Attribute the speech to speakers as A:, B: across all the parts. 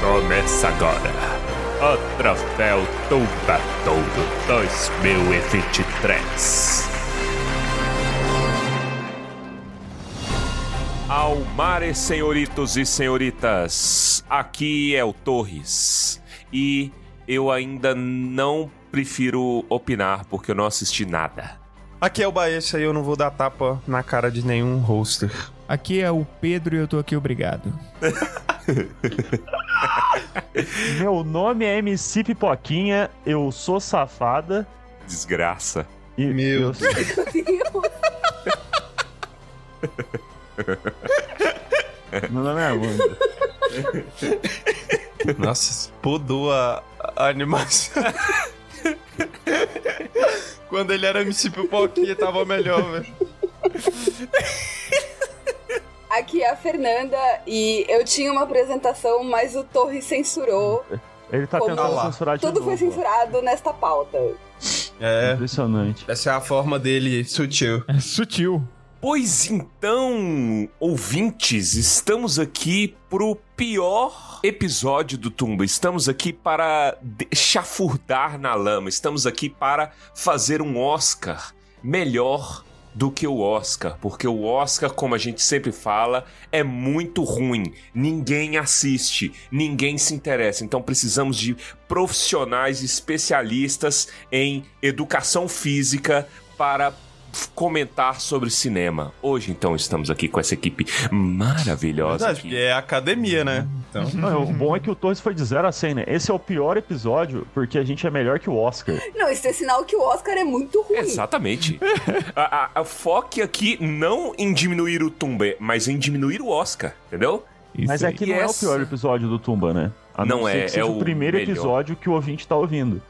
A: Começa agora o Troféu Tumbadouro 2023. Almares, senhoritos e senhoritas, aqui é o Torres e eu ainda não prefiro opinar porque eu não assisti nada.
B: Aqui é o Baeça e eu não vou dar tapa na cara de nenhum roster.
C: Aqui é o Pedro e eu tô aqui, obrigado.
D: Meu nome é MC Pipoquinha, eu sou safada.
A: Desgraça.
D: E
B: Meu
D: eu, meu nome é Amanda.
B: Nossa, podou a, a animação. Quando ele era MC Pipoquinha, tava melhor, velho.
E: Aqui é a Fernanda e eu tinha uma apresentação, mas o Torre censurou.
D: Ele tá
E: Como-
D: tentando
B: Ah lá.
D: censurar de
E: Tudo
D: novo.
E: foi censurado nesta pauta.
B: É,
D: Impressionante.
B: essa é a forma dele, sutil.
C: É sutil.
A: Pois então, ouvintes, estamos aqui pro pior episódio do Tumba. Estamos aqui para de- chafurdar na lama. Estamos aqui para fazer um Oscar melhor do que o Oscar, porque o Oscar, como a gente sempre fala, é muito ruim. Ninguém assiste, ninguém se interessa. Então precisamos de profissionais especialistas em educação física para comentar sobre cinema. Hoje, então, estamos aqui com essa equipe maravilhosa.
B: Verdade, porque
A: aqui.
B: é academia, né? Então.
D: Não, o bom é que o Torres foi de 0 a 100, né? Esse é o pior episódio, porque a gente é melhor que o Oscar.
E: Não, isso é sinal que o Oscar é muito ruim.
A: Exatamente. a, a- a foque aqui não em diminuir o Tumbe, mas em diminuir o Oscar, entendeu?
C: Isso
D: Mas
C: aí.
D: é que não é o
A: Yes.
D: pior episódio do Tumba, né? A
A: Não
D: ser
A: é,
D: que seja
A: é
D: o
A: o
D: primeiro
A: melhor.
D: episódio que o ouvinte tá ouvindo.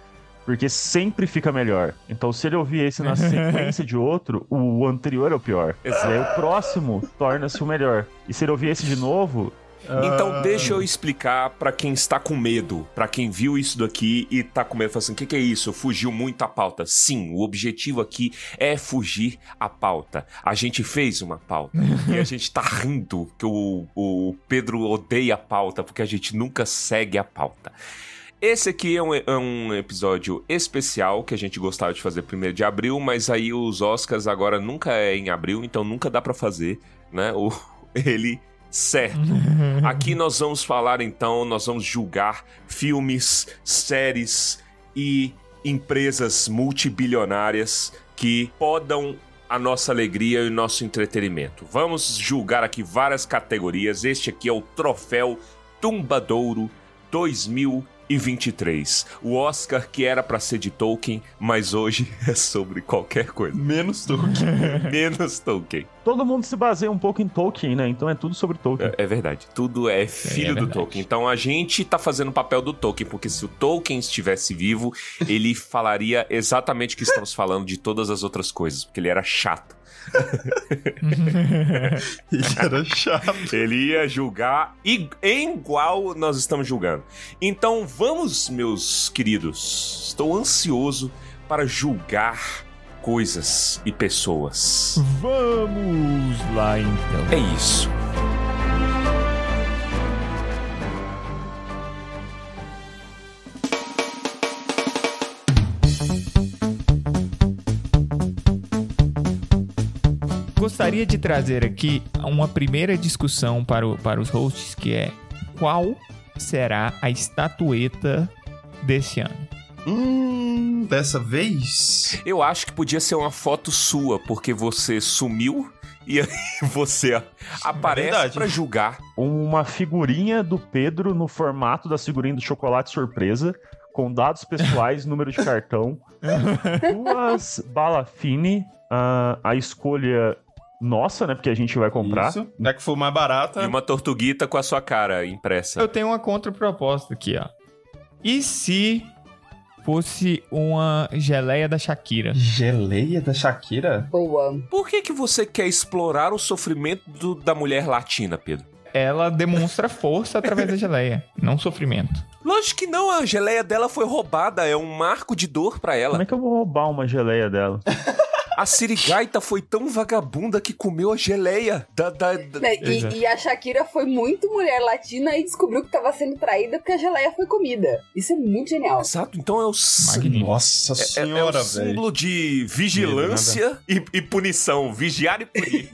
D: Porque sempre fica melhor. Então, se ele ouvir esse na sequência de outro, o anterior é o pior.
A: Exato.
D: E aí o próximo torna-se o melhor. E se ele ouvir esse de novo,
F: Ah.
A: Então
D: Ah.
A: deixa eu explicar pra quem está com medo, pra quem viu isso daqui e tá com medo, fala assim, o que, que é isso? Fugiu muito a pauta. Sim, o objetivo aqui é fugir a pauta. A gente fez uma pauta e a gente tá rindo que o, o Pedro odeia a pauta porque a gente nunca segue a pauta. Esse aqui é um, é um episódio especial que a gente gostava de fazer primeiro de abril, mas aí os Oscars agora nunca é em abril, então nunca dá pra fazer, né? O, ele certo. Aqui nós vamos falar então, nós vamos julgar filmes, séries e empresas multibilionárias que podam a nossa alegria e o nosso entretenimento. Vamos julgar aqui várias categorias. Este aqui é o troféu Tumbadouro 2023. O Oscar que era pra ser de Tolkien, mas hoje é sobre qualquer coisa,
B: Menos Tolkien.
A: menos Tolkien.
D: todo mundo se baseia um pouco em Tolkien, né? Então é tudo sobre Tolkien.
A: É, é verdade. Tudo é filho do
C: verdade.
A: Tolkien. Então a gente tá fazendo o papel do Tolkien, porque se o Tolkien estivesse vivo, ele falaria exatamente o que estamos falando de todas as outras coisas, porque ele era chato.
B: Ele era chato.
A: Ele ia julgar e em igual nós estamos julgando. Então vamos, meus queridos. Estou ansioso para julgar coisas e pessoas.
D: Uhum.
C: Vamos lá então.
A: É isso.
C: Gostaria de trazer aqui uma primeira discussão para, o- para os hosts, que é qual será a estatueta desse ano?
B: Hum, dessa vez.
A: Eu acho que podia ser uma foto sua, porque você sumiu e aí você aparece
B: verdade.
A: pra julgar.
D: Uma figurinha do Pedro no formato da figurinha do chocolate surpresa, com dados pessoais, número de cartão, duas bala fine, ah, a escolha nossa, né? Porque a gente vai comprar.
B: Isso. É que for mais barata.
F: Tá.
A: E uma tortuguita com a sua cara impressa.
C: Eu tenho uma contraproposta aqui, ó. E se fosse uma geleia da Shakira?
B: Geleia da Shakira?
E: Boa.
A: Por que, que você quer explorar o sofrimento do- da mulher latina, Pedro?
C: Ela demonstra força através da geleia, não sofrimento.
A: Lógico que não, a geleia dela foi roubada, é um marco de dor pra
D: Como
A: ela.
D: é que eu vou roubar uma geleia dela?
A: A sirigaita foi tão vagabunda que comeu a geleia da. da, da-
E: Né, E,
C: Exato.
E: e a Shakira foi muito mulher latina e descobriu que tava sendo traída porque a geleia foi comida. Isso é muito genial.
A: Exato, então é o. s-
C: Magnífico.
F: Nossa
A: É, é- é
F: senhora,
A: o
F: um velho.
A: símbolo de vigilância e, e punição. Vigiar e punir.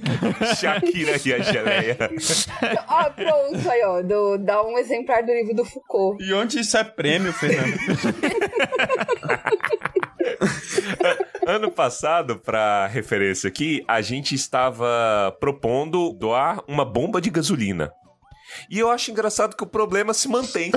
A: Shakira e a geleia.
E: Então, ó, pronto, aí, ó. do- dá um exemplar do livro do Foucault.
F: E onde isso é prêmio, Fernando?
A: Ano passado, pra referência aqui, a gente estava propondo doar uma bomba de gasolina. E eu acho engraçado que o problema se mantém.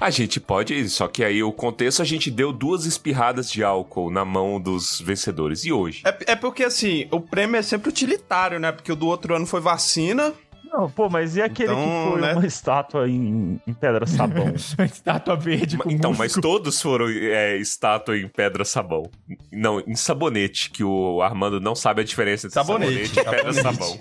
A: A gente pode, só que aí o contexto a gente deu duas espirradas de álcool na mão dos vencedores. E hoje?
F: É, é porque, assim, o prêmio é sempre utilitário, né? Porque o do outro ano foi vacina.
D: Não, pô, mas e aquele
F: Então,
D: que foi
F: né?
D: uma estátua em, em pedra sabão?
C: Estátua verde
A: Ma-
C: com um
A: Então, mas
C: Tipo, músico.
A: todos foram é, estátua em pedra sabão. N- Não, em sabonete, que o Armando não sabe a diferença entre sabonete,
F: Sabonete,
A: e pedra sabão.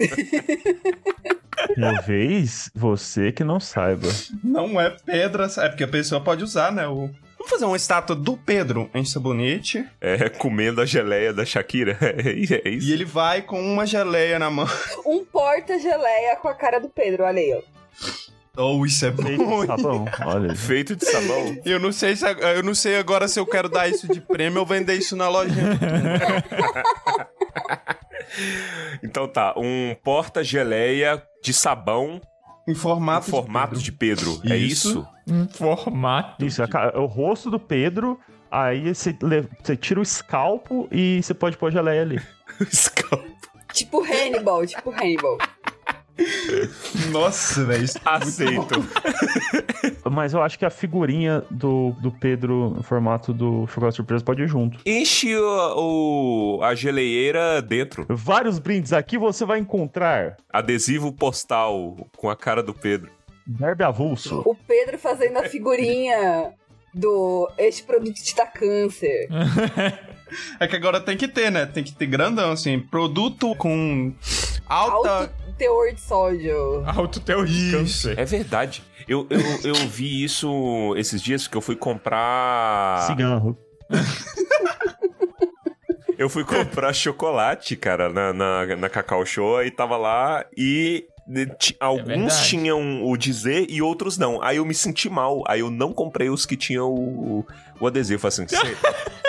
D: Talvez você que não saiba.
F: Não é pedra, é porque a pessoa pode usar, né? O... Vamos fazer uma estátua do Pedro em sabonete.
A: É, comendo a geleia da Shakira. É isso.
F: E ele vai com uma geleia na mão.
E: Um porta-geleia com a cara do Pedro, olha aí, ó.
F: Oh, isso é
D: Feito de
F: bom.
D: sabão, olha.
A: Feito de sabão.
F: Eu não sei se ag- eu não sei agora se eu quero dar isso de prêmio ou vender isso na lojinha.
A: Então tá, um porta-geleia de sabão
F: Em
A: no
F: formato. de
A: formato
F: Pedro.
A: de Pedro. É isso?
F: Isso.
C: Um formato.
D: Isso, é ca- é o rosto do Pedro, aí você, le- você tira o escalpo e você pode pôr geleia ali.
E: Tipo Hannibal, tipo Hannibal.
F: Nossa, velho. isso-
A: Aceito.
D: Mas eu acho que a figurinha do, do Pedro no formato do chocolate surpresa pode ir junto.
A: Enche o, o- a geleieira dentro.
D: Vários brindes aqui você vai encontrar.
A: Adesivo postal com a cara do Pedro.
D: Verbe avulso.
E: O Pedro fazendo a figurinha do este produto te dá câncer.
F: É que agora tem que ter, né? Tem que ter grandão, assim. Produto com alta.
E: Alto teor de sódio.
C: Alto teu
F: Isso.
C: câncer.
A: É verdade. Eu, eu, eu vi isso esses dias que eu fui comprar.
D: Cigarro.
A: Eu fui comprar chocolate, cara, na, na, na Cacau Show e tava lá e. de- ti- alguns
C: verdade.
A: tinham o dizer e outros não. Aí eu me senti mal. Aí eu não comprei os que tinham o, o- o adesivo. Falei Assim, "Cê-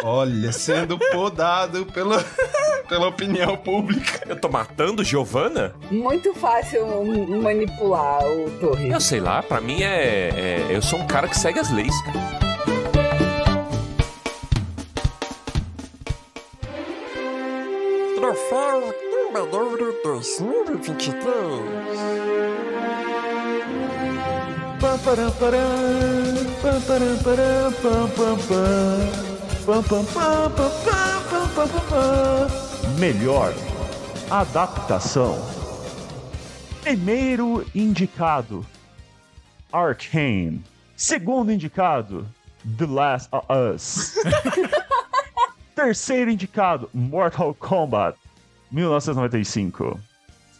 F: Olha, sendo podado pela, pela opinião pública.
A: eu tô matando Giovana?
E: Muito fácil m- manipular o Torre.
A: Eu sei lá, pra mim é, é- Eu sou um cara que segue as leis. cara.
G: Troféu Tumbador 2023.
D: Pam, param, param, pam, param, param, pam, pam, pam. Pam, pam, pam, pam, pam, pam, pam, pam. Melhor adaptação. Primeiro indicado, Arcane. Segundo indicado, The Last of Us. Terceiro indicado, Mortal Kombat 1995.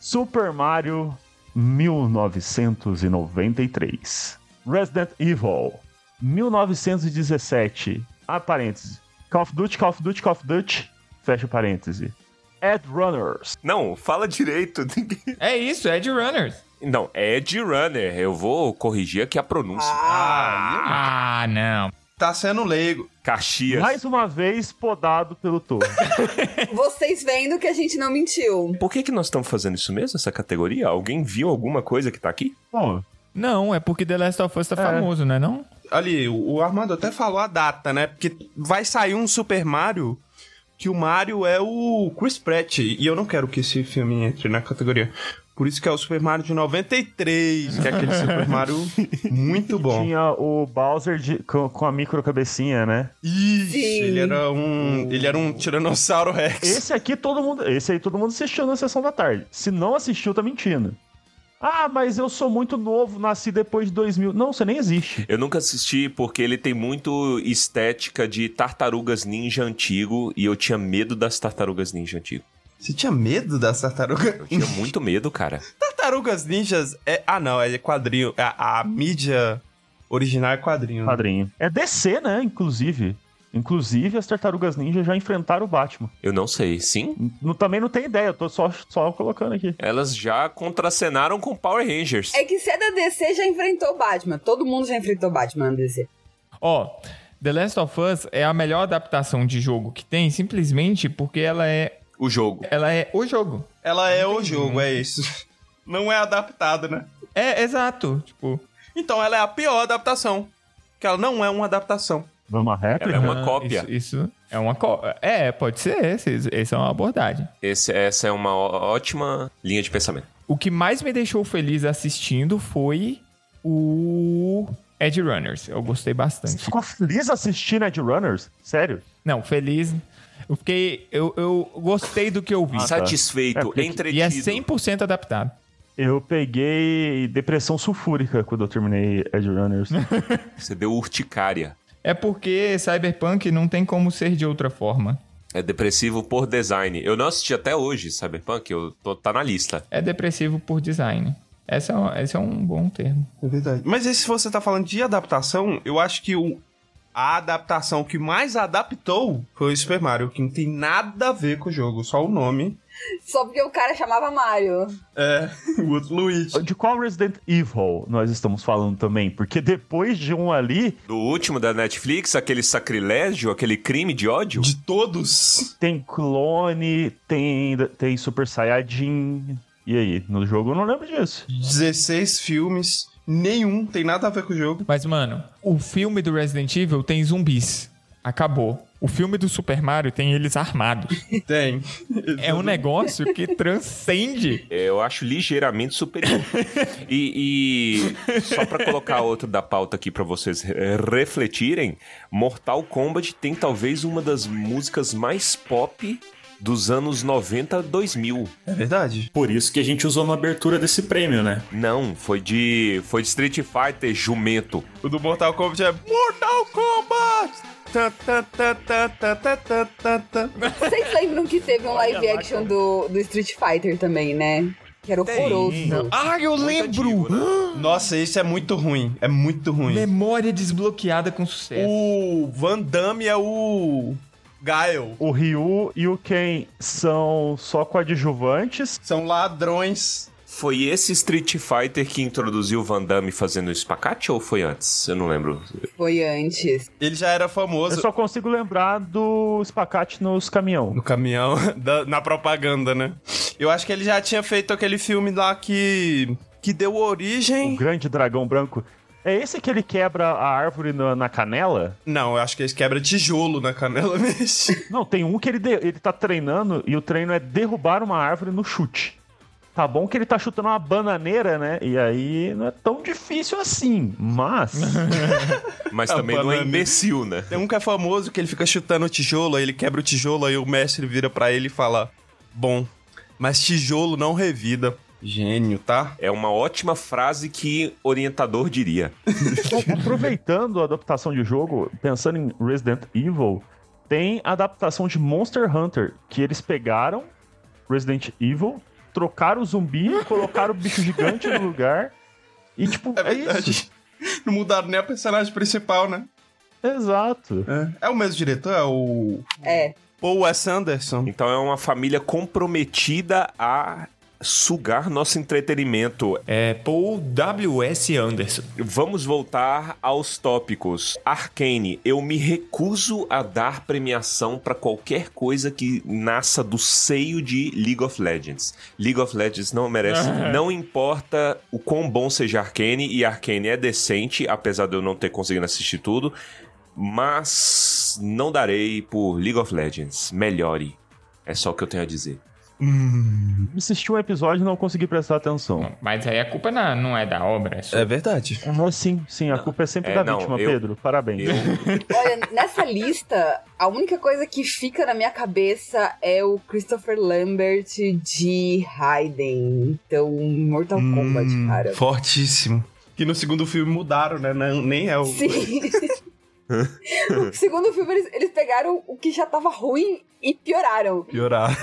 D: Super Mario 1993. Resident Evil 1917. Ah, parêntese. Call of Duty, Call of Duty, Call of Duty. Fecha parêntese. Ed Runners.
A: Não, fala direito.
C: É isso, Ed Runners.
A: Não, é Ed Runner. Eu vou corrigir aqui a pronúncia.
F: Ah,
C: Ah, não.
F: tá sendo leigo.
A: Caxias.
D: Mais uma vez podado pelo Torre.
E: Vocês vendo que a gente não mentiu.
A: Por que, que nós estamos fazendo isso mesmo, essa categoria? Alguém viu alguma coisa que tá aqui?
D: Bom,
C: Não, é porque The Last of Us tá
D: É.
C: famoso, não é não?
F: Ali, o o Armando até falou a data, né? Porque vai sair um Super Mario que o Mario é o Chris Pratt. E eu não quero que esse filme entre na categoria. Por isso que é o Super Mario de 93, que é aquele Super Mario muito bom.
D: tinha o Bowser de- com, com a micro cabecinha, né?
F: Ixi,
E: Sim.
F: ele era um. Ele era um Tiranossauro Rex.
D: Esse aqui todo mundo, esse aí todo mundo assistiu na sessão da tarde. Se não assistiu, tá mentindo. Ah, mas eu sou muito novo, nasci depois de 2000. Não, você nem existe.
A: Eu nunca assisti porque ele tem muito estética de tartarugas ninja antigo e eu tinha medo das tartarugas ninja antigo.
F: Você tinha medo das tartarugas?
A: Eu tinha muito medo, cara.
F: Tartarugas ninjas é. Ah, não, é quadrinho. A, a mídia original é quadrinho. né?
D: Padrinho. É DC, né? Inclusive. Inclusive, as tartarugas ninja já enfrentaram o Batman.
A: Eu não sei. Sim?
D: Não, também não tem ideia, eu tô só, só colocando aqui.
A: Elas já contracenaram com Power Rangers.
E: É que se é da DC, já enfrentou o Batman. Todo mundo já enfrentou o Batman na DC.
C: Ó, The Last of Us é a melhor adaptação de jogo que tem, simplesmente porque ela é,
A: O jogo.
C: ela é o jogo.
F: Ela é o jogo, é isso. Não é adaptada, né?
C: É, exato. Tipo,
F: Então ela é a pior adaptação. Que ela não é uma adaptação.
D: Não é uma
A: Ela é
D: réplica?
A: uma
C: ah,
A: cópia.
C: Isso, isso é uma cópia. É, pode ser. Essa, essa é uma abordagem.
A: Esse- essa é uma ó- ótima linha de pensamento.
C: O que mais me deixou feliz assistindo foi o Edge Runners. Eu gostei bastante.
D: Você ficou feliz assistindo Ed Runners? Sério?
C: Não, feliz. Eu fiquei. Eu, eu gostei do que eu vi.
D: Ah, tá. É,
A: Satisfeito,
D: porque-
A: entretido.
C: e é 100% adaptado.
D: Eu peguei depressão sulfúrica quando eu terminei Ed Runners.
A: Você deu urticária.
C: É porque Cyberpunk não tem como ser de outra forma.
A: É depressivo por design. Eu não assisti até hoje Cyberpunk, eu tô, tá na lista.
C: É depressivo por design. Essa é um- Esse é um bom termo.
F: É verdade. Mas e se você tá falando de adaptação, eu acho que o, a adaptação que mais adaptou foi o Super Mario, que não tem nada a ver com o jogo, só o nome.
E: Só porque o cara chamava Mario.
F: É, o outro Luigi.
D: De qual Resident Evil nós estamos falando também? Porque depois de um ali,
A: Do último da Netflix, aquele sacrilégio, aquele crime de ódio.
F: De todos.
D: tem clone, tem, tem Super Saiyajin. E aí, no jogo eu não lembro disso.
F: 16 filmes, nenhum tem nada a ver com o jogo.
C: Mas, mano, o filme do Resident Evil tem zumbis. Acabou. O filme do Super Mario tem eles armados.
F: Tem.
C: É um negócio que transcende.
A: Eu acho ligeiramente superior. e, e só pra colocar outro da pauta aqui pra vocês eh, refletirem, Mortal Kombat tem talvez uma das músicas mais pop dos anos 90 a 2000.
F: É verdade.
H: Por isso que a gente usou na abertura desse prêmio, né?
A: Não, foi de foi de Street Fighter Jumento.
F: O do Mortal Kombat é Mortal Kombat! Tá, tá, tá, tá, tá, tá, tá, tá, tá.
E: Vocês lembram que teve um live action do, do Street Fighter também, né? Que era horroroso.
C: Ah, eu Ah,
A: antigo,
F: Nossa, esse é muito ruim. É muito ruim.
C: Memória desbloqueada com sucesso.
F: O Van Damme é o Gael.
D: O Ryu e o Ken são só coadjuvantes.
F: São ladrões.
A: Foi esse Street Fighter que introduziu o Van Damme fazendo espacate ou foi antes? Eu não lembro.
E: Foi antes.
F: Ele já era
D: Eu
F: famoso
D: só consigo lembrar do espacate nos caminhão.
F: no caminhão, da- na propaganda, né? Eu acho que ele já tinha feito aquele filme lá que. que deu
D: O
F: origem.
D: grande dragão branco. É esse que ele quebra a árvore na, na canela?
F: Não, eu acho que eles quebra tijolo na canela mesmo.
D: Não, tem um que ele, de- ele tá treinando e o treino é derrubar uma árvore no chute. Tá bom que ele tá chutando uma bananeira, né? E aí não é tão difícil assim, mas.
A: Mas
F: A
A: também não é
F: banana.
A: imbecil, né?
F: Tem um que é famoso que ele fica chutando o tijolo, aí ele quebra o tijolo, aí o mestre vira pra ele e fala: Bom, mas tijolo não revida. Gênio, tá?
A: É uma ótima frase que orientador diria.
D: Bom, aproveitando a adaptação de jogo, pensando em Resident Evil, tem a adaptação de Monster Hunter, que eles pegaram Resident Evil, trocaram o zumbi, colocaram o bicho gigante no lugar. E tipo, é, isso.
F: Não mudaram nem a personagem principal, né?
D: Exato.
F: É, o mesmo diretor, é o.
E: É.
F: Paul S. Anderson.
A: Então é uma família comprometida a sugar nosso entretenimento.
H: É Paul W.S. Anderson.
A: Vamos voltar aos tópicos. Arcane, eu me recuso a dar premiação pra qualquer coisa que nasça do seio de League of Legends. League of Legends não merece. não importa o quão bom seja Arcane, e Arcane é decente, apesar de eu não ter conseguido assistir tudo, mas não darei por League of Legends. Melhore. É só o que eu tenho a dizer.
F: Hum.
D: Assisti um episódio e não consegui prestar atenção.
C: Mas aí a culpa na- não é da obra. É sua.
F: verdade.
D: Ah, sim, sim, a culpa é sempre
A: É,
D: da
A: não,
D: vítima,
A: eu-
D: Pedro. Parabéns.
A: Eu
E: Olha, nessa lista, a única coisa que fica na minha cabeça é o Christopher Lambert de Raiden. Então, Mortal
F: Hum.
E: Kombat, cara.
F: Fortíssimo. Que no segundo filme mudaram, né? Não- nem é o.
E: Sim. o segundo filme, eles, eles pegaram o que já tava ruim e pioraram.
F: Piorar.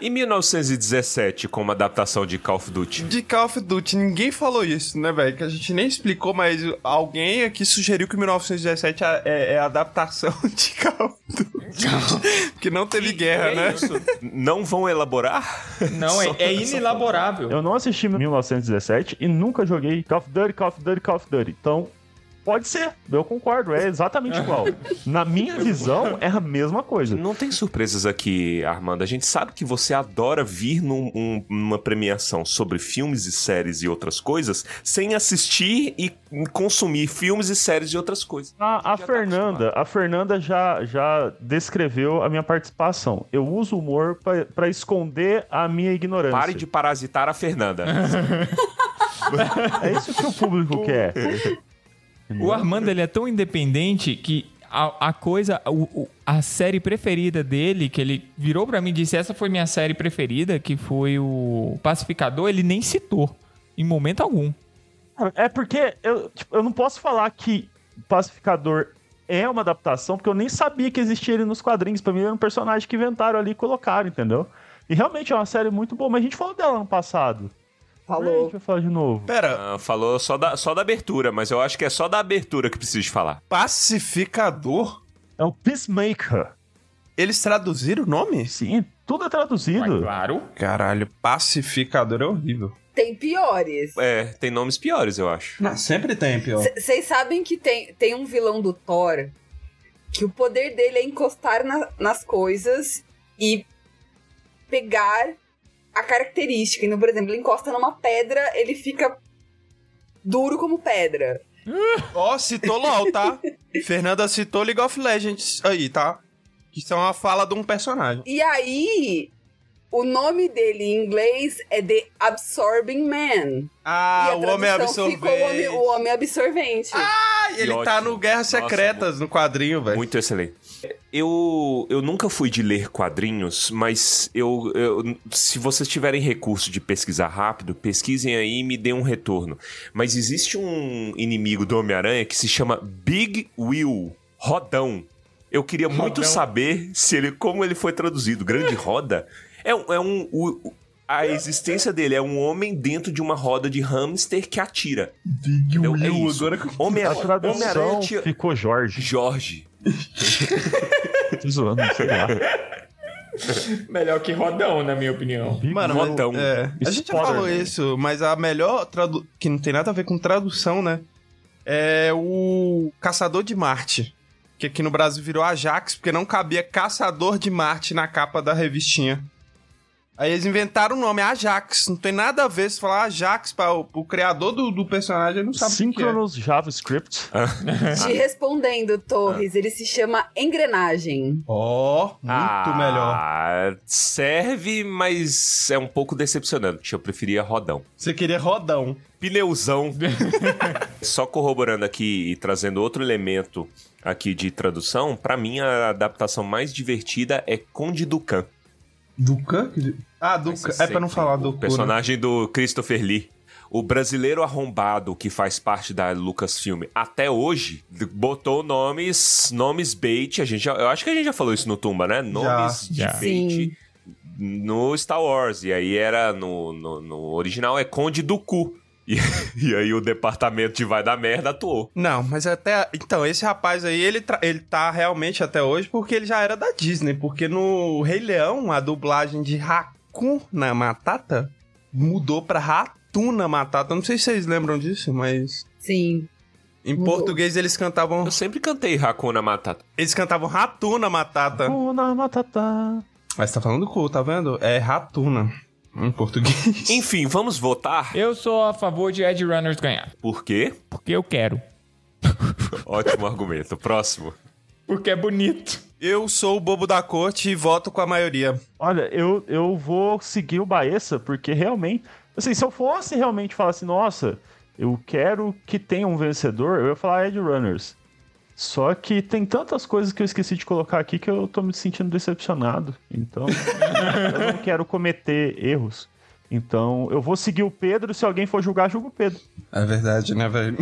A: Em 1917, com uma adaptação de Call of Duty.
F: De Call of Duty, ninguém falou isso, né, velho? Que a gente nem explicou, mas alguém aqui sugeriu que 1917 é, é- é a adaptação de Call of Duty. que não teve
E: é
F: guerra, né?
A: Não vão elaborar?
I: É Não, é, é inelaborável.
D: Eu não assisti 1917 e nunca joguei Call of Duty, Call of Duty, Call of Duty. Então, pode ser, eu concordo, é exatamente igual. Na minha visão, é a mesma coisa.
A: Não tem surpresas aqui, Armando. A gente sabe que você adora vir num- um- numa premiação sobre filmes e séries e outras coisas sem assistir e consumir filmes e séries e outras coisas.
D: A, a
A: Já tá
D: Fernanda, a Fernanda já, já descreveu a minha participação. Eu uso o humor pra- pra esconder a minha ignorância.
A: Pare de parasitar a Fernanda.
D: É isso que o público quer.
C: O Armando ele é tão independente que a, a coisa, o- o- a série preferida dele, que ele virou pra mim e disse: Essa foi minha série preferida, que foi o Pacificador, ele nem citou em momento algum.
D: Cara, É porque eu, tipo, eu não posso falar que Pacificador é uma adaptação, porque eu nem sabia que existia ele nos quadrinhos. Pra mim, era um personagem que inventaram ali e colocaram, entendeu? E realmente é uma série muito boa, mas a gente falou dela no passado. Por que A gente
E: Falou.
D: vai falar de novo.
F: Pera,
A: Ah, falou só da, só da abertura, mas eu acho que é só da abertura que precisa de falar.
F: pacificador?
D: É o Peacemaker.
F: Eles traduziram o nome?
D: Sim, tudo é
I: Mas
D: traduzido.
I: claro.
F: Caralho, pacificador é horrível.
E: Tem piores.
A: É, tem nomes piores, eu acho.
F: Não, sempre tem, pior.
E: Vocês sabem que tem, tem um vilão do Thor que o poder dele é encostar na- nas coisas e pegar a característica. Então, por exemplo, ele encosta numa pedra, ele fica duro como pedra.
F: Ó, citou LOL, tá? Fernanda citou League of Legends aí, tá? Isso é uma fala de um personagem.
E: E aí, o nome dele em inglês é The Absorbing Man.
F: Ah,
E: e a
F: o homem
E: tradução
F: absorvente.
E: ficou o homem, o homem absorvente.
F: Ah, ele
A: Que
F: tá
A: ótimo.
F: no Guerras
A: Nossa,
F: Secretas, no quadrinho, velho.
A: Muito excelente. Eu, eu nunca fui de ler quadrinhos, mas eu, eu- se vocês tiverem recurso de pesquisar rápido, pesquisem aí e me dê um retorno. Mas existe um inimigo do Homem-Aranha que se chama Big Will, Rodão. Eu queria muito saber se ele como ele foi traduzido. Grande roda? É, um- é um. o- o- a existência dele é um homem dentro de uma roda de hamster que atira. Big Will, agora que
D: A
A: Homem-Aranha
D: tradução
A: tinha-
D: ficou Jorge.
A: Jorge.
D: Tô zoando, sei lá.
I: Melhor que rodão, na minha opinião.
F: Mano, mas-
A: Rodão.
F: é, a gente já
D: Spoiler.
F: falou isso, mas a melhor tradu... que não tem nada a ver com tradução, né? É o Caçador de Marte. Que aqui no Brasil virou Ajax, porque não cabia Caçador de Marte na capa da revistinha. Aí eles inventaram o nome Ajax. Não tem nada a ver se falar Ajax para o, pro criador do, do personagem, ele não sabe o que é.
D: Synchronous JavaScript.
E: Te respondendo, Torres, ele se chama Engrenagem.
F: Ó, muito melhor.
A: melhor. Ah, Serve, mas é um pouco decepcionante. Eu preferia rodão.
F: Você queria Rodão.
A: Pneuzão. Só corroborando aqui e trazendo outro elemento aqui de tradução, pra mim a adaptação mais divertida é Conde Ducan.
F: Ducan? Ah, Ducan. É pra não falar do
A: O personagem do Christopher Lee. O brasileiro arrombado que faz parte da Lucasfilm até hoje d- botou nomes nomes bait. A gente já, eu acho que a gente já falou isso no Tumba, né? Nomes de
C: já.
A: bait
E: Sim.
A: no Star Wars. E aí era no, no, no original é Conde do Cu. E, e aí o departamento de vai da merda atuou.
F: Não, mas até. Então, esse rapaz aí, ele, tra- ele tá realmente até hoje porque ele já era da Disney. Porque no Rei Leão, a dublagem de Hakuna Matata mudou pra Ratuna Matata. Não sei se vocês lembram disso, mas.
E: Sim.
F: Em
E: Mudou.
F: português eles cantavam.
A: Eu sempre cantei Hakuna Matata.
F: Eles cantavam Ratuna Matata.
D: Hakuna Matata.
F: Mas tá falando cu, tá vendo? É Ratuna. Em português.
A: Enfim, vamos votar.
C: Eu sou a favor de Ed Runners ganhar,
A: Por quê?
C: porque eu quero.
A: Ótimo argumento. Próximo.
C: Porque é bonito.
F: Eu sou o bobo da corte e voto com a maioria.
D: Olha, eu, eu vou seguir o Baessa, porque realmente. Assim, se eu fosse realmente falar assim, nossa, eu quero que tenha um vencedor, eu ia falar Ed Runners. Só que tem tantas coisas que eu esqueci de colocar aqui que eu tô me sentindo decepcionado. Então, eu não quero cometer erros. Então, eu vou seguir o Pedro. Se alguém for julgar, julga o Pedro.
F: É verdade, né, velho?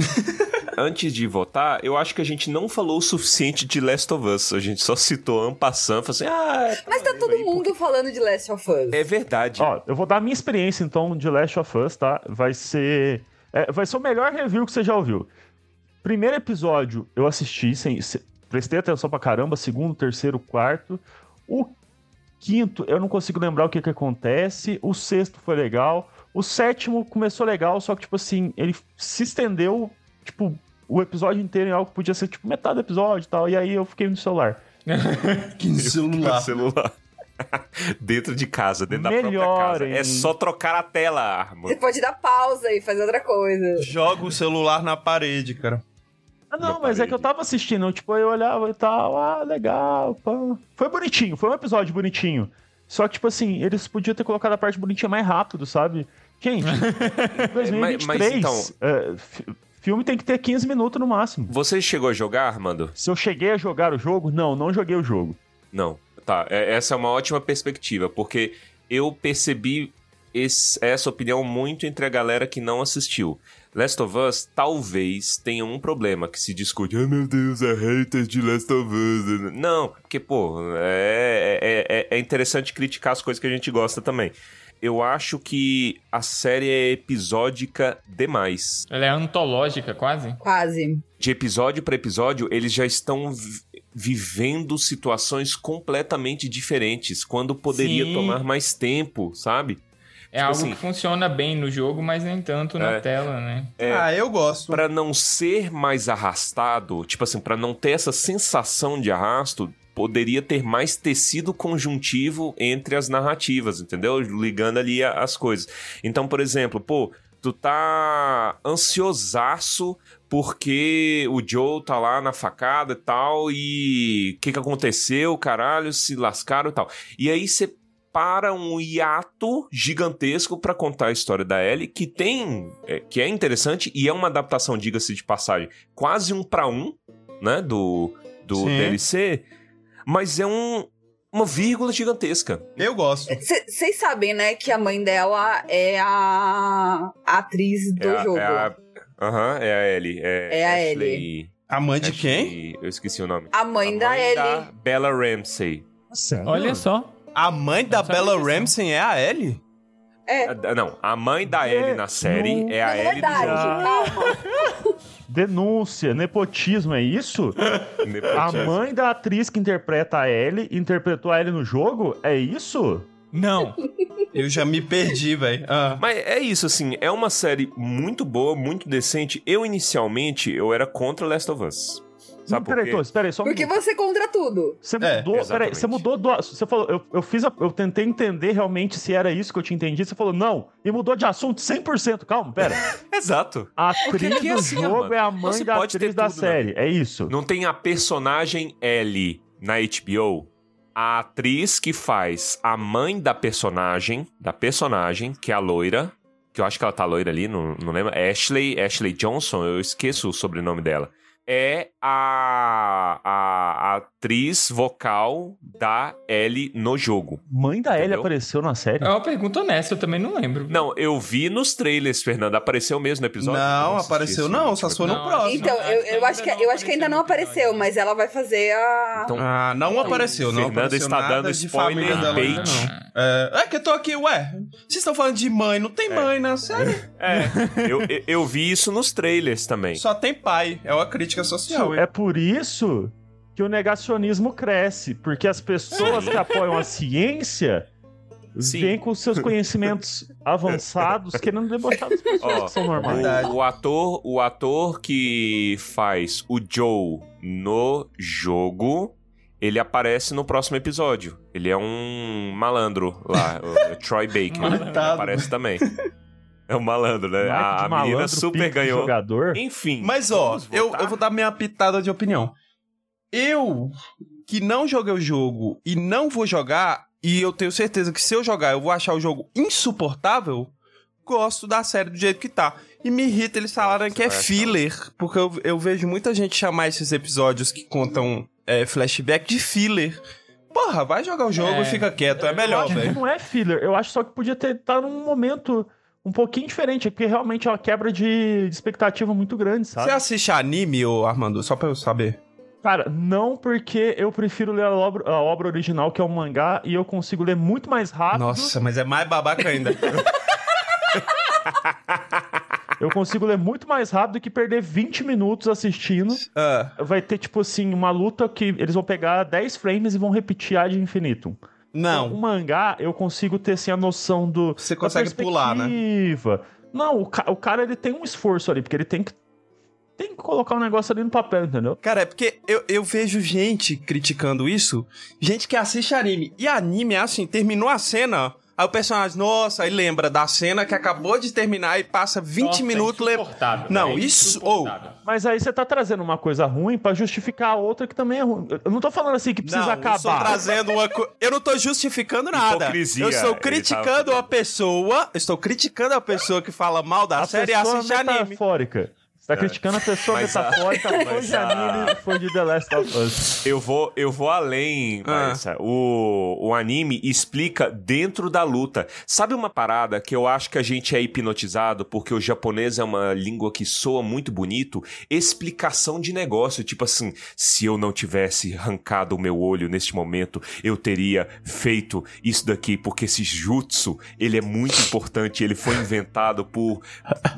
A: antes de votar, eu acho que a gente não falou o suficiente de Last of Us. A gente só citou Ampassant, falou assim, ah...
E: Mas tá
A: valendo
E: todo
A: aí,
E: mundo
A: porque-
E: falando de Last of Us.
A: É verdade.
D: Ó, eu vou dar a minha experiência, então, de Last of Us, tá? Vai ser. é, vai ser o melhor review que você já ouviu. Primeiro episódio eu assisti, sem, se- prestei atenção pra caramba. Segundo, terceiro, quarto. O quinto, eu não consigo lembrar o que que acontece. O sexto foi legal. O sétimo começou legal, só que, tipo assim, ele se estendeu, tipo, o episódio inteiro em algo que podia ser, tipo, metade do episódio e tal. E aí eu fiquei no celular.
J: Que celular.
A: celular. dentro de casa, dentro da própria
D: Melhor,
A: casa.
D: hein?
A: É só trocar a tela, Arma.
E: Você pode dar pausa e fazer outra coisa.
F: Joga o celular na parede, cara.
D: Ah,
A: na
D: não, mas é que eu
A: parede.
D: tava assistindo, tipo, eu olhava e tal, ah, legal, pá. Foi bonitinho, foi um episódio bonitinho. Só que, tipo assim, eles podiam ter colocado a parte bonitinha mais rápido, sabe? Gente, em 2023,
A: mas então-
D: é, fi- filme tem que ter 15 minutos no máximo.
A: Você chegou a jogar, Armando?
D: Se eu cheguei a jogar o jogo, não, não joguei o jogo.
A: Não. Tá, é- essa é uma ótima perspectiva, porque eu percebi esse- essa opinião muito entre a galera que não assistiu. Last of Us talvez tenha um problema que se discute. Ai meu Deus, é haters de Last of Us. Não, porque, pô, é, é- é- é interessante criticar as coisas que a gente gosta também. Eu acho que a série é episódica demais
C: Ela é antológica, quase.
E: Quase.
A: de episódio para episódio, eles já estão vi- vivendo situações completamente diferentes, quando poderia
C: Sim.
A: tomar mais tempo, sabe?
C: É
A: Tipo
C: algo
A: assim-
C: que funciona bem no jogo, mas nem tanto na
A: É.
C: tela, né?
F: Ah, eu gosto.
A: Para não ser mais arrastado, tipo assim, para não ter essa sensação de arrasto, poderia ter mais tecido conjuntivo entre as narrativas, entendeu? Ligando ali a- as coisas. Então, por exemplo, pô, tu tá ansiosaço porque o Joe tá lá na facada e tal, e o que que aconteceu, caralho, se lascaram e tal. E aí você para um hiato gigantesco pra contar a história da Ellie, que tem, é, que é interessante e é uma adaptação, diga-se de passagem, quase um pra um, né, do, do
F: Sim.
A: DLC, mas é um, uma vírgula gigantesca.
F: Eu gosto.
E: Vocês sabem, né, que a mãe dela é a atriz do
A: é a,
E: jogo.
A: É a, Aham, é a Ellie. É,
E: É a
A: Ashley-
F: A mãe É
A: É
F: de quem?
A: Ashley- Eu esqueci o nome.
E: A mãe,
A: A
E: da Ellie.
A: Bella Ramsey.
C: Olha só.
F: A mãe da
C: Sabe
F: Bella
C: disso, né?
F: Ramsey é a Ellie?
E: É.
A: Ah, Não, a mãe da Ellie na série é
E: Na
A: a Ellie do
E: verdade,
A: jogo.
E: calma.
D: Denúncia, nepotismo, é isso? a
A: Nepotismo.
D: mãe da atriz que interpreta a Ellie interpretou a Ellie no jogo? É isso?
C: Não.
F: Eu já me perdi, velho. Ah.
A: Mas é isso, assim, é uma série muito boa, muito decente. Eu, inicialmente, eu era contra Last of Us. Sabe por
D: Peraí,
A: quê?
D: Torres, peraí, só um
E: Porque
D: minuto.
E: você contra tudo.
D: Você
F: É,
D: mudou, peraí,
A: exatamente.
D: você mudou do. Você falou, eu, eu fiz a- eu tentei entender realmente se era isso que eu tinha entendido. Você falou, não, e mudou de assunto 100%. Calma, pera.
A: Exato.
D: A
A: Porque
D: atriz
A: aqui é
D: do
A: assim,
D: jogo
A: mano.
D: é a
A: Não se
D: mãe da
A: pode ter
D: atriz da
A: tudo, né?
D: série. É isso.
A: Não tem a personagem Ellie na HBO. A atriz que faz a mãe da personagem, da personagem, que é a loira, que eu acho que ela tá loira ali, não, não lembro. É Ashley, Ashley Johnson, eu esqueço o sobrenome dela. É a, a, a atriz vocal da Ellie no jogo.
D: Mãe da Ellie
A: Entendeu?
D: apareceu na série.
C: É uma pergunta honesta, eu também não lembro.
A: Não, eu vi nos trailers, Fernando. Apareceu mesmo no episódio? Eu
F: Não,
A: assisti
F: apareceu
A: esse
F: não,
A: último
F: só foi no
C: Não,
F: próximo.
E: Então,
C: não,
E: eu,
C: acho que
E: eu acho que,
C: ainda
E: eu
C: não
E: acho que ainda não
C: apareceu no
E: apareceu, mas ela vai fazer a.
A: Então,
F: Ah, não apareceu, não
A: Fernanda
F: apareceu
A: está
F: nada
A: dando
F: de
A: spoiler
F: família dela ainda,
A: bait.
F: não. É, é que eu tô aqui, ué, vocês estão falando de mãe, não tem mãe né? na série.
A: É, eu, eu- eu vi isso nos trailers também.
F: Ah. Só tem pai, é uma crítica social.
D: É por isso que o negacionismo cresce. Porque as pessoas que apoiam a ciência
A: Sim.
D: vêm com seus conhecimentos avançados querendo debochar das pessoas
A: Ó,
D: que são normais.
A: O, o ator, o ator que faz o Joe no jogo, ele aparece no próximo episódio. Ele é um malandro lá, o Troy Baker. Ele
F: Coitado.
A: aparece também. É um malandro, né?
D: Nike
A: A,
D: de
A: a
D: malandro,
A: menina
D: pique
A: super
D: de
A: ganhou.
D: Jogador.
A: Enfim.
F: Mas ó,
A: vamos
F: eu,
A: votar?
F: eu vou dar minha pitada de opinião. Eu, que não joguei o jogo e não vou jogar, e eu tenho certeza que se eu jogar eu vou achar o jogo insuportável, gosto da série do jeito que tá. E me irrita eles falarem
A: Você
F: que é
A: vai achar.
F: filler, porque eu, eu vejo muita gente chamar esses episódios que contam é, flashback de filler. Porra, vai jogar o jogo
C: É.
F: e fica quieto, é
D: Eu
F: melhor,
D: acho que
F: velho.
D: não é filler. Eu acho só que podia ter tá num um momento. um pouquinho diferente, porque realmente é uma quebra de, de expectativa muito grande, sabe?
F: Você assiste anime, ô Armando? Só pra eu saber.
D: Cara, não porque eu prefiro ler a obra, a obra original, que é o mangá, e eu consigo ler muito mais rápido.
F: Nossa, mas é mais babaca ainda.
D: Eu consigo ler muito mais rápido que perder 20 minutos assistindo.
F: Ah.
D: Vai ter, tipo assim, uma luta que eles vão pegar 10 frames e vão repetir a de infinitum.
F: Não.
D: O mangá, eu consigo ter, assim, a noção do...
F: Você
D: da
F: consegue pular, né?
D: perspectiva. Não, o, ca- o cara, ele tem um esforço ali, porque ele tem que... Tem que colocar um negócio ali no papel, entendeu?
F: Cara, é porque eu, eu vejo gente criticando isso, gente que assiste anime. E anime é assim, terminou a cena, aí o personagem, nossa, aí lembra da cena que acabou de terminar e passa 20
I: Nossa, é
F: minutos lembrando.
I: insuportável,
F: Não,
I: é
F: isso. Ou.
I: insuportável.
D: Mas aí você tá trazendo uma coisa ruim pra justificar a outra que também é ruim. Eu não tô falando assim que precisa
F: Não,
D: acabar.
F: eu estou trazendo uma co... Eu não tô justificando nada.
A: Hipocrisia,
F: eu estou
A: ele
F: criticando
A: tava-
F: a pessoa. Estou criticando a pessoa que fala mal da
D: A
F: série e
D: pessoa
F: assiste anime. É.
D: metafórica. Você tá criticando a pessoa
A: Mas a-
D: metafórica, foi
A: mas
D: de
A: a-
D: anime, foi de The Last of Us.
A: Eu vou, eu vou além,
F: Ah.
A: Marissa. O, o anime explica dentro da luta. Sabe uma parada que eu acho que a gente é hipnotizado porque o japonês é uma língua que soa muito bonito? Explicação de negócio. Tipo assim, se eu não tivesse arrancado o meu olho neste momento, eu teria feito isso daqui. Porque esse jutsu, ele é muito importante. Ele foi inventado por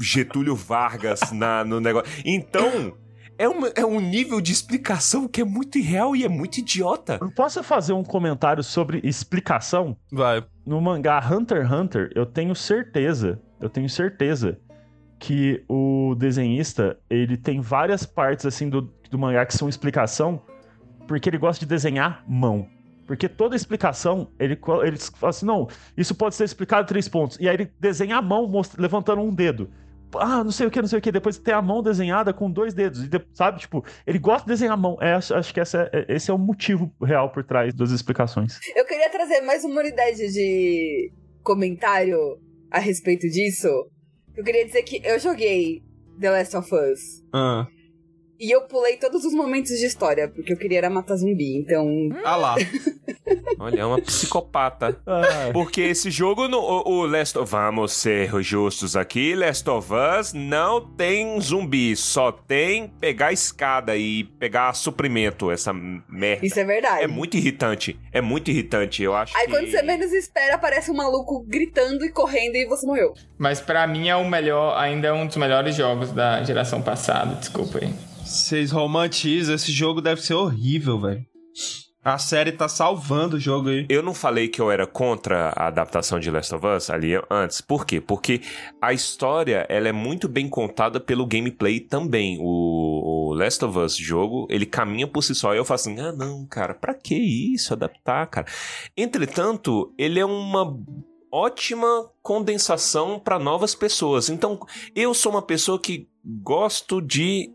A: Getúlio Vargas na, no negócio. Então... É um, é um nível de explicação que é muito irreal e é muito idiota.
D: Eu Posso fazer um comentário sobre explicação?
F: Vai.
D: No mangá Hunter x Hunter, eu tenho certeza, eu tenho certeza que o desenhista, ele tem várias partes assim do, do mangá que são explicação, porque ele gosta de desenhar mão. Porque toda explicação, ele, co- ele fala assim, não, isso pode ser explicado em três pontos. E aí ele desenha a mão mostra- levantando um dedo. Ah, não sei o que, não sei o que. Depois tem a mão desenhada com dois dedos. E de- sabe, tipo, ele gosta de desenhar a mão. É, acho, acho que essa é- esse é o motivo real por trás das explicações.
E: Eu queria trazer mais uma unidade de comentário a respeito disso. Eu queria dizer que eu joguei The Last of Us.
F: Ah,
E: E eu pulei todos os momentos de história, porque eu queria era matar zumbi. Então,
F: ah lá.
A: Olha, é uma psicopata.
D: Ah,
A: Porque esse jogo, no, o, o Last of Vamos ser justos aqui, Last of Us não tem zumbi, só tem pegar a escada e pegar suprimento, essa merda.
E: isso é verdade.
A: É muito irritante, é muito irritante, eu acho
E: Aí
A: que...
E: quando você menos espera, aparece um maluco gritando e correndo e você morreu.
I: Mas pra mim é o melhor, ainda é um dos melhores jogos da geração passada, desculpa aí.
F: Vocês romantizam, esse jogo deve ser horrível, velho. A série tá salvando o jogo aí.
A: Eu não falei que eu era contra a adaptação de Last of Us ali antes. Por quê? Porque a história ela é muito bem contada pelo gameplay também. O, o Last of Us jogo, ele caminha por si só. E eu falo assim, ah não, cara, pra que isso? Adaptar, cara. Entretanto, ele é uma ótima condensação para novas pessoas. Então, eu sou uma pessoa que gosto de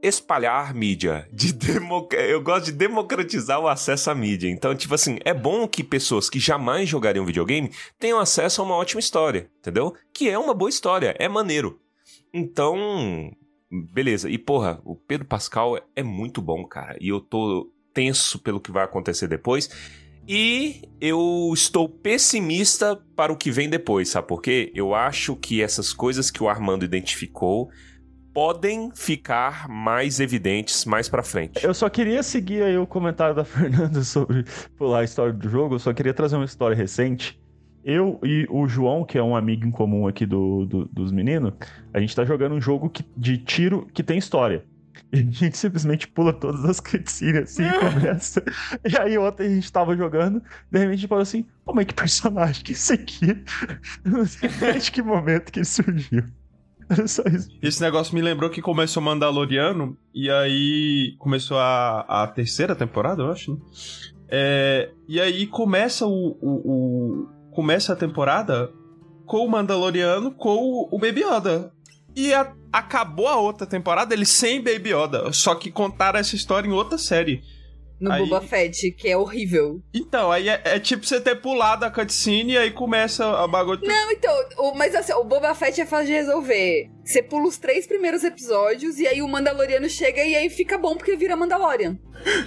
A: espalhar mídia, de demo- eu gosto de democratizar o acesso à mídia. Então, tipo assim, é bom que pessoas que jamais jogariam videogame tenham acesso a uma ótima história, entendeu? Que é uma boa história, é maneiro. Então, beleza. E porra, o Pedro Pascal é muito bom, cara. E eu tô tenso pelo que vai acontecer depois. E eu estou pessimista para o que vem depois, sabe por quê? Eu acho que essas coisas que o Armando identificou podem ficar mais evidentes mais pra frente.
D: Eu só queria seguir aí o comentário da Fernanda sobre pular a história do jogo. Eu só queria trazer uma história recente. Eu e o João, que é um amigo em comum aqui do, do- dos meninos, a gente tá jogando um jogo que- de tiro que tem história. E a gente simplesmente pula todas as cutscenes assim e começa. E aí ontem a gente tava jogando, de repente a gente falou assim, pô, mas que personagem que é esse aqui? Eu não sei desde que momento que ele surgiu. Era só isso.
F: Esse negócio me lembrou que começou Mandaloriano e aí começou a, a terceira temporada, eu acho. né? É, e aí começa o, o- o- começa a temporada com o Mandaloriano com o Baby Yoda. E a- acabou a outra temporada ele sem Baby Yoda, só que contaram essa história em outra série.
E: No
F: Aí-
E: Boba Fett, que é horrível.
F: Então, aí é, é tipo você ter pulado a cutscene e aí começa a bagulho.
E: Não, então, o- mas assim, o Boba Fett é fácil de resolver. Você pula os três primeiros episódios e aí o Mandaloriano chega e aí fica bom porque vira Mandalorian.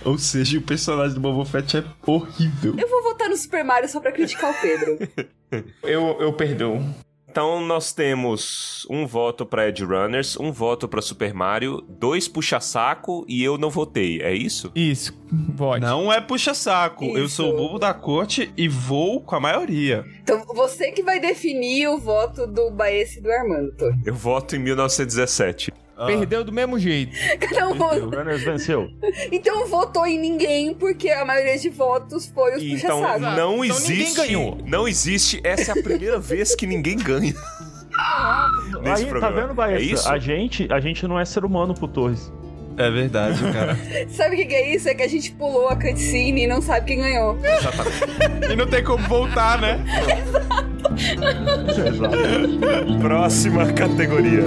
F: Ou seja, o personagem do Boba Fett é horrível.
E: Eu vou votar no Super Mario só pra criticar o Pedro.
I: Eu, eu perdoo.
A: Então nós temos um voto pra Ed Runners, um voto pra Super Mario, dois puxa-saco e eu não votei, é isso?
C: Isso, vote.
F: Não é puxa-saco. Eu
E: Isso.
F: sou o bobo da corte e vou com a maioria.
E: Então você que vai definir o voto do Baesse e do Armando.
A: Eu voto em 1917.
C: Perdeu do mesmo jeito.
E: Cada um
D: O Runners venceu.
E: Então votou em ninguém, porque a maioria de votos foi os
A: E então
E: puxa-saco.
A: não
C: Então ninguém
A: existe.
C: ganhou.
A: Não existe. Essa é a primeira vez que ninguém ganha. Nesse
D: Aí, tá
A: programa.
D: vendo,
A: É isso?
D: Baessa? a, gente, a gente não é ser humano pro Torres.
F: É verdade, cara.
E: Sabe o que, que é isso? É que a gente pulou a cutscene e não sabe quem ganhou.
F: e não tem como voltar, né?
D: Exato.
A: Próxima categoria.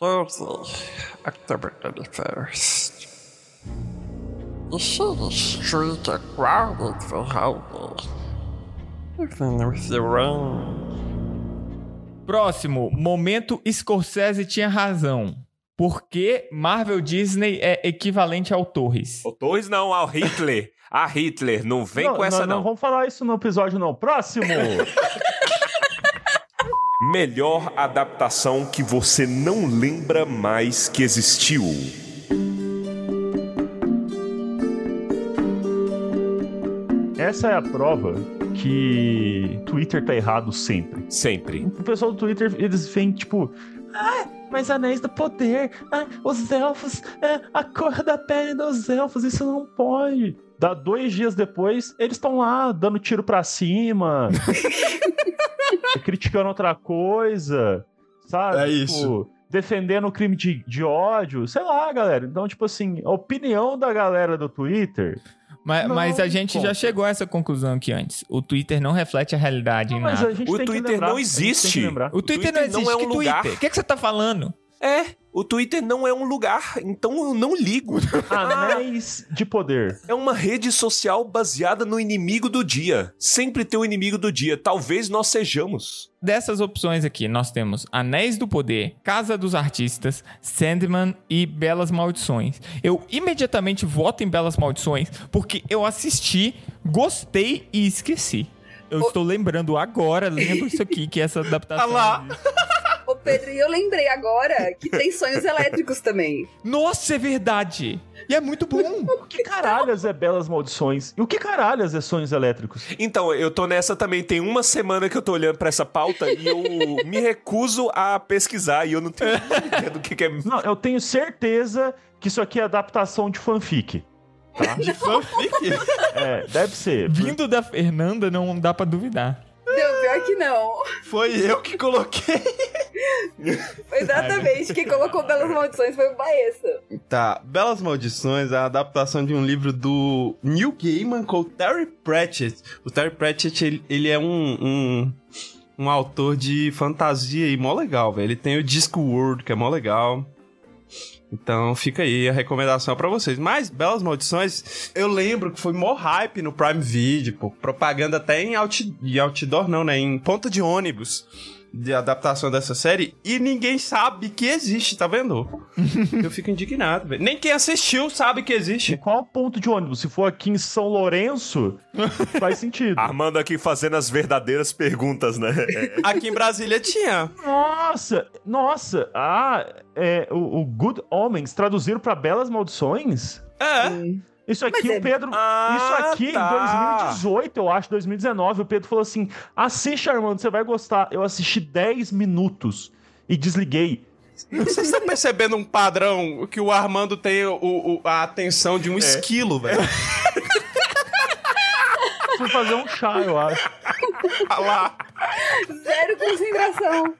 G: Thursday, October 21st. The city streets are crowded for Halloween. Everything is around.
C: Próximo, momento Scorsese tinha razão. Por que Marvel Disney é equivalente ao Torres?
A: O Torres não, ao Hitler. A Hitler, não vem
D: Não,
A: com essa
D: Não
A: não.
D: vamos falar isso no episódio, não. Próximo!
A: Melhor adaptação que você não lembra mais que existiu.
D: Essa é a prova que Twitter tá errado sempre.
A: Sempre.
D: O pessoal do Twitter, eles vêm tipo. Ah, mas Anéis do Poder, ah, os elfos, é, a cor da pele dos elfos, isso não pode. Dá dois dias depois, eles estão lá dando tiro pra cima, criticando outra coisa, sabe?
F: É
D: Tipo,
F: isso.
D: Defendendo o crime de, de ódio, sei lá, galera. Então, tipo assim, a opinião da galera do Twitter.
C: Ma-
D: Não
C: mas a gente
D: conta.
C: já chegou a essa conclusão aqui antes. O Twitter não reflete a realidade em
D: Mas
C: nada.
D: a gente
A: O
D: tem
A: Twitter
D: que lembrar,
A: não
D: a gente tem que
A: existe.
D: lembrar.
C: O Twitter não
A: Twitter não
C: existe.
A: é
C: que
A: um lugar.
C: Twitter? O que, é que você tá falando?
A: É, o Twitter não é um lugar, então eu não ligo.
D: Anéis de Poder.
A: É uma rede social baseada no inimigo do dia. Sempre tem o inimigo do dia. Talvez nós sejamos.
C: Dessas opções aqui, nós temos Anéis do Poder, Casa dos Artistas, Sandman e Belas Maldições. Eu imediatamente voto em Belas Maldições porque eu assisti, gostei e esqueci. Eu estou lembrando agora, lendo isso aqui, que é essa adaptação.
E: Ô Pedro, e eu lembrei agora que tem sonhos elétricos também.
C: Nossa, é verdade! E é muito bom!
D: O que caralhas é belas maldições? E o que caralhas é sonhos elétricos?
A: Então, eu tô nessa também. Tem uma semana que eu tô olhando pra essa pauta e eu me recuso a pesquisar e eu não tenho ideia do que, que é.
D: Não, eu tenho certeza que isso aqui é adaptação de fanfic.
F: De fanfic.
D: É, deve ser.
C: Vindo da Fernanda, não dá pra duvidar.
E: Não, pior que não.
F: Foi eu que coloquei.
E: Exatamente. Quem colocou belas maldições foi o Baessa.
F: Tá, Belas Maldições é a adaptação de um livro do Neil Gaiman com o Terry Pratchett. O Terry Pratchett, ele, ele é um, um, um autor de fantasia e mó legal, velho. Ele tem o Disco World, que é mó legal. Então fica aí a recomendação pra vocês. Mas Belas Maldições, eu lembro que foi mó hype no Prime Video, pô. Propaganda até em, out, em outdoor, não, né? Em ponta de ônibus de adaptação dessa série. E ninguém sabe que existe, tá vendo? Eu fico indignado, velho. Nem quem assistiu sabe que
D: E
F: existe.
D: qual ponto de ônibus? Se for aqui em São Lourenço, faz sentido.
A: Armando aqui fazendo as verdadeiras perguntas, né?
F: Aqui em Brasília tinha.
D: Nossa, nossa. Ah, é, o, o Good Homens traduziram pra Belas Maldições?
F: É.
D: Isso aqui,
E: Mas é-
D: o Pedro.
A: Ah,
D: isso aqui
A: tá.
D: em 2018, eu acho, 2019, o Pedro falou assim: assiste, Armando, você vai gostar. Eu assisti 10 minutos e desliguei.
F: Vocês estão percebendo um padrão que o Armando tem o, o- a atenção de um esquilo, velho.
D: Fui fazer um chá, eu acho.
F: Ah lá.
E: Zero concentração.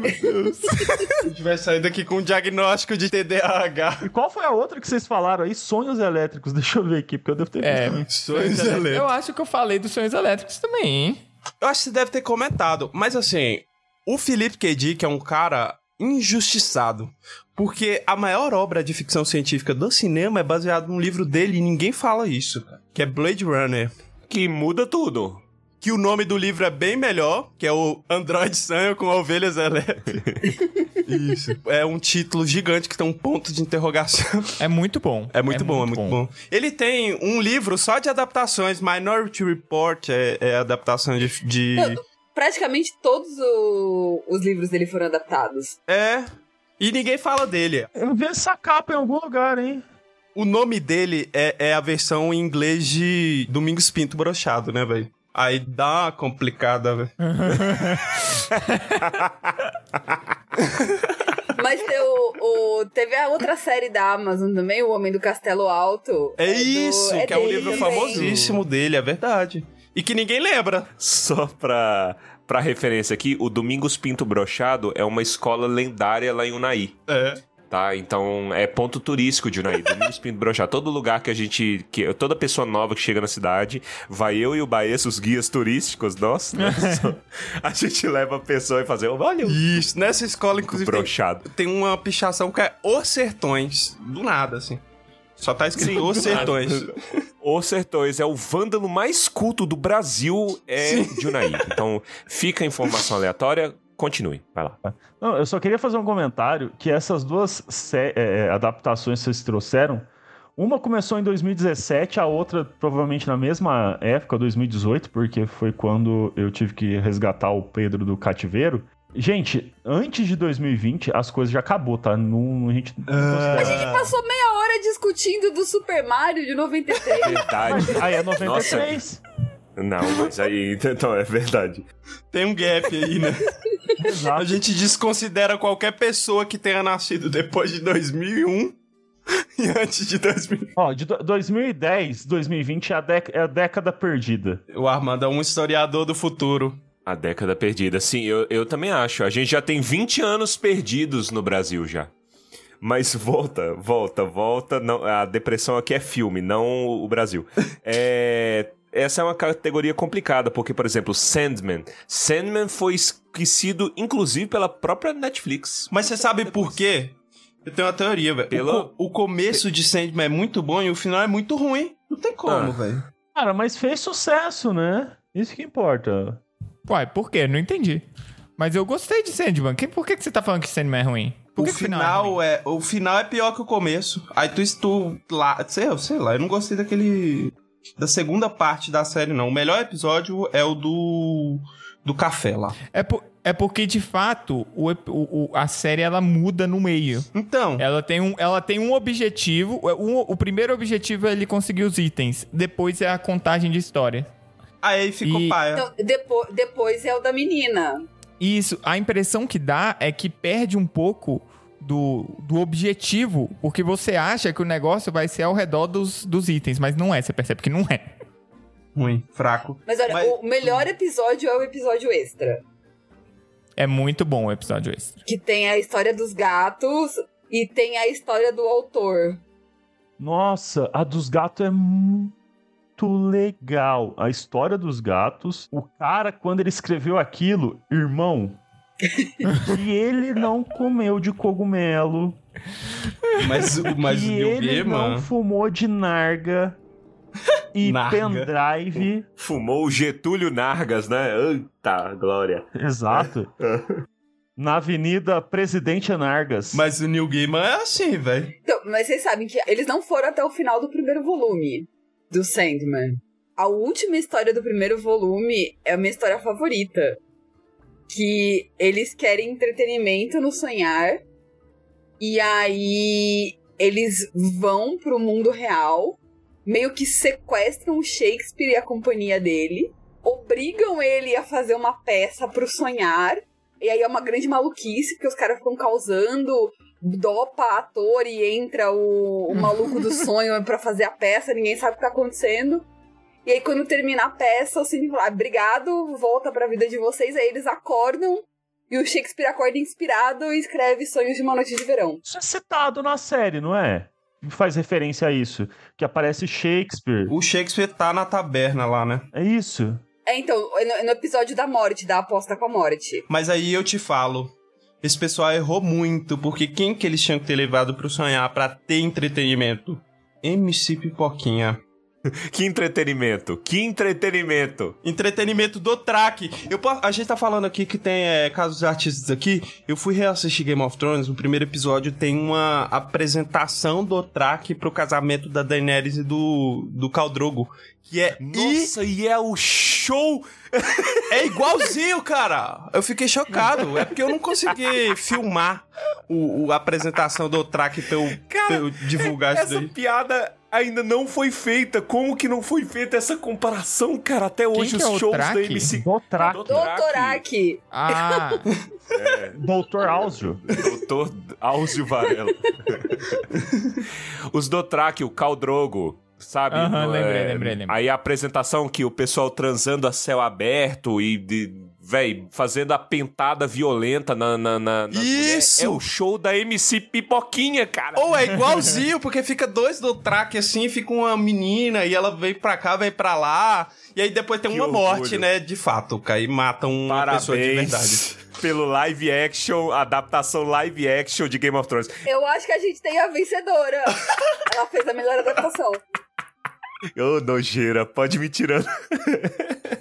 F: Se eu tivesse saído aqui com um diagnóstico de TDAH.
D: E qual foi a outra que vocês falaram aí? Sonhos elétricos. Deixa eu ver aqui, porque eu devo ter
C: É,
F: Sonhos elétricos.
C: eu acho que eu falei dos sonhos elétricos também, hein?
F: Eu acho que você deve ter comentado, mas assim, o Felipe K. Dick é um cara injustiçado. Porque a maior obra de ficção científica do cinema é baseada num livro dele e ninguém fala isso, cara. Que é Blade Runner.
A: que muda tudo.
F: que o nome do livro é bem melhor, que é o Android Sanho com Ovelhas Elétricas. Isso. É um título gigante que tem um ponto de interrogação.
C: É muito bom.
F: É muito bom, é muito bom. Ele tem um livro só de adaptações. Minority Report é, é adaptação de. de-
E: Não, Praticamente todos o- os livros dele foram adaptados.
F: É. E ninguém fala dele.
D: Eu vi essa capa em algum lugar, hein?
F: O nome dele é, é a versão em inglês de Domingos Pinto Brochado, né, velho? Aí dá uma complicada, velho.
E: Mas tem o, o- teve a outra série da Amazon também, O Homem do Castelo Alto.
F: É
E: do-
F: isso, que é um
E: dele
F: livro
E: também.
F: famosíssimo dele, é verdade. E que ninguém lembra.
A: Só pra, pra referência aqui, o Domingos Pinto Brochado é uma escola lendária lá em Unai.
F: É.
A: Tá, então é ponto turístico de Unai. Domingos Pinto Brochado. Todo lugar que a gente. Que, toda pessoa nova que chega na cidade, vai eu e o Baez, os guias turísticos, nossa, né? Só- a gente leva a pessoa e fazer. Olha o
F: Isso, nessa escola, inclusive, tem,
A: brochado.
F: tem uma pichação que é Os Sertões. Do nada, assim. Só tá escrito Os Sertões.
A: O Sertões é o vândalo mais culto do Brasil, é de Unai. Então fica a informação aleatória, continue, vai lá.
D: Não, eu só queria fazer um comentário que essas duas sé- é, é, adaptações que vocês trouxeram, uma começou em 2017, a outra provavelmente na mesma época, 2018, porque foi quando eu tive que resgatar o Pedro do cativeiro. Gente, antes de 2020 as coisas já acabou, tá? Não, a gente não
E: A
D: considera.
E: gente passou meia hora discutindo do Super Mario de 93.
A: Verdade.
D: Aí é
A: Nossa.
D: 93.
A: Não, mas aí. Então, é verdade.
F: Tem um gap aí, né? A gente desconsidera qualquer pessoa que tenha nascido depois de 2001 e antes de 2000.
D: Ó, de do- 2010, 2020 é a, dec- é a década perdida.
F: O Armando é um historiador do futuro.
A: A década perdida. Sim, eu, eu também acho. A gente já tem 20 anos perdidos no Brasil já. Mas volta, volta, volta. Não, a depressão aqui é filme, não o Brasil. É, essa é uma categoria complicada, porque, por exemplo, Sandman. Sandman foi esquecido, inclusive, pela própria Netflix.
F: Mas você sabe por quê? Eu tenho uma teoria, velho.
A: Pelo-
F: O, co- o começo de Sandman é muito bom e o final é muito ruim. Não tem como,
A: Ah.
F: velho.
D: Cara, mas fez sucesso, né? Isso que importa.
C: Uai, por quê? Não entendi. Mas eu gostei de Sandman. Que- por que, que você tá falando que Sandman é ruim? Por
F: O
C: que que é ruim?
F: final é, o final é pior que o começo. Aí tu estu lá, sei, eu sei lá, eu não gostei daquele da segunda parte da série não. O melhor episódio é o do do café lá.
C: É, por- é porque, de fato, o ep- o- o- a série ela muda no meio.
F: Então,
C: Ela tem um, ela tem um objetivo. um- o primeiro objetivo é ele conseguir os itens. Depois é a contagem de história.
F: aí ficou
C: E-
F: paia.
E: Então, depo- depois é o da menina.
C: E isso, a impressão que dá é que perde um pouco do, do objetivo. Porque você acha que o negócio vai ser ao redor dos, dos itens, mas não é. Você percebe que não é.
F: Ruim, fraco.
E: Mas olha,
F: Mas-
E: o melhor episódio é o episódio extra.
C: É muito bom o episódio extra.
E: Que tem a história dos gatos e tem a história do autor.
D: Nossa, a dos gatos é muito legal. A história dos gatos. O cara, quando ele escreveu aquilo, irmão, que ele não comeu de cogumelo,
F: Mas, mas o
D: que
F: New
D: ele
F: B,
D: não
F: mano.
D: fumou de narga e
F: Narga.
D: pendrive.
A: Fumou o Getúlio Nargas, né? Eita, glória.
D: Exato. Na Avenida Presidente Nargas.
F: Mas o New Gaiman é assim, velho.
E: Então, mas vocês sabem que eles não foram até o final do primeiro volume do Sandman. A última história do primeiro volume é a minha história favorita. Que eles querem entretenimento no sonhar. E aí eles vão pro mundo real, meio que sequestram o Shakespeare e a companhia dele, obrigam ele a fazer uma peça pro sonhar. E aí é uma grande maluquice, porque os caras ficam causando dopa ator e entra o, o maluco do sonho pra fazer a peça, ninguém sabe o que tá acontecendo. E aí, quando termina a peça, o Sidney fala: "Ah, obrigado, volta pra vida de vocês. Aí eles acordam e o Shakespeare acorda inspirado e escreve Sonhos de uma Noite de Verão.
D: Isso é citado na série, não é? Faz referência a isso. Que aparece Shakespeare.
F: O Shakespeare tá na taberna lá, né?
D: É isso.
E: É, então, é no, é no episódio da morte, da aposta com a morte.
F: Mas aí eu te falo. Esse pessoal errou muito, porque quem que eles tinham que ter levado pro sonhar pra ter entretenimento? MC Pipoquinha.
A: Que entretenimento, que entretenimento.
F: Entretenimento do track. Eu, po- a gente tá falando aqui que tem é, casos de artistas aqui. Eu fui reassistir Game of Thrones. No primeiro episódio tem uma apresentação do track pro casamento da Daenerys e do, do Khal Drogo. Que é.
A: Nossa, e é o show!
F: É igualzinho, cara! Eu fiquei chocado. É porque eu não consegui filmar o, o- a apresentação do track pra eu, pra eu divulgar isso
A: Essa
F: daí.
A: piada ainda não foi feita. Como que não foi feita essa comparação, cara? Até hoje
C: que
A: os
C: é o
A: shows
C: Traque?
A: da MC.
D: Doutor,
E: Doutorac.
C: Ah,
D: Doutor Áuzio.
A: Doutor Áuzio Varela. Os Dotrak, o Cal Drogo, sabe?
C: Aham,
A: É,
C: lembrei, lembrei, lembrei.
A: Aí a apresentação que o pessoal transando a céu aberto e de. Véi, fazendo a pentada violenta na. na, na- nas mulheres.
F: Isso!
A: É o show da MC Pipoquinha, cara!
F: Ou é igualzinho, porque fica dois do track assim, fica uma menina e ela vem pra cá, vem pra lá. E aí depois tem
A: Que
F: uma
A: orgulho.
F: morte, né? De fato, que aí mata uma pessoa de verdade.
A: Parabéns pelo live action, adaptação live action de Game of Thrones.
E: Eu acho que a gente tem a vencedora. Ela fez a melhor adaptação.
A: Ô, nojeira, pode me tirando.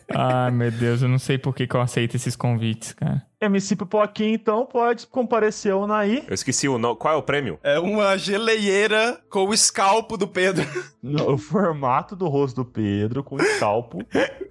C: ai, meu Deus, eu não sei por que, que eu aceito esses convites, cara.
D: MC Pipoquinha, então, pode comparecer o Naí.
A: Eu esqueci o nome. Qual é o prêmio?
F: É uma geleieira com o escalpo do Pedro.
D: No formato do rosto do Pedro, com escalpo.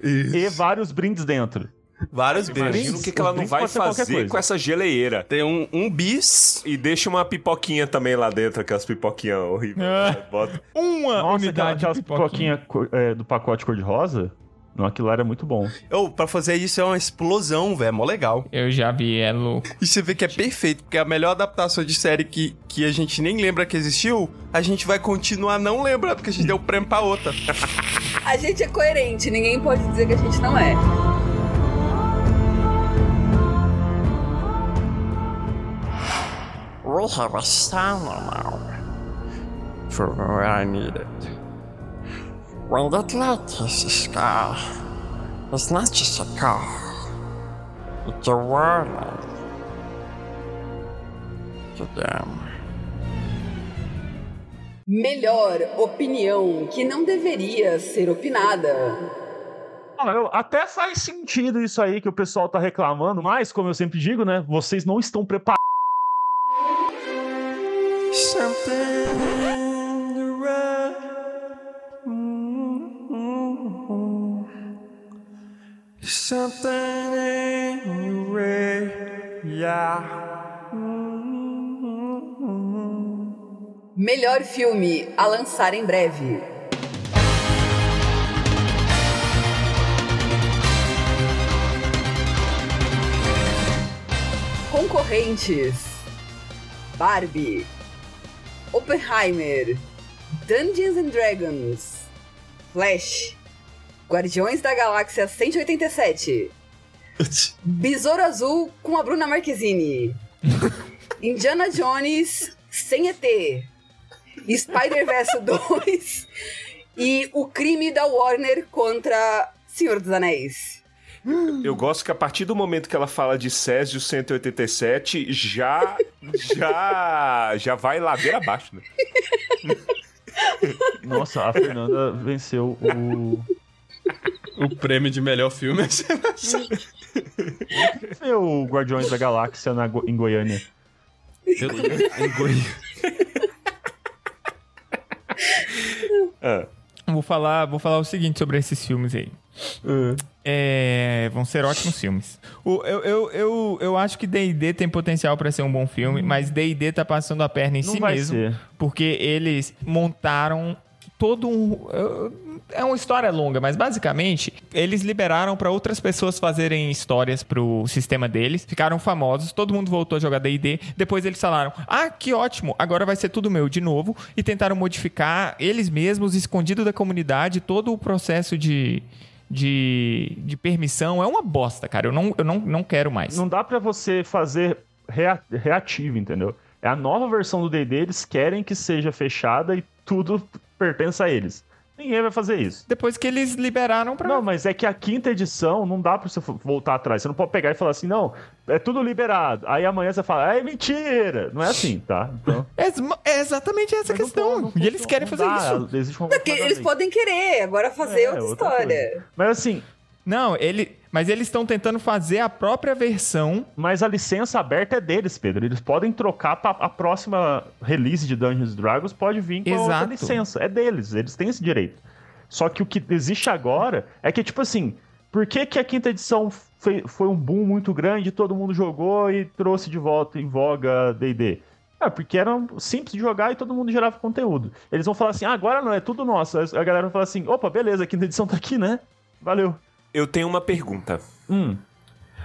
D: e vários brindes dentro.
F: Vários
A: Imagina
F: beijos.
A: o que, que ela não
D: Brindes
A: vai
D: pode ser qualquer
A: fazer
D: coisa.
A: com essa geleeira.
F: Tem um, um bis.
A: E deixa uma pipoquinha também lá dentro, aquelas pipoquinhas horríveis.
C: Ah.
A: né? Bota.
C: Uma
D: Nossa, aquela-
C: unidade
D: aquelas
C: de pipoquinha.
D: pipoquinha co- é, do pacote cor-de-rosa. Não, aquilo lá era muito bom.
F: Oh, pra fazer isso é uma explosão, velho. Mó legal.
C: Eu já vi, é louco.
F: E você vê que é perfeito, porque a melhor adaptação de série que, que a gente nem lembra que existiu, a gente vai continuar não lembrando, porque a gente deu prêmio pra outra.
E: A gente é coerente, ninguém pode dizer que a gente não é.
G: We have a sound alarm for where I need it. Well, that Atlantis is car It's not just a car, it's a warning to them.
E: Melhor opinião que não deveria ser opinada.
D: Ah, eu- até faz sentido isso aí que o pessoal tá reclamando, mas, como eu sempre digo, né? Vocês não estão preparados.
G: Something red. Mm-hmm. Something in the red. Yeah.
E: Melhor filme a lançar em breve. Concorrentes: Barbie, Oppenheimer, Dungeons and Dragons, Flash, Guardiões da Galáxia 187, Besouro Azul com a Bruna Marquezine, Indiana Jones sem ET, Spider-Verse 2 e o crime da Warner contra Senhor dos Anéis.
A: Eu gosto que a partir do momento que ela fala de Césio 187, já. já. já vai ladeira abaixo, né?
D: Nossa, a Fernanda venceu o.
F: O prêmio de melhor filme. é
D: venceu o Guardiões da Galáxia na Go- em Goiânia.
A: Ah,
C: Vou falar, vou falar o seguinte sobre esses filmes aí.
D: Ah.
C: É, vão ser ótimos filmes. O- eu, eu, eu, eu acho que D&D tem potencial pra ser um bom filme, mas D&D tá passando a perna em
D: Não
C: si
D: vai
C: mesmo,
D: ser.
C: porque eles montaram todo um eu- é uma história longa, mas basicamente eles liberaram pra outras pessoas fazerem histórias pro sistema deles, ficaram famosos, todo mundo voltou a jogar D&D, depois eles falaram: "Ah, que ótimo, agora vai ser tudo meu de novo" e tentaram modificar eles mesmos escondido da comunidade todo o processo de de, de permissão é uma bosta, cara. Eu não, eu não, não quero mais.
D: Não dá pra você fazer rea- reativo, entendeu? É a nova versão do DD, eles querem que seja fechada e tudo pertence a eles. Ninguém vai fazer isso.
C: Depois que eles liberaram pra.
D: Não, mas é que a quinta edição não dá pra você voltar atrás. Você não pode pegar e falar assim, não, é tudo liberado. Aí amanhã você fala, é mentira. Não é assim, tá? Então,
C: É, esma- é exatamente essa a questão. e eles querem
D: não
C: fazer
D: dá,
C: isso.
D: Existe uma
E: Porque eles podem querer, agora fazer
D: É,
E: outra,
D: outra
E: história.
D: Mas assim,
C: Não, ele. Mas eles estão tentando fazer a própria versão.
D: Mas a licença aberta é deles, Pedro. Eles podem trocar pra, a próxima release de Dungeons and Dragons pode vir com a outra
C: Exato.
D: licença. É deles, eles têm esse direito. Só que o que existe agora é que, tipo assim, por que, que a quinta edição foi, foi um boom muito grande, todo mundo jogou e trouxe de volta em voga D&D? É, porque era simples de jogar e todo mundo gerava conteúdo. Eles vão falar assim, ah, agora não, é tudo nosso. Aí A galera vai falar assim, opa, beleza, a quinta edição tá aqui, né? Valeu.
A: Eu tenho uma pergunta.
D: Hum.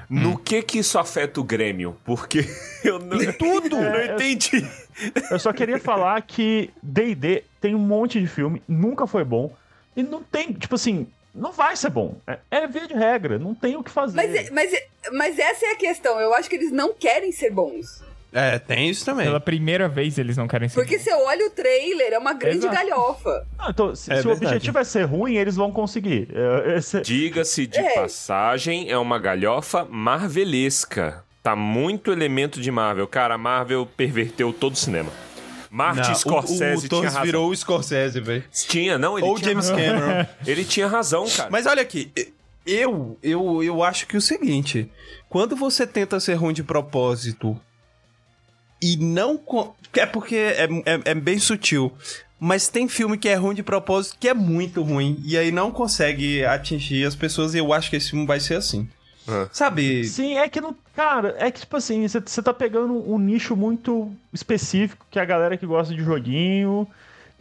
F: Hum.
A: No que que isso afeta o Grêmio? Porque eu não,
D: Tudo!
A: eu não entendi.
D: Eu só queria falar que D&D tem um monte de filme, nunca foi bom. E não tem, tipo assim, não vai ser bom. É, é via de regra, não tem o que fazer.
E: Mas, é- mas, é- mas essa é a questão. Eu acho que eles não querem ser bons.
F: É, tem isso também.
C: Pela primeira vez eles não querem ser.
E: Porque se eu olho o trailer, é uma grande
C: Exato.
E: galhofa.
D: Não, então, se,
F: É
D: se o
F: verdade.
D: objetivo é ser ruim, eles vão conseguir. É, esse-
A: Diga-se de
E: É.
A: passagem, é uma galhofa marvelesca. Tá muito elemento de Marvel. Cara, a Marvel perverteu todo o cinema. Martin
F: Não, o-
A: Scorsese
F: o, o
A: tinha
F: Torres
A: razão.
F: virou o Scorsese, velho.
A: Tinha, não, ele
F: Ou
A: tinha
F: James
A: razão.
F: Cameron.
A: Ele tinha razão, cara.
F: Mas olha aqui, eu, eu, eu acho que é o seguinte: quando você tenta ser ruim de propósito e não. co- É porque é, é, é bem sutil. Mas tem filme que é ruim de propósito que é muito ruim. E aí não consegue atingir as pessoas. E eu acho que esse filme vai ser assim.
A: Ah.
F: Sabe?
D: Sim, é que não. Cara, é que tipo assim, você- você tá pegando um nicho muito específico, que é a galera que gosta de joguinho.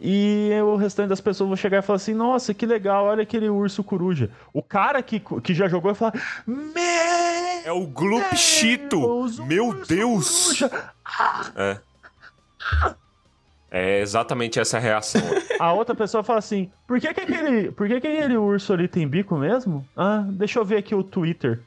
D: E o restante das pessoas vão chegar e falar assim: Nossa, que legal, olha aquele urso coruja. O cara que, que já jogou vai falar: Meu
A: É o Gloop
D: Deus,
A: Chito.
D: o
A: Meu
D: urso
A: Deus.
F: Ah.
A: É. É exatamente essa reação.
D: A outra pessoa fala assim: por que, que, aquele, por que, que aquele urso ali tem bico mesmo? Ah, deixa eu ver aqui o Twitter.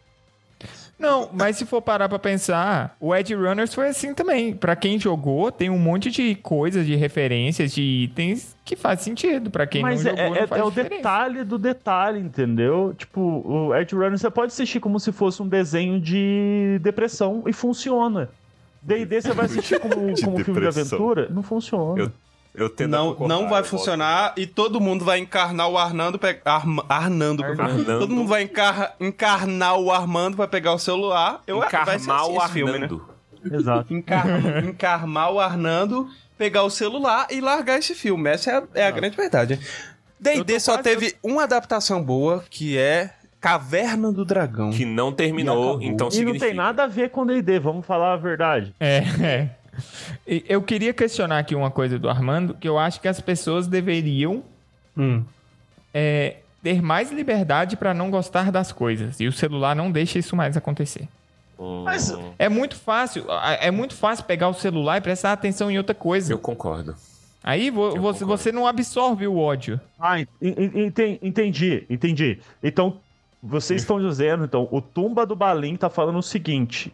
C: Não, mas se for parar pra pensar, o Edge Runners foi assim também. Pra quem jogou, tem um monte de coisas, de referências, de itens que faz sentido. Pra quem
D: Mas
C: não
D: é,
C: jogou,
D: é-
C: não faz
D: é o
C: diferença.
D: detalhe do detalhe, entendeu? Tipo, o Edge Runner você pode assistir como se fosse um desenho de depressão e funciona. D&D você vai assistir como,
A: De
D: como filme de
A: depressão.
D: aventura? Não funciona.
A: Eu- Eu tento
F: Não,
A: concordar,
F: não vai
A: eu volto.
F: funcionar e todo mundo vai encarnar o Arnando. pe- Arma- Arnando, por favor.
A: Arnando.
F: Todo mundo vai encar- encarnar o Armando, vai pegar o celular. Eu, vai ser
A: Encarnar
F: assim
A: o
F: esse filme, né?
A: Arnando.
D: Exato.
F: Encar- encarmar o Arnando, pegar o celular e largar esse filme. Essa é a, é a grande verdade.
C: Eu tô
F: D&D só
C: quase-
F: teve uma adaptação boa, que é Caverna do Dragão.
A: Que não
F: E
A: terminou,
F: acabou.
A: então
D: E não
A: significa.
D: tem nada a ver com D&D, vamos falar a verdade.
C: É, é. E Eu queria questionar aqui uma coisa do Armando, que eu acho que as pessoas deveriam
F: Hum.
C: é, ter mais liberdade pra não gostar das coisas. E o celular não deixa isso mais acontecer.
D: Mas
C: É muito fácil, a- é muito fácil pegar o celular e prestar atenção em outra coisa.
A: Eu concordo.
C: Aí vo-
A: eu
C: você,
A: concordo.
C: você não absorve o ódio.
D: Ah, en- en- enten- entendi, entendi. Então, vocês estão dizendo, então, o Tumba do Balim tá falando o seguinte.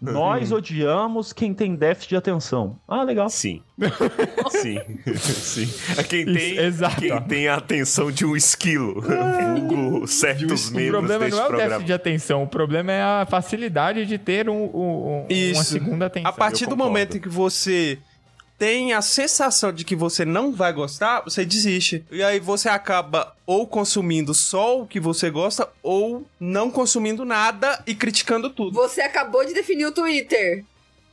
A: Uhum.
D: Nós odiamos quem tem déficit de atenção. Ah, legal.
A: Sim. Sim. Sim. É quem
C: Isso,
A: tem,
C: exato.
A: quem tem a atenção de um esquilo. Vulgo certos
C: O
A: membros
C: problema
A: deste
C: não é o déficit
A: programa.
C: de atenção, o problema é a facilidade de ter um, um- um- uma
F: Isso.
C: segunda atenção.
F: A partir
A: eu
F: do
A: concordo.
F: momento em que você tem a sensação de que você não vai gostar, você desiste. E aí você acaba ou consumindo só o que você gosta, ou não consumindo nada e criticando tudo.
E: Você acabou de definir o Twitter.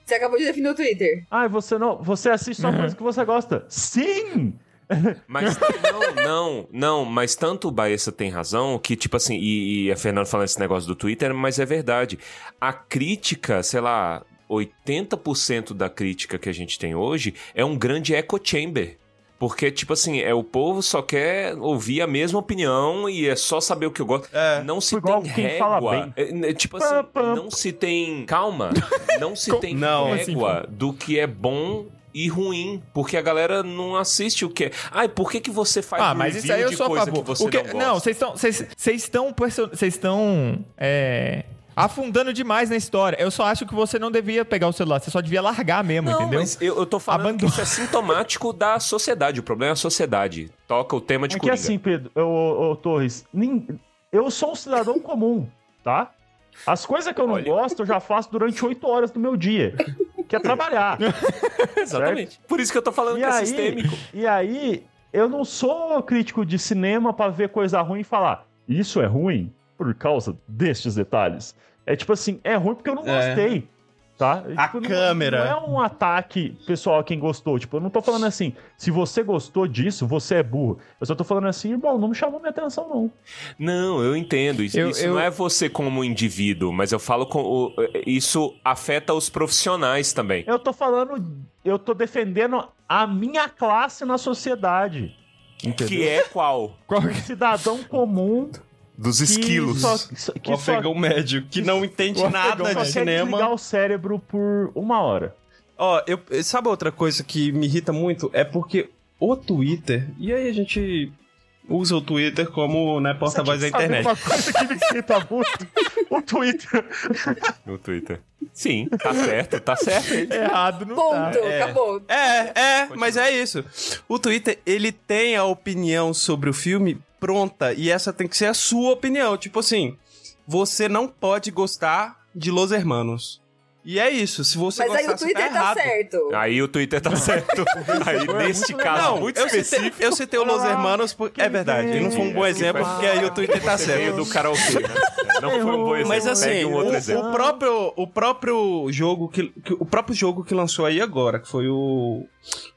E: Você acabou de definir o Twitter.
D: Ah, você não. Você assiste só coisa que você gosta. Sim!
A: Mas não, não, não, mas tanto o Baessa tem razão que, tipo assim, e, e a Fernanda falando esse negócio do Twitter, mas é verdade. A crítica, sei lá, 80% da crítica que a gente tem hoje é um grande echo chamber. Porque, tipo assim, é o povo só quer ouvir a mesma opinião e é só saber o que eu gosto.
F: É,
A: não se
D: igual
A: tem
D: quem
A: régua.
D: fala
A: É, é, tipo assim,
D: Pá, pá.
A: não se tem. Calma. Não se tem
F: Não.
C: Como assim,
A: régua do que é bom e ruim. Porque a galera não assiste o que é. Ai, por que, que você faz
C: Ah,
A: um
C: mas isso
A: review
C: aí eu
A: de
C: sou a
A: coisa que
C: favor.
A: você
C: O que-
A: não gosta?
C: vocês estão. Vocês vocês estão. perso- Vocês estão. é, afundando demais na história. Eu só acho que você não devia pegar o celular, você só devia largar mesmo,
A: Não,
C: entendeu?
A: mas eu, eu tô falando que
C: Abandono.
A: isso é sintomático da sociedade. O problema é a sociedade. Toca o tema de
D: É que
A: Coringa.
D: assim, Pedro, ô, ô, ô, Torres, nin- eu sou um cidadão comum, tá? As coisas que eu não gosto, eu já faço durante oito horas do meu dia. Que é trabalhar.
A: Exatamente. Por isso que eu tô falando
D: E
A: que é
D: aí,
A: sistêmico.
D: e aí, eu não sou crítico de cinema pra ver coisa ruim e falar isso é ruim por causa destes detalhes. É tipo assim, é ruim porque eu não
F: É.
D: gostei. Tá?
F: A
D: Tipo, não-
F: câmera.
D: Não, é um ataque pessoal a quem gostou. Tipo, eu não tô falando assim, se você gostou disso, você é burro. Eu só tô falando assim, irmão, não me chamou minha atenção, não.
A: Não, eu entendo. Isso,
C: Eu-
A: isso
C: eu-
A: não é você como indivíduo, mas eu falo com. o- isso afeta os profissionais também.
D: Eu tô falando, eu tô defendendo a minha classe na sociedade.
A: Que é qual?
C: Qual que-
D: Cidadão comum
A: Dos
D: que
A: esquilos.
D: só- só-
F: O
D: que só
F: afegão médio, que não entende
D: Só
F: nada
D: quer
F: de cinema.
D: desligar o cérebro por uma hora.
F: Ó, eu, eh, sabe outra coisa que me irrita muito? É porque o Twitter, e aí a gente usa o Twitter como né, porta-voz da
D: Sabe
F: internet.
D: Uma coisa que me irrita muito, o Twitter.
A: No Twitter. Sim, tá certo, tá
D: é
A: certo.
C: Errado não tá.
E: Ponto,
F: é.
E: acabou.
F: É, é, mas é isso. O Twitter, ele tem a opinião sobre o filme pronta, e essa tem que ser a sua opinião. Tipo assim, você não pode gostar de Los Hermanos. E é isso, se você
E: Mas aí
F: gostar,
E: o Twitter
F: você
E: tá,
F: tá errado.
E: certo.
A: Aí o Twitter tá certo. Aí, neste caso,
F: Não,
A: muito
F: eu
A: específico.
F: citei, eu citei o Los Hermanos, por... é verdade, ele não foi um bom exemplo, porque aí o Twitter tá
A: Você
F: certo.
A: veio do karaokê, né? Não foi um bom exemplo.
F: Mas assim,
A: Pegue um
F: o,
A: outro
F: o
A: exemplo.
F: próprio, o próprio jogo que, que- o próprio jogo que lançou aí agora, que foi o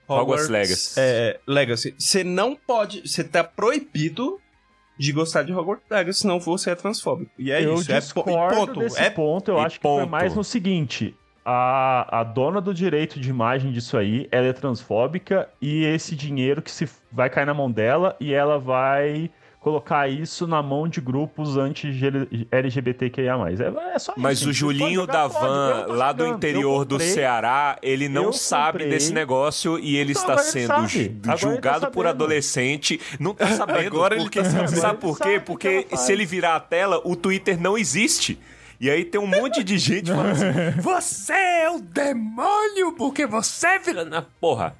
A: Hogwarts Legacy.
F: É, Legacy. Você não pode, você tá proibido de gostar de Hogwarts Legacy, senão você é transfóbico. E é
D: eu
F: isso, é po- e
D: discordo
F: ponto,
D: desse
F: é
D: ponto. Eu
A: e
D: acho que foi
A: ponto.
D: mais no seguinte. A, a dona do direito de imagem disso aí, ela é transfóbica e esse dinheiro que se vai cair na mão dela e ela vai colocar isso na mão de grupos anti-LGBTQIA+. É, é só isso,
A: Mas
D: gente.
A: o
D: Vocês
A: Julinho
D: podem
A: da
D: jogar, pode,
A: Van,
D: eu não tô
A: lá do
D: julgando. Eu
A: interior do
D: comprei.
A: Ceará, ele não
D: Eu
A: sabe
D: comprei.
A: desse negócio e ele
D: Então,
A: está
D: agora ele
A: sendo
D: sabe.
A: ju-
D: Agora ele tá
A: julgado por
D: sabendo.
A: adolescente. Não tá sabendo.
F: Agora ele
A: porque,
F: tá
A: sabe,
F: sabendo.
A: por
D: Ele
A: quê?
D: sabe o
A: Porque
D: que ela
A: se
D: faz.
A: ele virar a tela, o Twitter não existe. E aí tem um monte de gente falando assim: Você é o demônio porque você é vira. Na porra.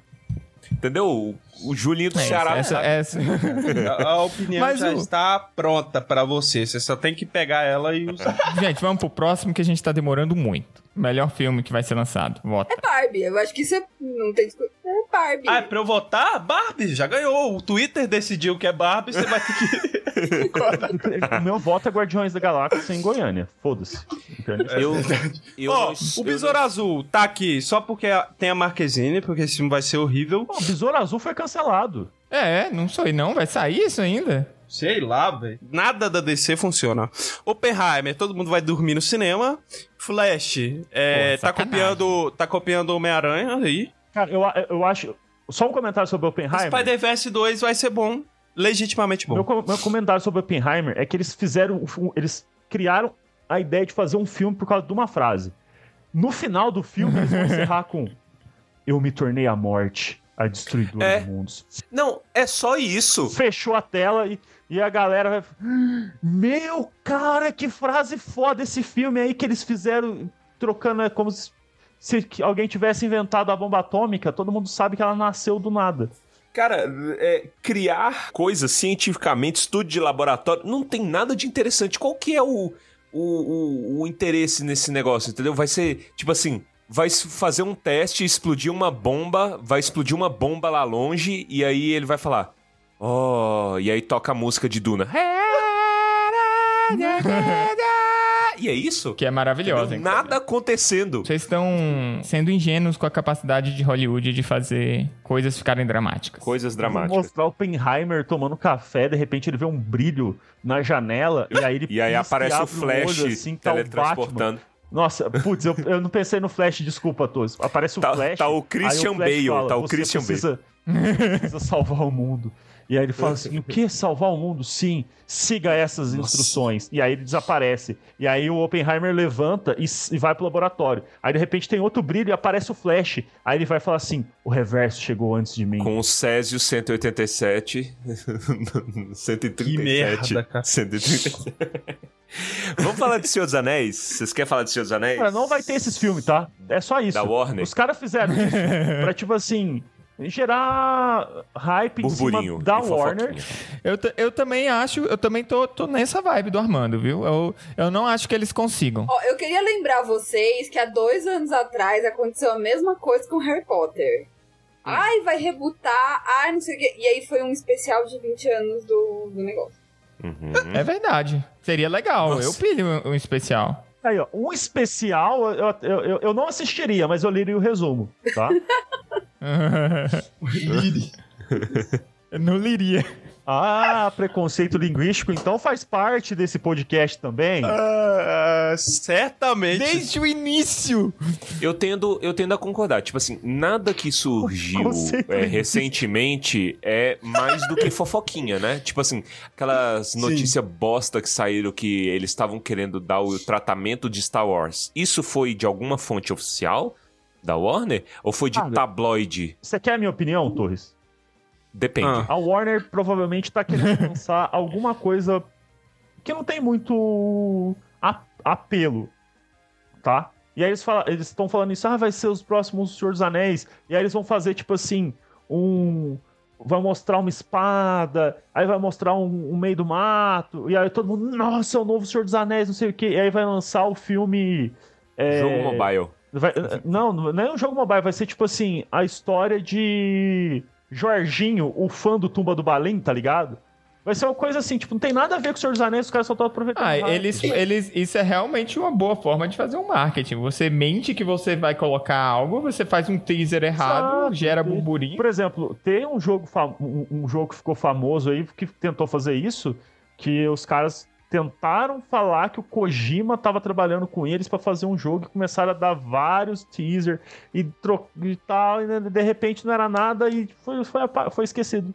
A: Entendeu? O- O Julinho do
C: É,
A: Ceará.
C: essa,
A: sabe.
C: essa,
F: A, a opinião
C: Mas
F: já
C: o-
F: está pronta pra você, você só tem que pegar ela e usar.
C: Gente, vamos pro próximo que a gente tá demorando muito. Melhor filme que vai ser lançado. Vota.
E: Barbie, eu acho que isso é- não tem discussão. É Barbie.
F: ah, é pra eu votar? Barbie, já ganhou. O Twitter decidiu que é Barbie, você vai ter que
D: O meu voto é Guardiões da Galáxia em Goiânia. Foda-se. Entendeu?
A: Eu, eu
F: Ó,
A: não- eu
F: o
A: não-
F: Besouro Azul tá aqui só porque a- tem a Marquezine, porque esse filme vai ser horrível.
D: Pô, o Besouro Azul foi cancelado.
C: É, não sei não. Vai sair isso ainda?
F: Sei lá, velho. Nada da DC funciona. Oppenheimer, todo mundo vai dormir no cinema. Flash, é,
C: Pô,
F: tá
C: sacanagem.
F: copiando tá copiando Homem-Aranha aí.
D: Cara, eu, eu acho. Só um comentário sobre Oppenheimer.
F: Spider-Verse 2 vai ser bom. Legitimamente bom.
D: Meu, co- meu comentário sobre Oppenheimer é que eles fizeram. um fi- Eles criaram a ideia de fazer um filme por causa de uma frase. No final do filme, eles vão encerrar com Eu me tornei a morte, a destruidora
A: É.
D: de mundos.
A: Não, é só isso.
D: Fechou a tela e, e a galera vai. Meu cara, que frase foda esse filme aí que eles fizeram trocando. É como se, se que alguém tivesse inventado a bomba atômica, todo mundo sabe que ela nasceu do nada.
A: Cara, é, criar coisas cientificamente, estudo de laboratório, não tem nada de interessante. Qual que é o, o, o, o interesse nesse negócio, entendeu? Vai ser, tipo assim, vai se fazer um teste, explodir uma bomba, vai explodir uma bomba lá longe, e aí ele vai falar, oh, e aí toca a música de Duna. E é isso?
C: Que é maravilhosa. inclusive.
A: Nada acontecendo.
C: Vocês estão sendo ingênuos com a capacidade de Hollywood de fazer coisas ficarem dramáticas.
A: Coisas
D: Vou
A: dramáticas.
D: mostrar o Oppenheimer tomando café, de repente ele vê um brilho na janela e aí ele
A: E aí
D: pisca
A: aparece o
D: abre
A: Flash
D: olho, assim, tá o Batman.
A: teletransportando.
D: Nossa, putz, eu, eu não pensei no Flash, desculpa, Toz. Aparece o
A: Tá-
D: Flash.
A: tá o
D: aí
A: Christian
D: Flash
A: Bale, tá o
D: "Você
A: Christian
D: precisa, Bale. Precisa salvar o mundo. E aí ele fala assim: o que? Salvar o mundo? Sim, siga essas instruções. E aí ele desaparece. E aí o Oppenheimer levanta e, s- e vai pro laboratório. Aí de repente tem outro brilho e aparece o Flash. Aí ele vai falar assim: o reverso chegou antes de mim.
A: Com o Césio 187. 137.
F: Que merda, cara.
A: 137. Vamos falar de Senhor dos Anéis? Vocês querem falar de Senhor dos Anéis?
D: Cara, não vai ter esses filmes, tá? É só isso.
A: Da Warner?
D: Os caras fizeram isso pra, tipo assim, gerar hype em cima
A: Burburinho.
D: da
A: e fofoquinha.
D: Warner.
C: Eu, ta- eu também acho, eu também tô, tô nessa vibe do Armando, viu? Eu, eu não acho que eles consigam.
E: Ó, eu queria lembrar vocês que há dois anos atrás aconteceu a mesma coisa com Harry Potter. Ai, vai rebutar, ai, não sei o quê. E aí foi um especial de 20 anos do, do negócio.
A: Uhum.
C: É verdade. Seria legal. Eu pilho um, um especial.
D: Aí, ó, um especial, eu, eu, eu, eu não assistiria, mas eu leria o resumo, tá?
C: Eu não liria.
D: ah, preconceito linguístico, então faz parte desse podcast também.
F: Ah, certamente.
C: Desde o início.
A: Eu tendo, eu tendo a concordar. Tipo assim, nada que surgiu
D: Conceito
A: é,
D: linguístico.
A: recentemente é mais do que fofoquinha, né? Tipo assim, aquelas notícias bosta que saíram que eles estavam querendo dar o tratamento de Star Wars. Isso foi de alguma fonte oficial da Warner? Ou foi de
D: Ah, meu-
A: tabloide?
D: Você quer a minha opinião, Torres?
A: Depende.
F: Ah.
D: A Warner provavelmente tá querendo lançar alguma coisa que não tem muito a- apelo, tá? E aí eles falam, eles estão falando isso, ah, vai ser os próximos Senhor dos Anéis. E aí eles vão fazer tipo assim, um vai mostrar uma espada, aí vai mostrar um, um meio do mato, e aí todo mundo, nossa, é o novo Senhor dos Anéis, não sei o quê. E aí vai lançar o filme é,
A: Jogo mobile.
D: Vai- não, não é um jogo mobile, vai ser tipo assim, a história de Jorginho, o fã do Tumba do Balim, tá ligado? Vai ser uma coisa assim, tipo, não tem nada a ver com o Senhor dos Anéis, os caras só estão aproveitando.
C: Ah,
D: o hype.
C: eles, eles, isso é realmente uma boa forma de fazer um marketing. Você mente que você vai colocar algo, você faz um teaser errado,
D: Exato.
C: gera burburinho.
D: Por exemplo, tem um jogo, fam- um, um jogo que ficou famoso aí, que tentou fazer isso, que os caras tentaram falar que o Kojima tava trabalhando com eles pra fazer um jogo e começaram a dar vários teaser e, tro- e tal, e de repente não era nada e foi, foi, apa- foi esquecido.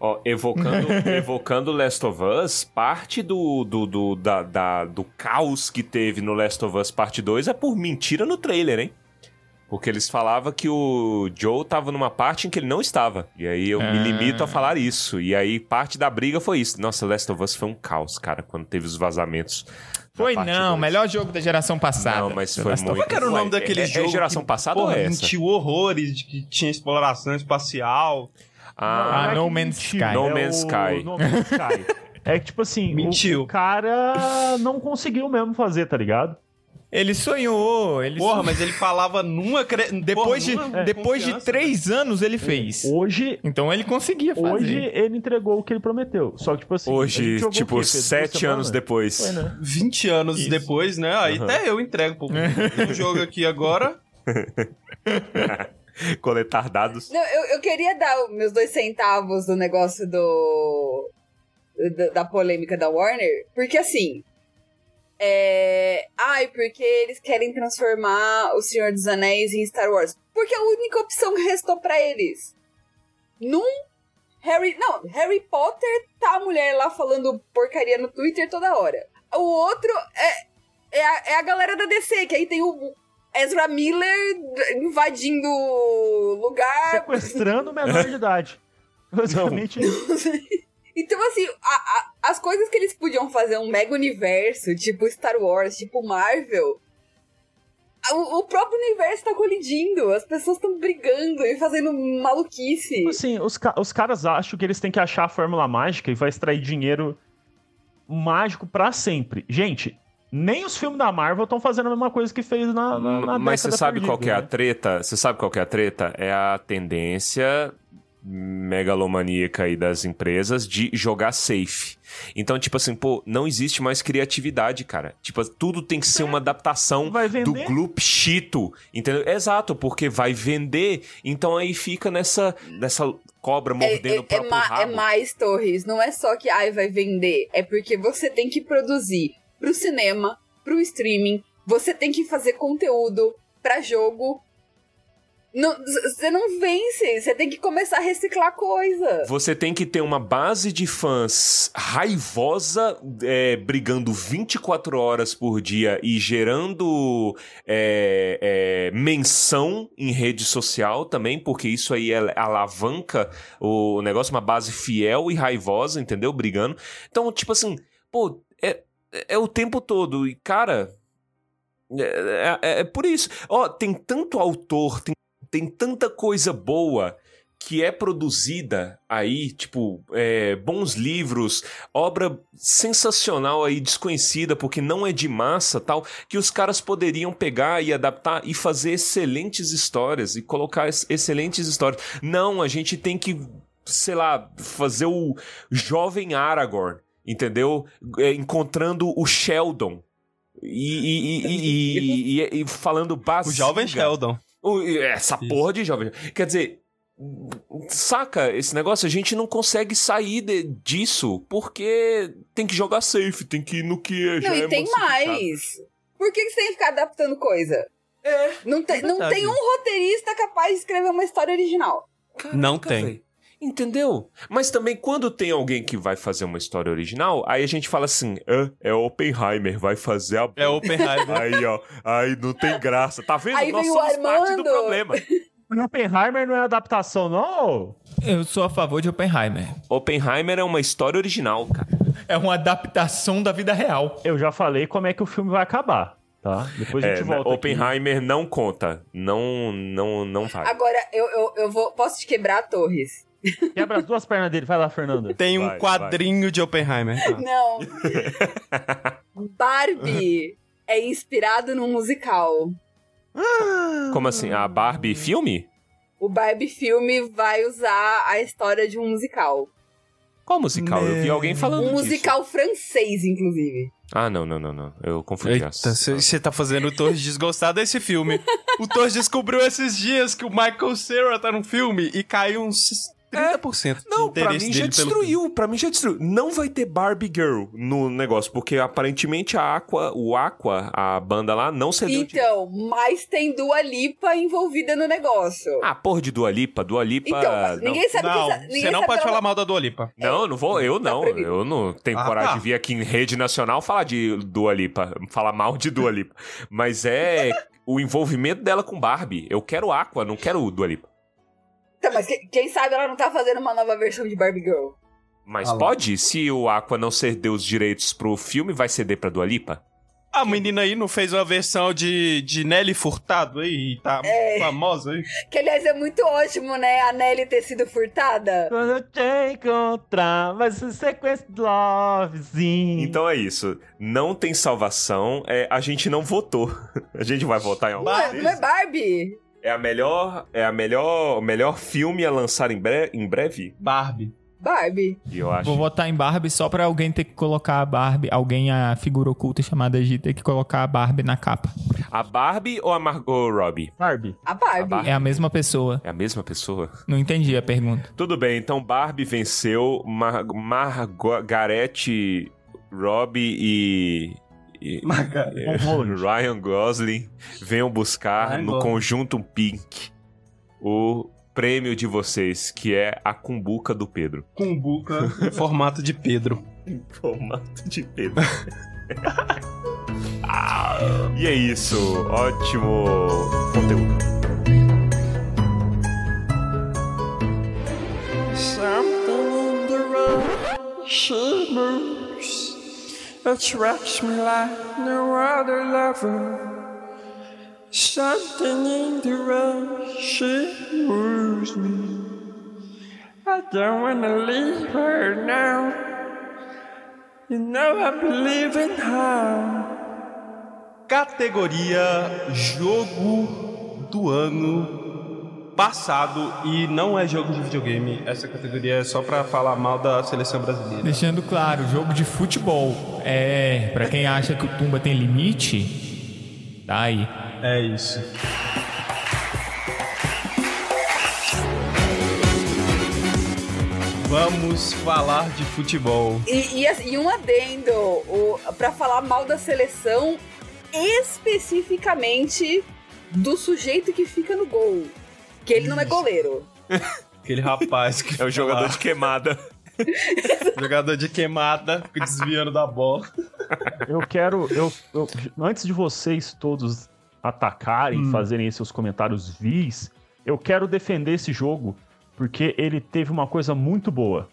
A: Ó, evocando, evocando Last of Us, parte do, do, do, da, da- do caos que teve no Last of Us Parte 2 é por mentira no trailer, hein? Porque eles falavam que o Joe tava numa parte em que ele não estava. E aí eu me
C: Ah.
A: limito a falar isso. E aí parte da briga foi isso. Nossa, Last of Us foi um caos, cara, quando teve os vazamentos. da
C: Foi
A: parte
C: não,
A: dois.
C: melhor jogo da geração passada.
A: Não, mas foi
C: Last of
A: muito...
F: Qual que era o nome
A: Ué,
F: daquele
A: é,
F: jogo?
A: É geração
F: que,
A: passada
F: porra,
A: ou é essa?
F: Mentiu horrores de que tinha exploração espacial.
A: Ah,
D: é
C: Ah, No Man's Sky.
A: No Man's Sky.
D: No Man's Sky. É que, tipo assim, o-
F: Mentiu.
D: O, cara não conseguiu mesmo fazer, tá ligado?
C: Ele sonhou, ele
F: Porra,
C: sonhou.
F: mas ele falava numa. Cre... é,
C: Depois,
F: porra, numa
C: de, depois de
F: confiança.
C: três anos ele fez.
D: Hoje,
C: Então ele conseguia fazer.
D: hoje ele entregou o que ele prometeu. Só que, tipo assim. a gente
A: Hoje,
D: jogou o
A: tipo,
D: quê, Pedro?
A: sete
D: Duas
A: anos
D: semanas?
A: depois.
D: Foi, né?
F: 20 anos
C: Isso.
F: depois, né? Aí
A: Uhum.
F: até eu entrego pro Tem um jogo aqui agora.
A: Coletar dados.
E: Não, eu, eu queria dar os meus dois centavos do negócio do. da, da polêmica da Warner, porque assim. É. Ai, porque eles querem transformar o Senhor dos Anéis em Star Wars. Porque é a única opção que restou pra eles. Num. Harry. Não, Harry Potter tá a mulher lá falando porcaria no Twitter toda hora. O outro é. É a, é a galera da DC, que aí tem o Ezra Miller invadindo o
D: né?
E: lugar.
D: Sequestrando o menor de idade. Basicamente,
E: Então, assim, a- a- as coisas que eles podiam fazer, um mega universo, tipo Star Wars, tipo Marvel, a- o, o próprio universo tá colidindo, as pessoas estão brigando e fazendo maluquice.
D: tipo assim, os, ca- os caras acham que eles têm que achar a fórmula mágica e vai extrair dinheiro mágico pra sempre. Gente, nem os filmes da Marvel estão fazendo a mesma coisa que fez na, na, na
A: Mas
D: década
A: você sabe
D: perdida,
A: qual que é a
D: né?
A: treta? Você sabe qual que é a treta? É a tendência megalomaníaca aí das empresas de jogar safe. Então, tipo assim, pô, não existe mais criatividade, cara. Tipo, tudo tem que ser uma adaptação
D: Vai
A: do
D: vender
A: gloop chito, entendeu? Exato, porque vai vender, então aí fica nessa nessa cobra
E: É,
A: mordendo o
E: é- é
A: próprio
E: ma- é
A: rabo.
E: mais torres, não é só que ai vai vender, é porque você tem que produzir pro cinema, pro streaming, você tem que fazer conteúdo pra jogo. Não- z- Você não vence, você tem que começar a reciclar coisa.
A: Você tem que ter uma base de fãs raivosa, é, brigando 24 horas por dia e gerando é, é, menção em rede social também, porque isso aí é- alavanca o negócio, uma base fiel e raivosa, entendeu? Brigando. Então, tipo assim, pô, é, é o tempo todo. E, cara, é, é- é por isso. Ó, tem tanto autor, tem, tem tanta coisa boa que é produzida aí, tipo, é, bons livros, obra sensacional aí, desconhecida, porque não é de massa tal, que os caras poderiam pegar e adaptar e fazer excelentes histórias e colocar ex- excelentes histórias. Não, a gente tem que, sei lá, fazer o jovem Aragorn, entendeu? É, encontrando o Sheldon. E, e- e- e- e- e- e falando básico.
F: O jovem Sheldon.
A: é, Essa porra de jovem. Quer dizer, saca esse negócio? A gente não consegue sair de- disso porque tem que jogar safe, tem que ir no que já
E: não,
A: é
E: e tem
A: massificado.
E: mais. Por que, que você tem que ficar adaptando coisa? É. Não, tem- não
A: verdade.
E: tem um roteirista capaz de escrever uma história original.
F: Não
A: Caraca,
F: tem.
A: véi. Entendeu? Mas também quando tem alguém que vai fazer uma história original, aí a gente fala assim: "Hã? é Oppenheimer, vai fazer a.
F: É Oppenheimer.
A: aí, ó. Aí não tem graça. Tá vendo?
E: Aí
A: Nós
E: vem o
A: somos parte do
E: Armando.
A: problema.
D: O Oppenheimer não é adaptação, não?
C: Eu sou a favor de Oppenheimer.
A: Oppenheimer é uma história original, cara.
C: É uma adaptação da vida real.
D: Eu já falei como é que o filme vai acabar, tá? Depois a
A: É,
D: gente volta. aqui.
A: Oppenheimer não conta. Não, não, não vai.
E: Agora, eu, eu, eu vou. Posso te quebrar, Torres?
D: Quebra as duas pernas dele, vai lá, Fernanda.
F: Tem um
A: Vai,
F: quadrinho de Oppenheimer.
E: Não. Barbie é inspirado num musical.
A: Como assim? A Barbie filme?
E: O Barbie filme vai usar a história de um musical.
A: Qual musical? Eu vi alguém falando
E: Um
A: disso.
E: musical francês, inclusive.
A: Ah, não, não, não, não. Eu confundi
F: Eita,
A: essa.
F: você tá fazendo o Torres desgostar desse filme. O Torres descobriu esses dias que o Michael Cera tá num filme e caiu uns 30% do
A: Não, pra
F: interesse
A: mim já
F: dele pelo
A: destruiu, pra mim já destruiu. Não vai ter Barbie Girl no negócio, porque aparentemente a Aqua, o Aqua, a banda lá, não cedeu direito.
E: Então, mas tem Dua Lipa envolvida no negócio.
A: Ah, porra de Dua Lipa, Dua Lipa...
E: Então, mas
A: não.
E: ninguém sabe
F: Não,
E: quem sa- ninguém
F: você não
E: sabe
F: pode
E: ela-
F: falar mal da Dua Lipa.
A: Não, não vou, eu
E: Tá
A: não.
E: proibido.
A: eu não tenho
F: Ah,
A: coragem
F: tá.
A: de vir aqui em rede nacional falar de Dua Lipa, falar mal de Dua Lipa. Mas é o envolvimento dela com Barbie. Eu quero Aqua, não quero Dua Lipa.
E: Tá, mas que- quem sabe ela não tá fazendo uma nova versão de Barbie Girl.
A: Mas
J: Alô.
A: pode? Se o Aqua não ceder os direitos pro filme, vai ceder pra Dua Lipa?
F: A menina aí não fez uma versão de, de Nelly Furtado aí, tá famosa aí.
E: Que, aliás, é muito ótimo, né? A Nelly ter sido furtada.
D: Quando eu te encontrar, vai ser sequest lovezinho.
A: Então é isso. Não tem salvação. É, a gente não votou. A gente vai votar em algum
E: Não é,
A: deles.
E: não é Barbie?
A: É a melhor, é a melhor, o melhor filme a lançar em, bre- em breve.
F: Barbie.
E: Barbie.
A: E eu acho.
C: Vou votar em Barbie só pra alguém ter que colocar a Barbie, alguém, a figura oculta chamada G, ter que colocar a Barbie na capa.
A: A Barbie ou a Margot Robbie?
D: Barbie.
E: A Barbie.
A: A Barbie.
C: É a mesma pessoa.
A: É a mesma pessoa?
C: Não entendi a pergunta.
A: Tudo bem, então Barbie venceu, Mar Margarete, Robbie e. e-
J: Margarete.
A: e- Ryan Gosling venham buscar
J: Ryan
A: no
J: Gosling.
A: conjunto Pink o prêmio de vocês, que é a cumbuca do Pedro.
J: Cumbuca.
F: Em formato de Pedro.
A: Formato de Pedro. e é isso, ótimo conteúdo.
G: Something in the road, she moves, attracts me like no other lover. Something in the road, she moves me. I don't wanna leave her now. You know I believe in her.
F: Categoria Jogo do Ano Passado. E não é jogo de videogame. Essa categoria é só pra falar mal da seleção brasileira.
C: Deixando claro, jogo de futebol. É, pra quem acha que o Tumba tem limite, tá aí.
F: É isso. Vamos falar de futebol.
E: E, e as- e um adendo, o, pra falar mal da seleção, especificamente do sujeito que fica no gol. Que ele não é goleiro.
F: Aquele rapaz que.
A: É o jogador de queimada.
F: jogador de queimada, fica desviando da bola.
D: Eu quero. Eu, eu- antes de vocês todos atacarem, fazerem seus comentários vis, eu quero defender esse jogo, porque ele teve uma coisa muito boa.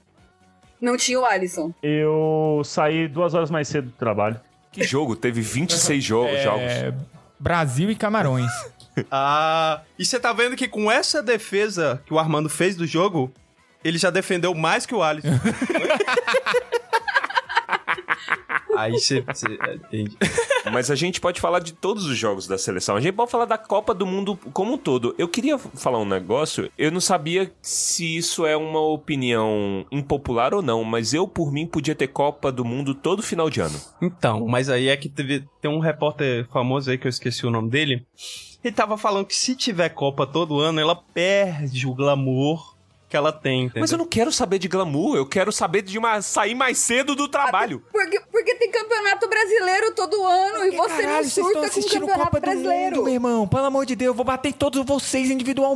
E: Não tinha o Alisson.
D: Eu saí duas horas mais cedo do trabalho.
A: Que jogo? Teve 26 jogos.
J: É,
A: jogos.
C: É, Brasil e Camarões.
F: Ah, e você tá vendo que com essa defesa que o Armando fez do jogo, ele já defendeu mais que o Alisson. Aí você. Entendi.
A: Mas a gente pode falar de todos os jogos da seleção. A gente pode falar da Copa do Mundo como um todo. Eu queria falar um negócio. Eu não sabia se isso é uma opinião impopular ou não, mas eu, por mim, podia ter Copa do Mundo todo final de ano.
F: Então, mas aí é que teve, tem um repórter famoso aí que eu esqueci o nome dele. Ele tava falando que se tiver Copa todo ano, ela perde o glamour que ela tem. Entendeu?
A: Mas eu não quero saber de glamour, eu quero saber de uma- sair mais cedo do trabalho.
E: Porque, porque tem campeonato brasileiro todo ano e você não surta com o campeonato brasileiro.
C: meu irmão. Pelo amor de Deus, eu vou bater em todos vocês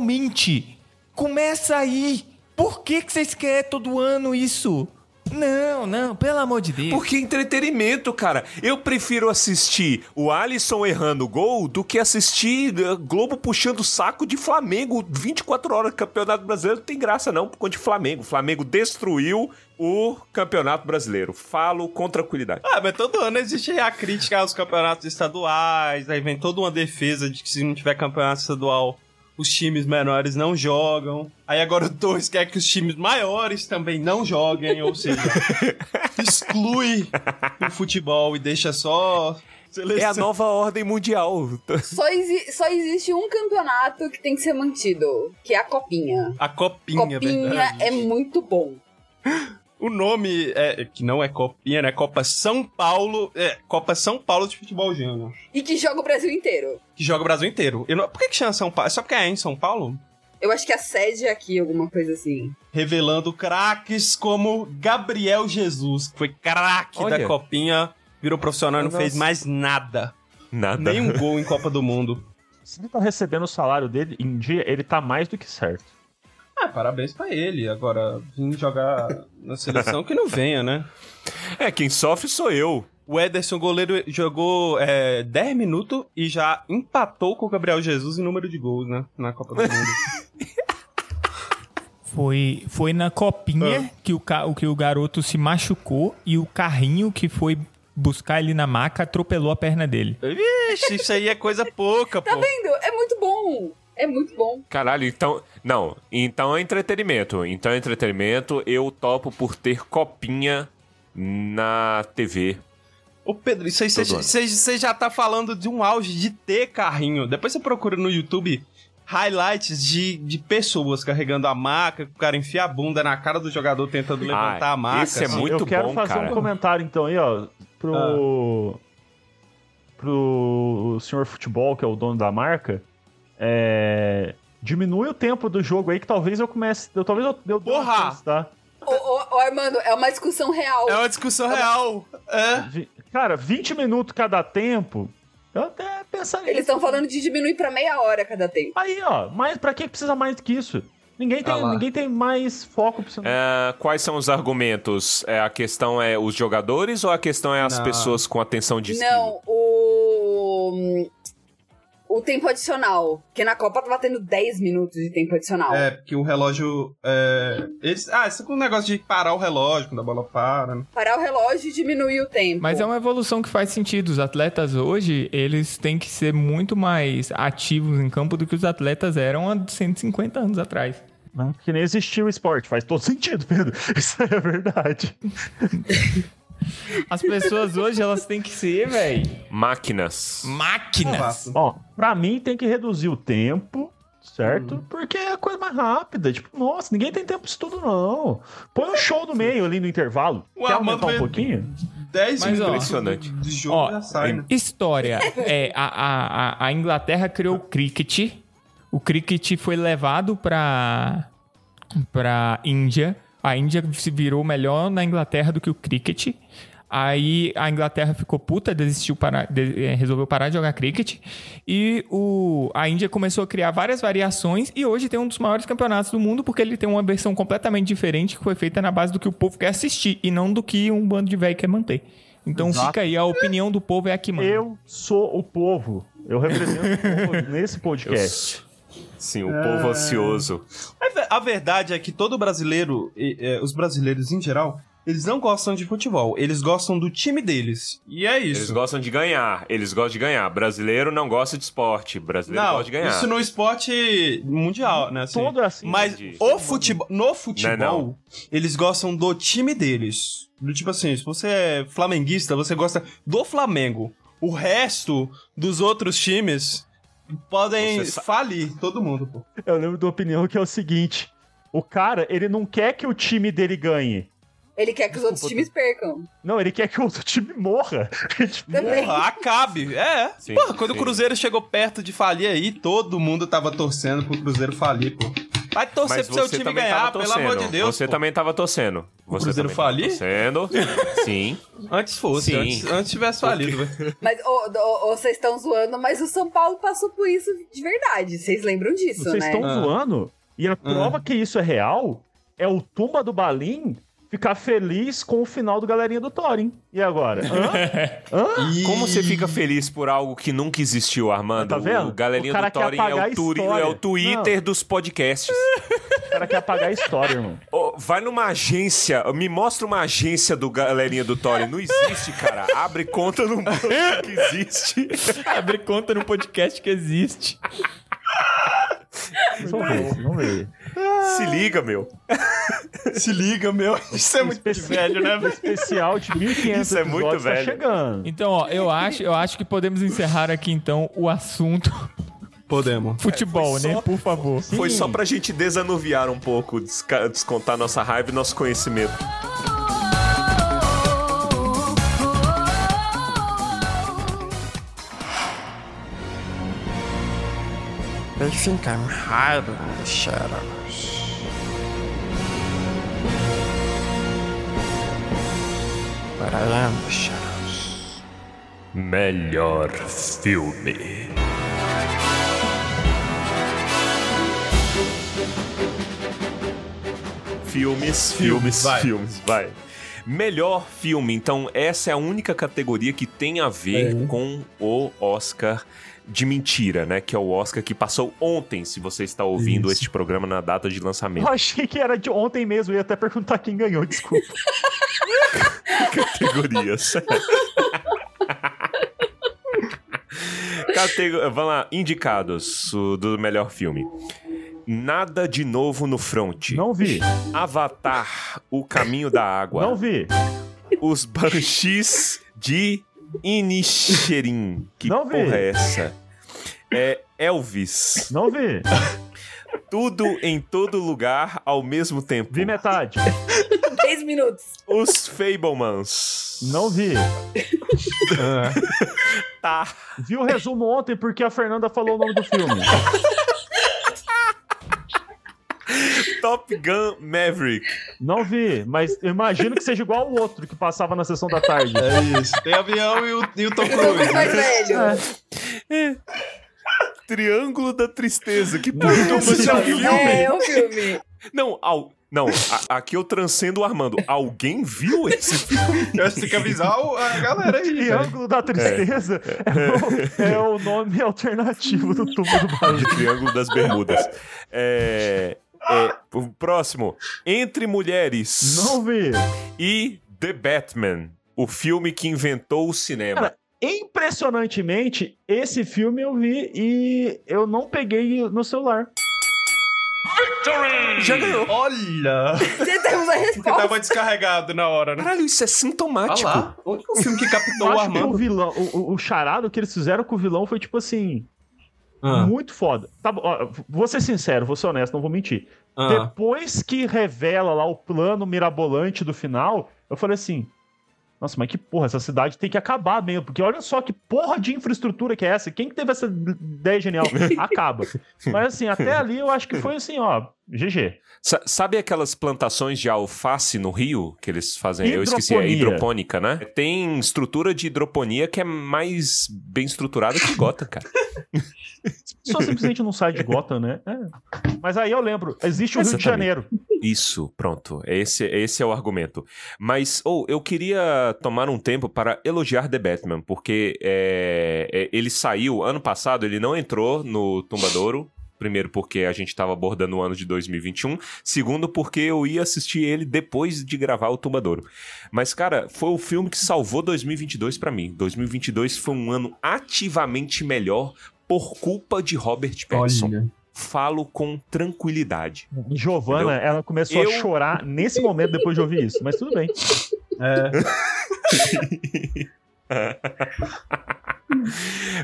C: individualmente. Começa aí. Por que, que vocês querem todo ano isso? Não, não, pelo amor de Deus.
A: Porque é entretenimento, cara. Eu prefiro assistir o Alisson errando gol do que assistir eh, Globo puxando o saco de Flamengo 24 horas. Campeonato Brasileiro não tem graça, não, por conta de Flamengo. Flamengo destruiu o Campeonato Brasileiro. Falo com tranquilidade.
F: Ah, mas todo ano existe a crítica aos campeonatos estaduais, aí vem toda uma defesa de que se não tiver campeonato estadual, os times menores não jogam. Aí agora o Torres quer que os times maiores também não joguem, ou seja, exclui o futebol e deixa só.
A: É
F: seleção.
A: a nova ordem mundial.
E: Só, exi- só existe um campeonato que tem que ser mantido, que é a Copinha.
F: A copinha,
E: Copinha
F: verdade.
E: é muito bom.
F: O nome é que não é copinha, né? Copa São Paulo, é Copa São Paulo de futebol júnior,
E: E que joga o Brasil inteiro.
F: que joga o Brasil inteiro. Eu não- por que que chama São Paulo? É só porque é em São Paulo?
E: Eu acho que a sede é aqui, alguma coisa assim.
F: revelando craques como Gabriel Jesus, que foi craque
A: Olha.
F: da Copinha, virou profissional e não
A: Nossa.
F: fez mais nada.
A: Nada.
F: Nenhum gol em Copa do Mundo.
D: Se ele tá recebendo o salário dele em dia, ele tá mais do que certo.
F: Ah, parabéns pra ele. Agora, vim jogar na seleção que não venha, né?
A: É, quem sofre sou eu.
F: O Ederson, goleiro, jogou é, 10 minutos e já empatou com o Gabriel Jesus em número de gols, né? Na Copa do Mundo.
C: Foi, foi na copinha que, o, ca- o que o garoto se machucou e o carrinho que foi buscar ele na maca atropelou a perna dele.
F: Vixe, isso aí é coisa pouca,
E: Tá
F: pô.
E: vendo? É muito bom. É muito bom.
A: Caralho, então. Não, então é entretenimento. Então é entretenimento. Eu topo por ter copinha na TV.
F: Ô Pedro, isso aí
A: Todo ano.
F: você já tá falando de um auge de ter carrinho. Depois você procura no YouTube highlights de, de pessoas carregando a maca, que o cara enfia a bunda na cara do jogador tentando levantar a maca.
A: esse é
F: assim.
A: Muito
D: eu quero
A: bom,
D: fazer
A: cara.
D: um comentário então aí, ó, pro pro senhor futebol, que é o dono da marca, é, diminui o tempo do jogo aí que talvez eu comece, eu, talvez eu, eu dê uma
F: Porra!
D: chance, tá?
E: Ô, ô, ô, Armando, é uma discussão real.
F: É uma discussão real. É.
D: Vi- Cara, 20 minutos cada tempo, eu até pensaria.
E: Eles estão falando de diminuir pra meia hora cada tempo.
D: Aí, ó, mas pra que precisa mais do que isso? Ninguém tem,
F: Ah lá.
D: ninguém tem mais foco pra você.
A: Ah, quais são os argumentos? É, a questão é os jogadores ou a questão é as
F: Não.
A: pessoas com atenção de esquilo?
E: Não, o. O tempo adicional. Porque na Copa tava tendo 10 minutos de tempo adicional.
F: É, porque o relógio. É, eles, ah, isso é com o negócio de parar o relógio quando a bola para. Né?
E: Parar o relógio e diminuir o tempo.
C: Mas é uma evolução que faz sentido. Os atletas hoje, eles têm que ser muito mais ativos em campo do que os atletas eram há 150 anos atrás.
D: Né? Que nem existiu o esporte, faz todo sentido, Pedro. Isso é verdade.
C: As pessoas hoje, elas têm que ser, velho,
A: Máquinas. né?
F: Ah,
C: máquinas.
D: Ó, pra mim tem que reduzir o tempo, certo?
F: Uhum.
D: Porque é a coisa mais rápida. Tipo, nossa, ninguém tem tempo disso tudo, não. Põe um show no meio ali no intervalo.
F: O
D: Quer
F: Armando
D: aumentar um
F: veio-
D: pouquinho?
F: 10
C: Mas, ó,
F: minutos
A: Impressionante.
F: de jogo
C: ó,
F: já sai, né?
C: História. É, a, a, a- a Inglaterra criou o cricket. O cricket foi levado pra, pra Índia. A Índia se virou melhor na Inglaterra do que o cricket. Aí a Inglaterra ficou puta, desistiu parar, de- eh, resolveu parar de jogar cricket. E o, a Índia começou a criar várias variações e hoje tem um dos maiores campeonatos do mundo porque ele tem uma versão completamente diferente que foi feita na base do que o povo quer assistir e não do que um bando de velho quer manter. Então
D: Exato.
C: fica aí, a opinião do povo é a que manda.
D: Eu sou o povo. Eu represento o povo nesse podcast.
A: Sim,
F: É.
A: o povo ansioso.
F: A ve- A verdade é que todo brasileiro, e, é, os brasileiros em geral, eles não gostam de futebol, eles gostam do time deles. E é
A: Eles
F: isso.
A: gostam de ganhar, eles gostam de ganhar. Brasileiro não gosta de esporte, brasileiro
F: Não,
A: gosta de ganhar.
F: isso no esporte mundial, né? assim.
D: Todo é assim.
F: Mas
A: entendi.
F: o futebol, no futebol,
A: Não é não.
F: eles gostam do time deles. Do tipo assim, se você é flamenguista, você gosta do Flamengo. O resto dos outros times podem
A: Você sa-
F: falir, todo mundo, pô.
D: Eu lembro da opinião que é o seguinte: o cara, ele não quer que o time dele ganhe.
E: Ele quer que os outros times percam.
D: Não, ele quer que o outro time morra. Tipo,
E: Também.
F: Porra, acabe. É.
A: Sim,
F: Porra, quando
A: sim.
F: o Cruzeiro chegou perto de falir aí, todo mundo tava torcendo pro Cruzeiro falir, pô. Vai torcer
A: Mas
F: pro seu
A: você
F: time
A: também
F: ganhar,
A: tava
F: pelo
A: torcendo.
F: amor de Deus.
A: Você
F: pô.
A: também tava torcendo. Você
F: Cruzeiro
A: também tava
F: falir?
A: Torcendo. Sim.
F: Antes fosse,
A: Sim.
F: antes, antes tivesse falido, velho.
E: Mas ô, ô, ô, vocês estão zoando, mas o São Paulo passou por isso de verdade. Vocês lembram disso,
D: vocês
E: né?
D: estão
F: Ah.
D: zoando. E a prova que isso é real é o Tumba do Balim ficar feliz com o final do Galerinha do Thorin. E agora? Hã? Hã?
A: Como você fica feliz por algo que nunca existiu, Armando?
D: Tá vendo?
A: O Galerinha
D: O cara
A: do
D: quer
A: Thorin é
D: apagar
A: o,
D: a
A: turi-
D: história.
A: é o Twitter dos podcasts.
D: O cara quer apagar a história, irmão.
A: Ô, vai numa agência, me mostra uma agência do Galerinha do Thorin. Não existe, cara. Abre conta num banco que existe.
C: Abre conta no podcast que existe.
D: Vocês vão ver, vocês vão ver.
A: Se liga, meu.
F: Se liga, meu. Isso é muito velho, né,
D: O
F: velho?
D: Um especial de 1500
A: Isso é muito
D: episódios tá
A: velho.
D: chegando.
C: Então, ó, eu acho, eu acho que podemos encerrar aqui então o assunto
F: Podemos.
C: futebol, né? Por favor.
A: Foi só pra gente desanuviar um pouco, desca- descontar nossa raiva e nosso conhecimento.
G: They think I'm hiding in the shadows. But I am the shadows.
A: Melhor filme. Filmes, filmes,
F: vai.
A: filmes, vai. Melhor filme, então essa é a única categoria que tem a ver com o Oscar de mentira, né? Que é o Oscar que passou ontem, se você está ouvindo este programa na data de
D: Eu
A: lançamento.
D: achei que era de ontem mesmo, eu ia até perguntar quem ganhou, desculpa.
A: Categorias. Catego... Vamos lá, indicados o do melhor filme. Nada de novo no front.
D: Não vi,
A: Avatar, O Caminho da Água.
D: não vi.
A: Os Banshees de Inisherin. Que
D: Não vi.
A: porra é essa? É Elvis.
D: Não vi.
A: Tudo em todo lugar ao mesmo tempo.
D: Vi metade.
E: 10 minutos.
A: Os Fablemans.
D: Não vi.
A: Tá.
D: Vi o resumo ontem porque a Fernanda falou o nome do filme.
A: Top Gun Maverick.
D: Não vi, mas eu imagino que seja igual o outro que passava na sessão da tarde.
F: É isso. Tem avião e o, e o Tom
E: Eu tô com os mais
F: Cruise.
E: velho.
A: Triângulo da Tristeza. Que porra é essa?
D: Não, não.
E: É, é um filme.
A: Não, al... não a- aqui eu transcendo o Armando. Alguém viu esse filme?
F: Eu acho que tem que avisar o- a galera aí. velho.
D: Triângulo da Tristeza é, o, é o nome alternativo do tubo do balão.
A: De Triângulo das Bermudas. É, é, o próximo. Entre Mulheres
D: Não vi.
A: e The Batman. O filme que inventou o cinema.
D: Cara, Impressionantemente, esse filme eu vi e eu não peguei no celular.
A: já ganhou.
F: Olha!
E: Já temos a
F: Porque
E: resposta.
F: tava descarregado na hora, né?
A: Caralho, isso é sintomático.
F: Olha lá. O único filme que captou
D: eu
F: o
D: acho que o
F: Armando.
D: vilão, o, o- o charado que eles fizeram com o vilão foi tipo assim,
F: Ah,
D: muito foda. Tá, bom, ó, vou ser sincero, vou ser honesto, não vou mentir.
F: ah.
D: Depois que revela lá o plano mirabolante do final, eu falei assim: Nossa, mas que porra, essa cidade tem que acabar mesmo, porque olha só que porra de infraestrutura que é essa. Quem que teve essa ideia genial? Acaba. mas assim, até ali eu acho que foi assim, ó. GG.
A: Sa- sabe aquelas plantações de alface no Rio que eles fazem? Eu esqueci, é
D: Hidroponia.
A: hidropônica, né? Tem estrutura de hidroponia que é mais bem estruturada que gota, cara.
D: Só simplesmente não sai de Gotham, né? É. Mas aí eu lembro, existe o Rio de
A: Exatamente.
D: Janeiro.
A: Isso, pronto. Esse, esse é o argumento. Mas, ou eu queria tomar um tempo para elogiar The Batman, porque é, é, ele saiu ano passado, ele não entrou no Tumbadouro. Primeiro, porque a gente estava abordando o ano de 2021. Segundo, porque eu ia assistir ele depois de gravar o Tumbadouro. Mas, cara, foi o filme que salvou 2022 pra mim. 2022 foi um ano ativamente melhor por culpa de Robert Pattinson. Falo com tranquilidade.
D: Giovana,
A: Entendeu?
D: ela começou
A: Eu-
D: a chorar nesse momento depois de ouvir isso, mas tudo bem.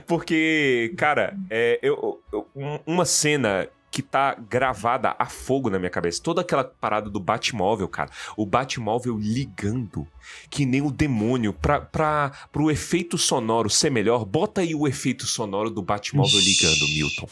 A: Porque, cara, é, eu, eu- um- uma cena que tá gravada a fogo na minha cabeça. Toda aquela parada do Batmóvel, cara. O Batmóvel ligando, que nem o demônio. Pra, pra, pro efeito sonoro ser melhor, bota aí o efeito sonoro do Batmóvel ligando, Milton.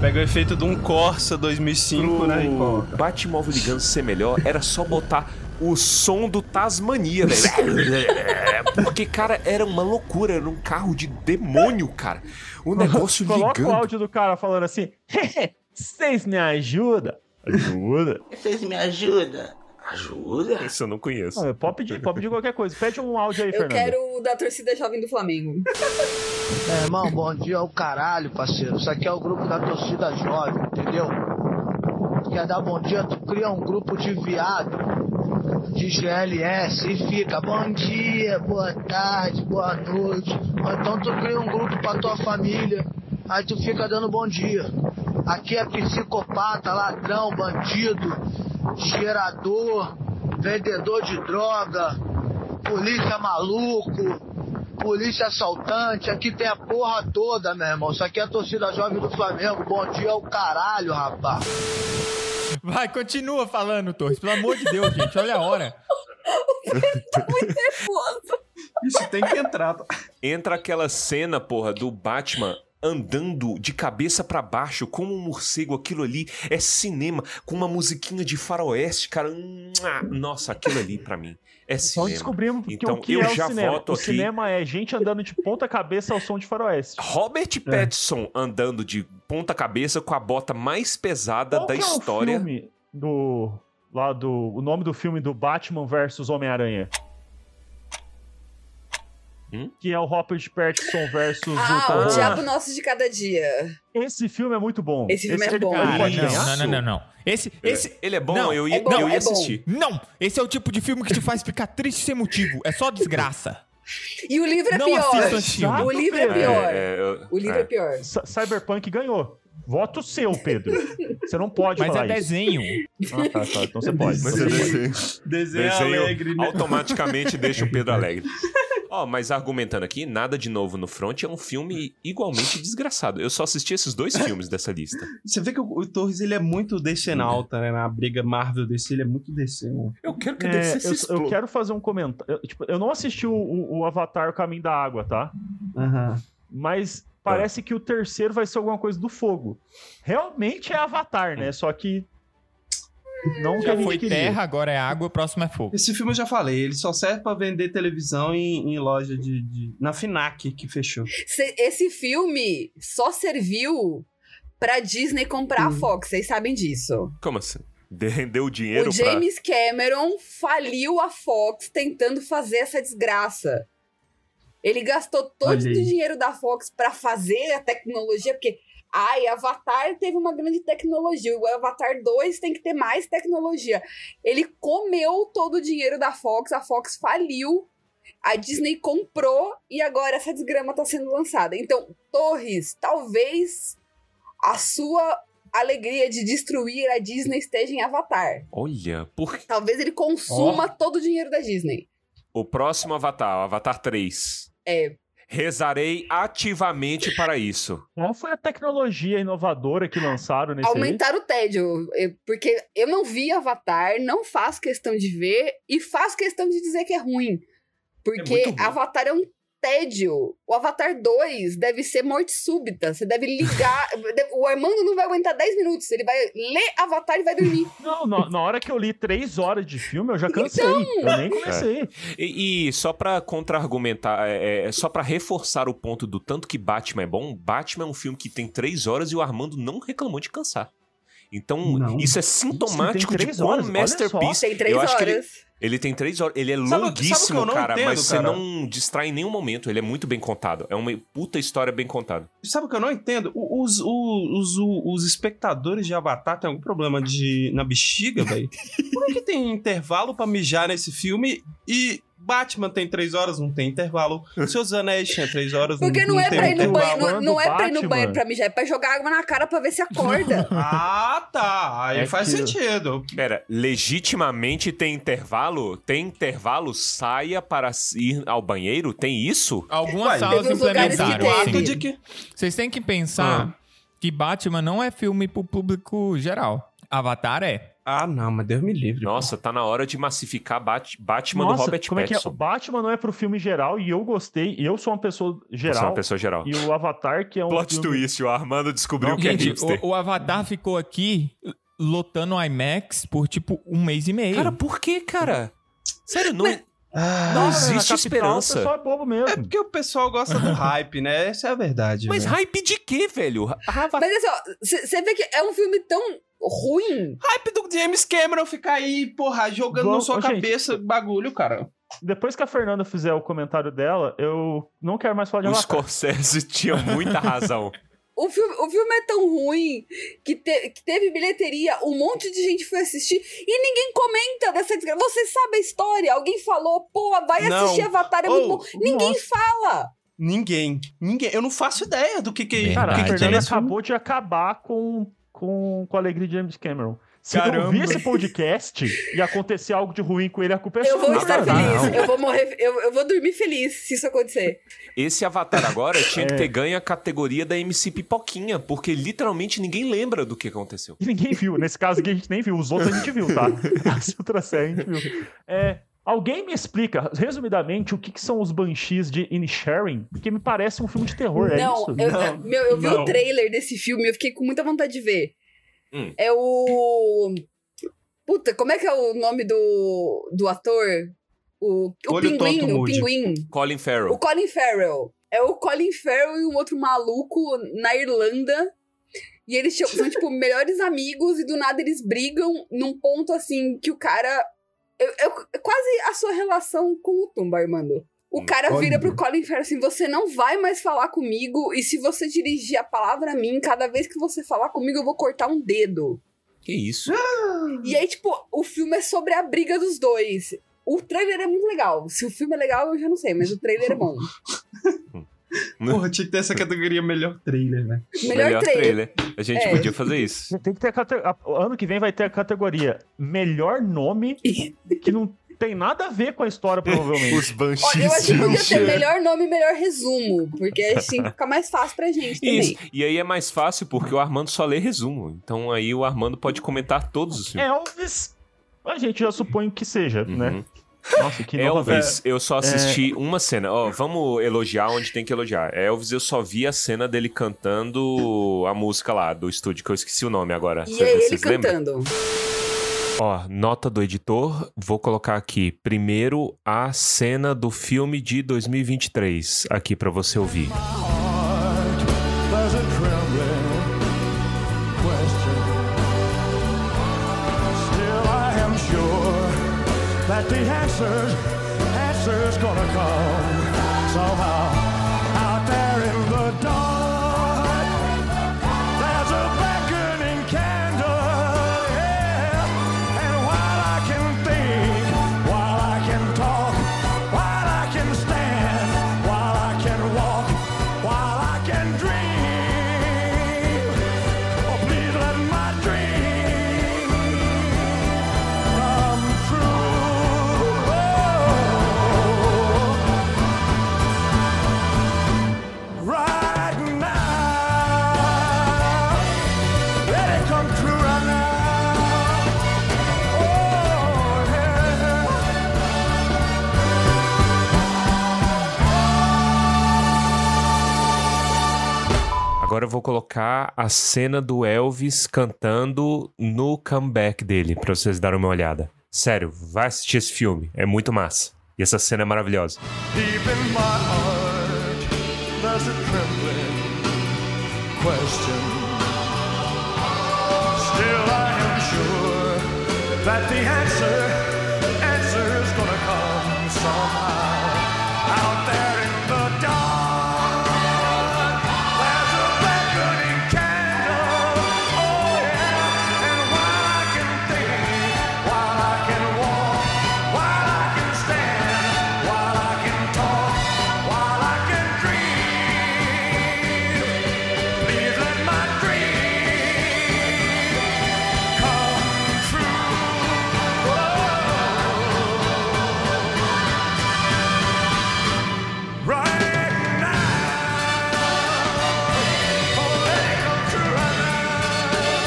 F: Pega o efeito de um Corsa 2005, né? e
A: O
F: coloca.
A: Batmóvel ligando ser melhor era só botar o som do Tasmania, velho. Porque, cara, era uma loucura. Era um carro de demônio, cara. O negócio
D: Coloca o
A: ligando.
D: áudio do cara falando assim: vocês me ajudam? Ajuda?
J: Vocês me ajudam? Ajuda?
A: Isso eu não conheço.
D: Ah, pode, pedir, pode pedir qualquer coisa. Pede um áudio aí,
E: Eu
D: Fernando.
E: quero o da torcida jovem do Flamengo.
K: É, irmão, bom dia ao caralho, parceiro. Isso aqui é o grupo da torcida jovem, entendeu? Quer dar bom dia? Tu cria um grupo de viado, de GLS, e fica bom dia, boa tarde, boa noite. Ou então tu cria um grupo pra tua família, aí tu fica dando bom dia. Aqui é psicopata, ladrão, bandido, gerador, vendedor de droga, polícia maluco, Polícia assaltante, aqui tem a porra toda, meu irmão. Isso aqui é a torcida jovem do Flamengo. Bom dia ao caralho, rapaz.
C: Vai, continua falando, Torres. Pelo amor de Deus, gente. Olha a hora.
F: Isso tem que entrar. tá?
A: entra aquela cena, porra, do Batman andando de cabeça pra baixo como um morcego, aquilo ali é cinema com uma musiquinha de faroeste, cara. Mua! Nossa, aquilo ali pra mim é
D: Só
A: cinema.
D: descobrimos que
A: Então,
D: o que
A: eu
D: é o
A: já
D: cinema.
A: voto
D: o
A: aqui.
D: cinema é gente andando de ponta cabeça ao som de faroeste.
A: Robert Pattinson andando de ponta cabeça com a bota mais pesada
D: Qual
A: da
D: que é
A: história.
D: o filme do lá do o nome do filme do Batman versus Homem-Aranha?
A: Hum?
D: Que é o Robert Pattinson versus o
C: tá
E: Ah,
D: Tom
E: o
D: Holland.
E: Diabo Nosso de Cada Dia.
D: Esse filme é muito bom.
E: Esse filme é
D: ele
E: bom.
D: pode- pode
A: Olha
D: ganhar.
A: isso.
C: Não, não, não, não. Esse, esse,
A: Ele é bom,
C: Não,
A: eu ia,
E: é bom,
A: eu ia
E: é bom.
A: assistir.
C: não, esse é o tipo de filme que te faz ficar triste sem motivo. É só desgraça.
E: E o livro é
C: Não assista esse
E: pior.
C: filme.
E: O livro é
D: É,
E: pior.
A: É, eu-
E: O livro
A: é.
E: é pior.
D: Cy- Cyberpunk ganhou. Voto seu, Pedro. Você não pode
C: Mas
D: falar
C: é
D: isso.
C: desenho.
D: Ah, tá, tá. Então você pode.
A: Mas é
D: Então
A: eu
D: você
A: deixei-
F: Desenho,
A: desenho
F: alegre, né?
A: automaticamente deixa o Pedro alegre. Ó, mas argumentando aqui, nada de novo no front é um filme igualmente desgraçado. Eu só assisti esses dois filmes dessa lista.
F: Você vê que o, o Torres ele é muito decenalta, né? Na briga Marvel DC, ele é muito DC, né?
A: Eu quero que
D: É, eu, eu quero fazer um comentário. Eu, tipo, eu não assisti o, o- o Avatar O Caminho da Água, tá? Mas parece
A: É.
D: que o terceiro vai ser alguma coisa do fogo. Realmente é Avatar, né? Só que. Não que a
C: Já
D: gente
C: foi
D: queria.
C: terra, agora é água, o próximo é fogo.
F: Esse filme eu já falei, ele só serve pra vender televisão em, em loja de, de- Na Finac que fechou.
E: Se- Esse filme só serviu pra Disney comprar a Fox, vocês sabem disso.
A: Como assim? De- Rendeu dinheiro
E: O James Cameron faliu a Fox tentando fazer essa desgraça. Ele gastou todo
F: Olha aí.
E: o dinheiro da Fox pra fazer a tecnologia, porque ai, Avatar teve uma grande tecnologia, o Avatar 2 tem que ter mais tecnologia. Ele comeu todo o dinheiro da Fox, a Fox faliu, a Disney comprou e agora essa desgrama tá sendo lançada. Então, Torres, talvez a sua alegria de destruir a Disney esteja em Avatar.
A: pra... Olha, por...
E: Talvez ele consuma todo o dinheiro da Disney.
A: o próximo Avatar, o Avatar 3.
E: É.
A: Rezarei ativamente para isso.
D: Qual foi a tecnologia inovadora que lançaram nesse
E: Aumentar o tédio, eu- porque eu não vi Avatar, não faço questão de ver e faço questão de dizer que é ruim. Porque
L: muito ruim.
E: Avatar é um tédio. O Avatar 2 deve ser morte súbita. Você deve ligar. o Armando não vai aguentar 10 minutos. Ele vai ler Avatar e vai dormir.
D: Não, Na, na hora que eu li três horas de filme, eu já cansei.
E: Então-
D: Eu nem comecei.
A: É. E, e só pra contra-argumentar, é, é, só pra reforçar o ponto do tanto que Batman é bom, Batman é um filme que tem três horas e o Armando não reclamou de cansar. Então,
D: Não.
A: isso é sintomático
D: Isso, tem
A: de
D: três
A: quão
D: horas, olha
A: masterpiece.
D: só. Tem três
A: eu acho que ele,
D: horas.
A: ele tem três horas. Ele é
D: Sabe o- sabe o que eu
A: longuíssimo,
D: não
A: cara,
D: entendo,
A: mas você
D: cara?
A: não distrai em nenhum momento. Ele é muito bem contado. É uma puta história bem contada.
F: Sabe o que eu não entendo? O- Os, o- os, o- os espectadores de Avatar têm algum problema de na bexiga, velho? Por que que tem intervalo pra mijar nesse filme e Batman tem três horas, não tem intervalo? Seus Anéis tinha três horas,
E: Porque não, é
F: tem
E: pra ir no banheiro,
F: intervalo.
E: não, não é pra ir no banheiro pra mijar, é pra jogar água na cara pra ver se acorda.
F: Ah, tá. Aí
A: É
F: faz
A: que-
F: sentido.
A: Pera, legitimamente tem intervalo? Tem intervalo? Saia para ir ao banheiro? Tem isso?
C: Algumas salas implementaram.
F: né?
C: sim. Vocês têm que
A: Ah.
C: pensar que Batman não é filme pro público geral. Avatar é.
F: Ah, não, mas Deus me livre.
A: Nossa, tá na hora de massificar Bat- Batman do
D: Nossa,
A: Robert
D: como é que é? O
A: Pattinson.
D: Batman não é pro filme geral e eu gostei. E eu sou uma pessoa geral.
A: Você é uma pessoa geral.
D: E o Avatar, que é um.
A: Plot
D: filme...
A: twist, o Armando descobriu que é
C: Gente,
A: hipster.
C: o, o Avatar ficou aqui lotando o IMAX por tipo um mês e meio.
A: Cara, por que, cara? Sério, não,
F: Ah,
A: não
F: na
A: existe
F: capital,
A: esperança.
F: o pessoal é
D: bobo mesmo.
F: É porque o pessoal gosta do hype, né? Essa é a verdade.
A: Mas
F: velho.
A: hype de quê, velho?
E: Mas assim, ó, você vê que é um filme tão ruim.
F: Hype do James Cameron ficar aí, porra, jogando
D: Vamos-
F: na sua
D: Ô, gente.
F: cabeça bagulho, cara.
D: Depois que a Fernanda fizer o comentário dela, eu não quero mais falar de
A: O
D: Avatar.
A: Scorsese tinha muita razão.
E: O filme, o filme é tão ruim que, te- que teve bilheteria, um monte de gente foi assistir e ninguém comenta dessa desgraça. Você sabe a história? Alguém falou, pô, vai
F: Não.
E: assistir Avatar, é
F: Ou,
E: muito bom. Ninguém fala.
F: Ninguém. Ninguém. Eu não faço ideia do que que,
D: Cara,
F: do que,
D: a
F: que tem
A: né?
F: né?
D: Fernanda
F: nesse filme.
D: acabou de acabar com, com, com a alegria de James Cameron. Se eu
F: Caramba.
D: ouvir esse podcast e acontecer algo de ruim com ele, a culpa é
E: Eu
D: sua.
E: vou estar
D: cara.
E: feliz, eu vou morrer, eu, eu vou dormir feliz se isso acontecer.
A: Esse Avatar agora tinha
D: É.
A: que ter ganho a categoria da MC Pipoquinha, porque literalmente ninguém lembra do que aconteceu.
D: E ninguém viu. Nesse caso aqui a gente nem viu. Os outros a gente viu, tá? As outras séries a gente viu. É, alguém me explica, resumidamente, o que, que são os Banshees de In Sharing? Porque me parece um filme de terror, é
E: não,
D: isso?
E: eu, eu- meu, eu vi o trailer desse filme e eu fiquei com muita vontade de ver. É o. Puta, como é que é o nome do, do ator? O, o
A: Olho
E: pinguim,
A: tonto,
E: o
A: mude.
E: pinguim.
A: Colin Farrell.
E: O Colin Farrell. É o Colin Farrell e um outro maluco na Irlanda. E eles tinham- são, tipo, melhores amigos e do nada eles brigam num ponto, assim, que o cara... Eu, eu- é quase a sua relação com o Tumba, Armando. O cara vira pro Colin Farrell assim, você não vai mais falar comigo e se você dirigir a palavra a mim, cada vez que você falar comigo eu vou cortar um dedo.
A: Que isso?
E: Ah, E aí, tipo, o filme é sobre a briga dos dois. O trailer é muito legal. Se o filme é legal, eu já não sei, mas o trailer é bom.
F: Porra, tinha que ter essa categoria melhor trailer, né?
E: Melhor Melhor trailer.
A: A gente
E: É.
A: podia fazer isso.
D: Tem que ter a cate- a- Ano que vem vai ter a categoria melhor nome que não tem nada a ver com a história, provavelmente. Os
E: Ó, eu acho que podia ter melhor nome e melhor resumo, porque assim fica mais fácil pra gente também.
A: Isso. E aí é mais fácil porque o Armando só lê resumo. Então aí o Armando pode comentar todos os filmes.
D: Elvis. A gente já supõe que seja, né? Nossa, que
A: Elvis,
D: nova-
A: eu só assisti uma cena. Ó, vamos elogiar onde tem que elogiar. Elvis, eu só vi a cena dele cantando a música lá do estúdio, que eu esqueci o nome agora.
E: E
A: Cê-
E: é ele
A: vocês lembram?
E: cantando.
A: Ó, nota do editor, vou colocar aqui primeiro a cena do filme de 2023 aqui pra você ouvir.
M: There's a trembling question. Still, I am sure that the answers, answers gonna come somehow. Out there in the dark, there's a beckoning candle. yeah. And while I can think, while I can talk, while I can stand, while I can walk, while I can dream, oh, please let my dream come true. Oh. Oh,
A: Agora eu vou colocar a cena do Elvis cantando no comeback dele, pra vocês darem uma olhada. Sério, vai assistir esse filme, é muito massa. E essa cena é maravilhosa.
M: Deep in my heart, there's a trembling question. Still, I am sure that the answer, answer's gonna come somehow. Out there in the dark, there's a beckoning candle. Oh yeah, and while I can think, while I can walk, while I can stand, while I can talk, while I can dream, please let my dream come true. Whoa. Right now, oh, let it come true right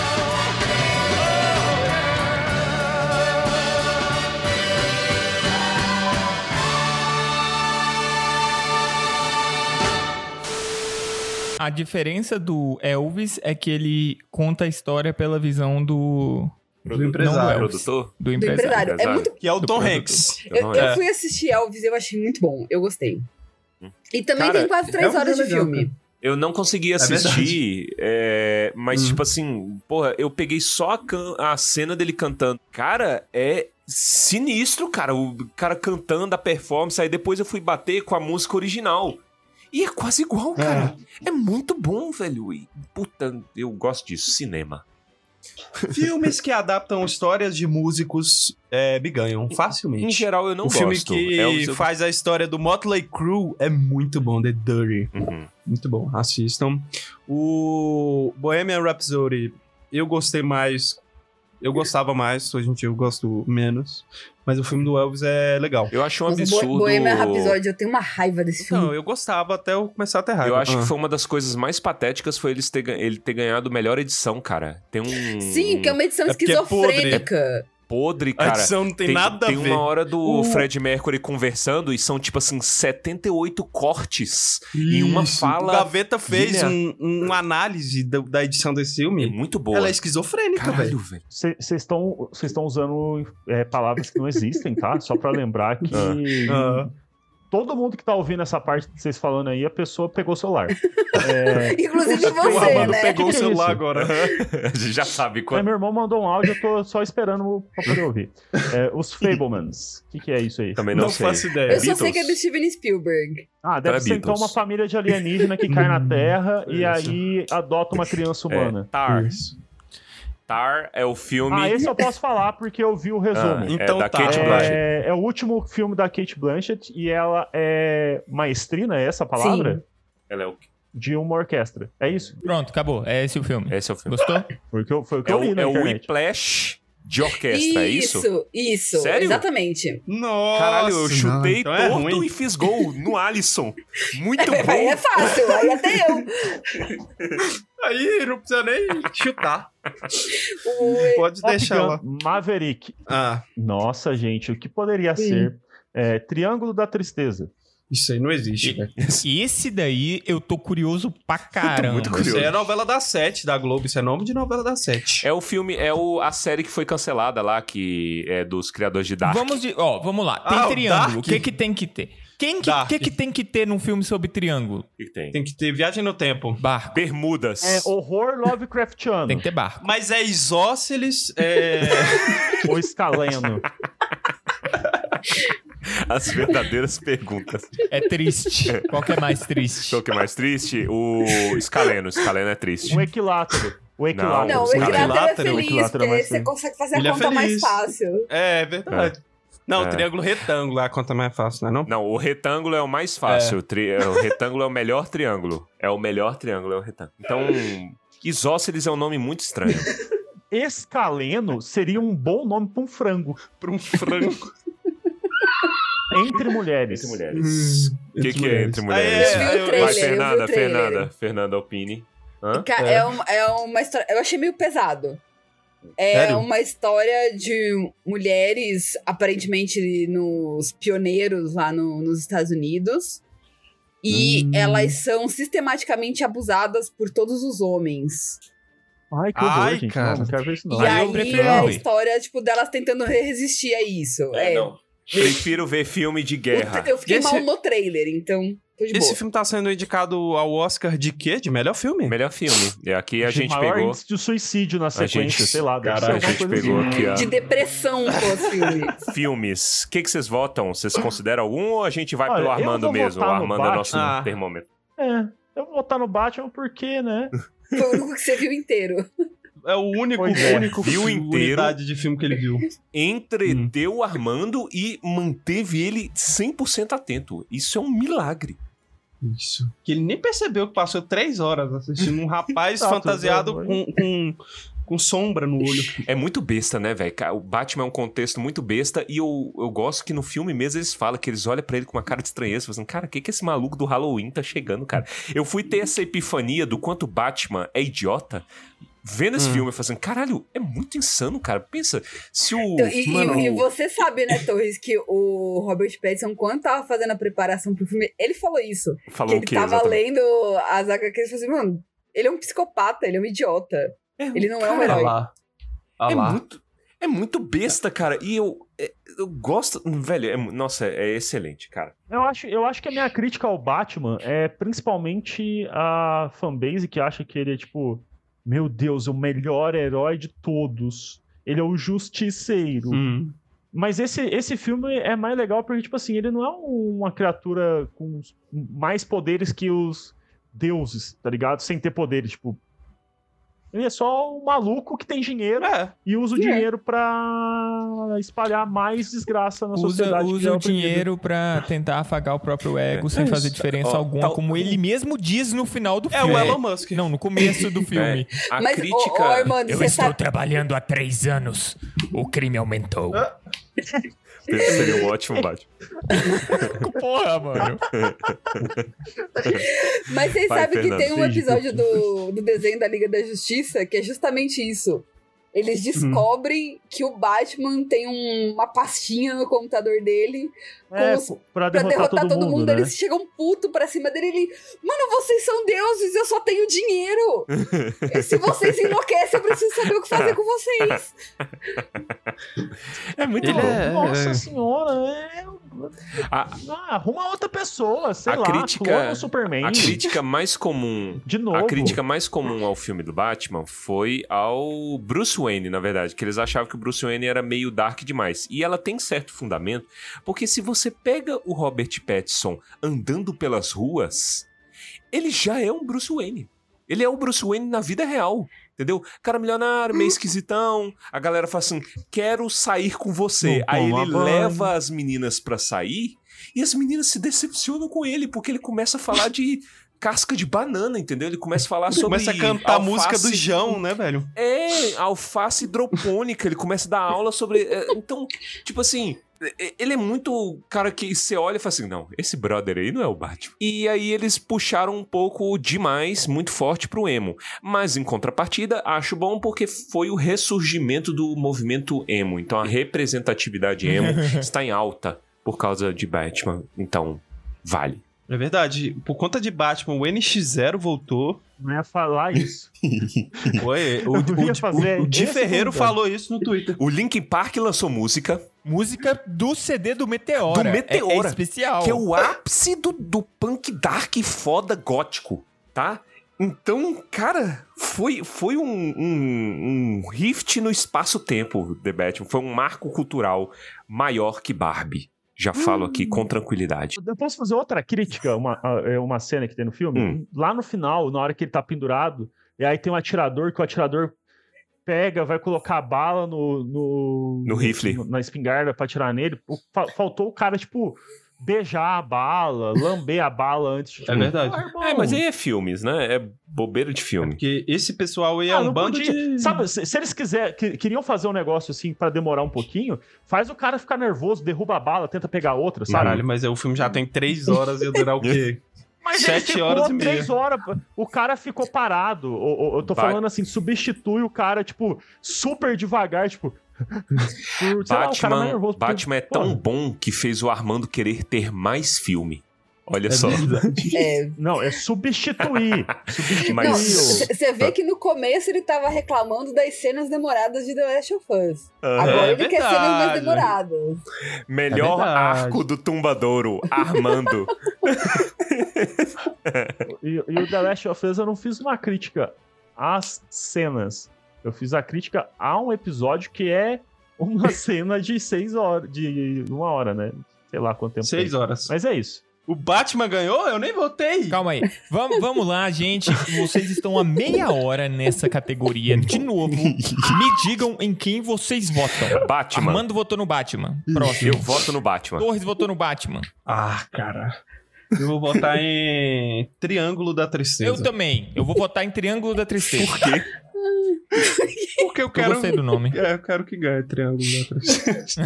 C: A diferença do Elvis é que ele conta a história pela visão do.
A: Do É
C: não do Elvis,
A: Produtor?
C: Do empresário.
E: É muito...
F: Que é o
C: Do
F: Tom
C: produtor.
F: Hanks.
E: Eu, eu fui assistir Elvis e eu achei muito bom. Eu gostei. E também
A: Hum. Cara,
E: tem quase três
A: Elvis
E: horas
A: é
E: de
A: legal,
E: filme.
A: Eu não consegui assistir, é, mas, tipo assim, porra, eu peguei só a, can- a cena dele cantando. Cara, é sinistro, cara. O cara cantando a performance, aí depois eu fui bater com a música original. E é quase igual, cara. É, muito bom, velho. E, puta, eu gosto disso. Cinema.
F: Filmes que adaptam histórias de músicos é, me ganham facilmente.
A: Em geral, eu não
F: um filme
A: gosto. É
F: que
A: Elvis, eu-
F: faz a história do Motley Crue é muito bom, The Dirty.
A: Uhum.
F: Muito bom, assistam. O Bohemian Rhapsody, eu gostei mais. Eu gostava mais, hoje em dia eu gosto menos. Mas o filme do Elvis é legal.
A: Eu acho um
E: Mas o Bo- Bohemian Rhapsody, eu tenho uma raiva desse filme.
F: Não, Então,
A: Então,
F: eu gostava até eu começar a ter raiva.
A: Eu acho
F: Ah.
A: que foi uma das coisas mais patéticas foi eles ter gan- ele ter ganhado melhor edição, cara. Tem um.
E: Sim, que é uma edição
A: É porque é podre.
E: esquizofrênica.
A: podre, cara.
F: edição não tem nada a
A: Tem
F: ver.
A: uma hora do
F: O-
A: Fred Mercury conversando e são, tipo assim, 78 cortes em uma
F: Isso. O
A: fala.
F: Gaveta fez
A: Vinha.
F: um, um análise da, da edição desse filme.
A: muito boa.
F: Ela é esquizofrênica, velho.
D: Vocês estão usando é, palavras que não existem, tá? Só pra lembrar que.
F: Ah.
D: Todo mundo que tá ouvindo essa parte que vocês falando aí, a pessoa pegou o celular. É,
E: Inclusive
D: o
E: você,
D: Amado
E: né?
D: pegou o celular agora.
A: Já sabe
D: É,
A: quando.
D: meu irmão mandou um áudio, eu tô só esperando pra poder ouvir. É, os Fablemans. O que, que é isso aí?
A: Também não Não sei. faço
E: Eu só sei que é do Steven Spielberg.
D: Ah, deve
A: Não é
D: ser então
A: Beatles.
D: uma família de alienígena que cai na Terra e aí adota uma criança humana.
A: É,
F: Uhum.
A: Tar.
D: Isso.
A: Tar é o filme.
D: Ah, esse eu posso falar porque eu vi o resumo.
A: Ah, é Então da tá. Kate Blanchett.
D: É, é o último filme da Kate Blanchett e ela é maestrina, é essa a palavra?
C: Sim.
A: Ela é o
D: De uma orquestra. É isso?
C: Pronto, acabou. É esse o filme.
A: Esse é o filme.
C: Gostou?
D: Foi o que eu, foi o que
A: É
D: eu
A: o,
D: li na
A: é o
D: internet.
A: Whiplash de orquestra, é isso?
E: Isso, isso.
A: Sério?
E: Exatamente.
F: Nossa,
A: Caralho, eu chutei
F: então é
A: torto
F: ruim.
A: e fiz gol no Alisson. Muito bom.
E: Aí é fácil, aí até eu.
F: Aí não precisa nem chutar. Pode
D: Top
F: deixar
D: Gun,
F: lá.
D: Maverick.
F: Ah.
D: Nossa, gente, o que poderia
F: Sim.
D: ser? É, Triângulo da Tristeza.
F: Isso aí não existe, velho.
C: Esse daí eu tô curioso pra caramba.
F: Isso aí é novela da sete da Globo. Isso é nome de novela da sete.
A: É o filme, é o, a série que foi cancelada lá, que é dos criadores de Dark.
C: Vamos de. Ó, vamos lá. Tem
A: Ah, o
C: triângulo. O
A: Dark.
C: que, que tem que ter? Quem que,
A: Dark.
C: que, que tem que ter num filme sobre triângulo?
A: O que que tem?
F: Tem que ter Viagem no Tempo.
C: Barco.
A: Bermudas.
D: É horror Lovecraftiano.
C: Tem que ter barco.
F: Mas é isósceles, é...
D: Ou escaleno.
A: As verdadeiras perguntas.
C: É triste. Qual que é mais triste?
A: Qual que é mais triste? O Scaleno. Scaleno é triste.
D: Um equilátero. O equilátero.
E: Não, o
A: Sim,
E: equilátero é
A: equilátero,
E: feliz,
A: equilátero é
E: porque
A: mais
E: você
A: feliz.
E: consegue fazer
F: Ele
E: a
F: é
E: conta mais
F: feliz.
E: fácil.
F: É, é verdade. Não,
A: É.
F: triângulo retângulo é a conta mais fácil, não é não?
A: Não, o retângulo é o mais fácil. O, tri- é, o retângulo é o melhor triângulo. É o melhor triângulo, é o retângulo. Então, isósceles é um nome muito estranho.
D: Escaleno seria um bom nome pra um frango.
F: Pra um frango.
D: Entre mulheres.
A: Entre
C: Hum,
A: mulheres. O que, que é entre mulheres?
F: Ah, é, Eu vi o
E: trailer, eu vi
A: Vai,
E: o
A: Fernanda,
E: trailer.
A: Fernanda, Fernanda Alpine. Hã?
E: Ca- É. uma, é uma história. Eu achei meio pesado. É
A: Sério?
E: uma história de mulheres, aparentemente nos pioneiros lá no- nos Estados Unidos. E elas são sistematicamente abusadas por todos os homens.
D: Ai, que horror,
E: Ai,
D: gente.
E: cara.
D: Não, não quero ver isso, não.
E: e aí é a história, tipo, delas tentando resistir a isso. É,
A: não. Prefiro ver filme de guerra.
E: Eu fiquei
F: Esse-
E: mal no trailer, então. Tô de boa.
F: Esse filme tá sendo indicado ao Oscar de quê? De melhor filme?
A: Melhor filme. E aqui a gente
D: maior
A: pegou.
D: índice de suicídio na sequência, sei lá. deve
A: Caralho, a
D: ser alguma
A: gente
D: coisa
A: pegou
D: assim.
A: aqui, ó.
E: De depressão, pô, assim. filme.
A: Filmes. O que, que vocês votam? Vocês consideram algum ou a gente vai
D: Olha,
A: pelo
D: eu
A: Armando
D: vou
A: mesmo? O
D: votar no
A: Armando é nosso
D: Batman.
A: termômetro.
D: É, eu vou botar no Batman porque, né?
E: Foi o único que você viu inteiro.
F: É o único,
D: Pois é.
F: único
A: Viu
F: filme,
A: inteiro.
F: unidade de filme que ele viu.
D: Hum.
A: Entreteu o Armando e manteve ele 100% atento. Isso é um milagre.
F: Isso. Que ele nem percebeu que passou três horas assistindo um rapaz
A: Tá, tudo
F: fantasiado
A: bem,
F: com, com, com sombra no olho.
A: É muito besta, né, velho? Ca- O Batman é um contexto muito besta e eu, eu gosto que no filme mesmo eles falam que eles olham pra ele com uma cara de estranheza, falando, cara, o que que esse maluco do Halloween tá chegando, cara? Eu fui ter essa epifania do quanto Batman é idiota. Vendo esse filme, eu falando, caralho, é muito insano, cara. Pensa, se o.
E: Então, e, e-
A: mano,
E: e
A: o-
E: você sabe, né, Torres, que o Robert Pattinson, quando tava fazendo a preparação pro filme, ele falou isso.
A: Falou
E: que
A: o
E: ele
A: quê,
E: tava
A: exatamente?
E: lendo as HQs e falou assim, mano, ele é um psicopata, ele é um idiota. ele não é um
A: cara,
E: herói.
A: lá.
F: Ah
A: é
F: lá.
A: muito, é muito besta, cara. E eu, é- eu gosto. Velho, é mu- nossa, é excelente, cara.
D: Eu acho, eu acho que a minha crítica ao Batman é principalmente a fanbase que acha que ele é tipo, meu Deus, é o melhor herói de todos. Ele é o justiceiro. Mas esse, esse filme é mais legal porque, tipo assim, ele não é uma criatura com os- mais poderes que os deuses, tá ligado? Sem ter poderes, tipo. Ele é só um maluco que tem dinheiro e usa o
C: É.
D: dinheiro pra espalhar mais desgraça na
C: Usa,
D: sociedade. que
C: usa
D: é
C: o
D: oprimida.
C: dinheiro pra tentar afagar o próprio ego sem
D: É
C: fazer
D: isso.
C: diferença
D: Ó,
C: alguma,
D: tal-
C: como ele mesmo diz no final do
D: É
C: filme.
D: o Elon
F: Musk.
C: Não, no começo do filme.
A: É, a é
E: Mas, ô, crítica- ô, Armando,
C: eu
E: você
C: estou
E: sabe-
C: trabalhando há três anos. O crime aumentou.
A: Esse seria um ótimo Batman.
C: Porra, mano.
E: Mas vocês
A: Vai,
E: sabem que
A: Fernando.
E: tem um
A: Sim.
E: episódio do, do desenho da Liga da Justiça que é justamente isso. Eles
A: Hum.
E: descobrem que o Batman tem um- uma pastinha no computador dele com
D: É,
E: os-
D: pô, pra derrotar todo mundo, né?
E: Eles chegam puto pra cima dele e ele. Mano, vocês são deuses, eu só tenho dinheiro. Se vocês enlouquecem, eu preciso saber o que fazer com vocês.
A: É muito
D: Ele
A: bom.
D: é- Nossa senhora, é.
A: A-
D: Ah, arruma outra pessoa, sei
A: a
D: lá,
A: crítica,
D: clona o Superman.
A: a crítica mais comum,
D: De novo.
A: a crítica mais comum ao filme do Batman foi ao Bruce Wayne, na verdade, que eles achavam que o Bruce Wayne era meio dark demais. E ela tem certo fundamento, porque se você pega o Robert Pattinson andando pelas ruas, ele já é um Bruce Wayne. Ele é o Bruce Wayne na vida real. Entendeu? Cara milionário, meio esquisitão. A galera fala assim: quero sair com você.
D: Não
A: Aí
D: toma
A: ele
D: banho.
A: leva as meninas pra sair e as meninas se decepcionam com ele, porque ele começa a falar de casca de banana, entendeu? Ele começa a falar sobre.
F: Começa a cantar a música do
A: alface-
F: Jão, né, velho?
A: É, alface hidropônica. Ele começa a dar aula sobre. é, Então, tipo assim. é, Ele é muito cara que você olha e fala assim: não, esse brother aí não é o Batman. E aí eles puxaram um pouco demais, muito forte pro emo. Mas em contrapartida, acho bom porque foi o ressurgimento do movimento emo. Então a representatividade emo está em alta por causa de Batman. Então, vale.
F: É verdade. Por conta de Batman, o NX0 voltou.
D: Não ia falar isso.
F: Oi, o, o,
D: Eu ia fazer
F: o, o Di
D: esse
F: Ferreiro
D: comentário.
F: falou isso no Twitter.
A: O Linkin Park lançou música.
C: Música do CD do Meteora.
A: Do Meteora.
C: É, é especial.
A: Que é o ápice do, do punk dark foda gótico, tá? Então, cara, foi, foi um, um, um rift no espaço-tempo, The Batman. Foi um marco cultural maior que Barbie. Já falo aqui com tranquilidade.
D: Eu posso fazer outra crítica, uma, a- é, uma cena que tem no filme?
A: Hum.
D: Lá no final, na hora que ele tá pendurado, e aí tem um atirador que o atirador pega, vai colocar a bala no. No,
A: No rifle.
D: Na espingarda pra atirar nele. O- fa- faltou o cara, tipo, beijar a bala, lamber a bala antes de. Ah,
F: É verdade.
A: É, mas aí é filmes, né? É bobeira de filme.
F: Porque esse pessoal aí é
D: Ah,
F: um
D: não
F: bando
D: podia-
F: de.
D: Sabe, se, se eles quiser, que- queriam fazer um negócio assim pra demorar um pouquinho, faz o cara ficar nervoso, derruba a bala, tenta pegar outra, sabe?
F: Caralho, mas é, o filme já tem três horas e ia durar o quê?
D: Mas ele
F: Sete
D: ficou
F: horas e meia.
D: três horas. O cara ficou parado. O- o- Eu tô
A: Vai.
D: falando assim, substitui o cara, tipo, super devagar, tipo. por, sei lá, o cara mais
A: Batman,
D: nervoso, porque,
A: Batman é tão
D: porra,
A: bom que fez o Armando querer ter mais filme. Olha só.
E: É.
D: Não, é substituir. substituir.
A: Mas-
E: Você vê que no começo ele tava reclamando das cenas demoradas de The Last of Us.
A: Aham.
E: Agora
A: É
E: ele quer cenas mais
A: verdade.
E: demoradouro.
A: Melhor
D: verdade.
A: arco do Tumbadouro, Armando.
D: E, e o The Last of Us eu não fiz uma crítica às cenas. Eu fiz a crítica a um episódio que é uma cena de seis horas. De uma hora, né? Sei lá quanto tempo.
F: Seis horas.
D: Mas é isso.
F: O Batman ganhou? Eu nem votei.
C: Calma aí. Vamos, vamos lá, gente. Vocês estão há meia hora nessa categoria. De novo, me digam em quem vocês votam.
A: Batman.
C: Armando votou no Batman. Próximo.
A: Eu voto no Batman.
C: Torres votou no Batman.
F: Ah, cara. Eu vou votar em Triângulo da Tristeza.
C: Eu também. Eu vou votar em Triângulo da Tristeza. Por
A: quê?
F: Porque eu quero.
C: gostei do nome.
F: É, eu quero que ganhe Triângulo da Tristeza.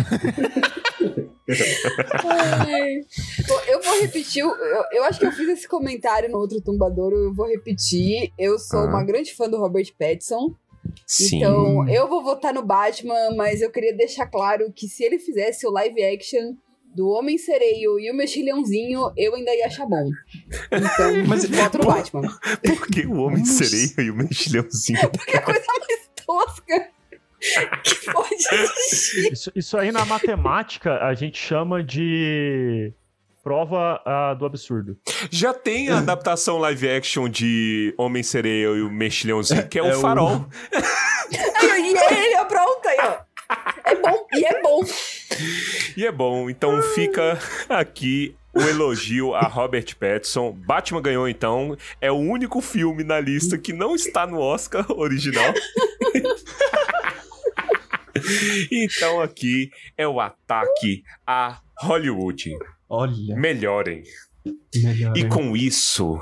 E: Ai. Bom, eu vou repetir. o- Eu, eu acho que eu fiz esse comentário no outro Tumbador. Eu vou repetir. Eu sou
A: Ah.
E: uma grande fã do Robert Pattinson.
A: Sim.
E: Então, eu vou votar no Batman, mas eu queria deixar claro que se ele fizesse o live action do Homem Sereio e o Mexilhãozinho, eu ainda ia achar bom. Então, voto no Batman.
A: Por que o Homem Sereia e o Mexilhãozinho?
E: Porque a coisa mais tosca que pode existir.
D: Isso, isso aí na matemática a gente chama de prova ah, do absurdo.
A: Já tem a adaptação live action de Homem Sereia e o Mexilhãozinho, que é,
D: É
A: o
D: o-
A: Farol.
E: Aí, e aí, ele apronta aí, ó. É bom, e é bom.
A: E é bom, então fica aqui o elogio a Robert Pattinson. Batman ganhou então, é o único filme na lista que não está no Oscar original. então aqui é o ataque a Hollywood.
F: Olha.
A: Melhorem. E com isso,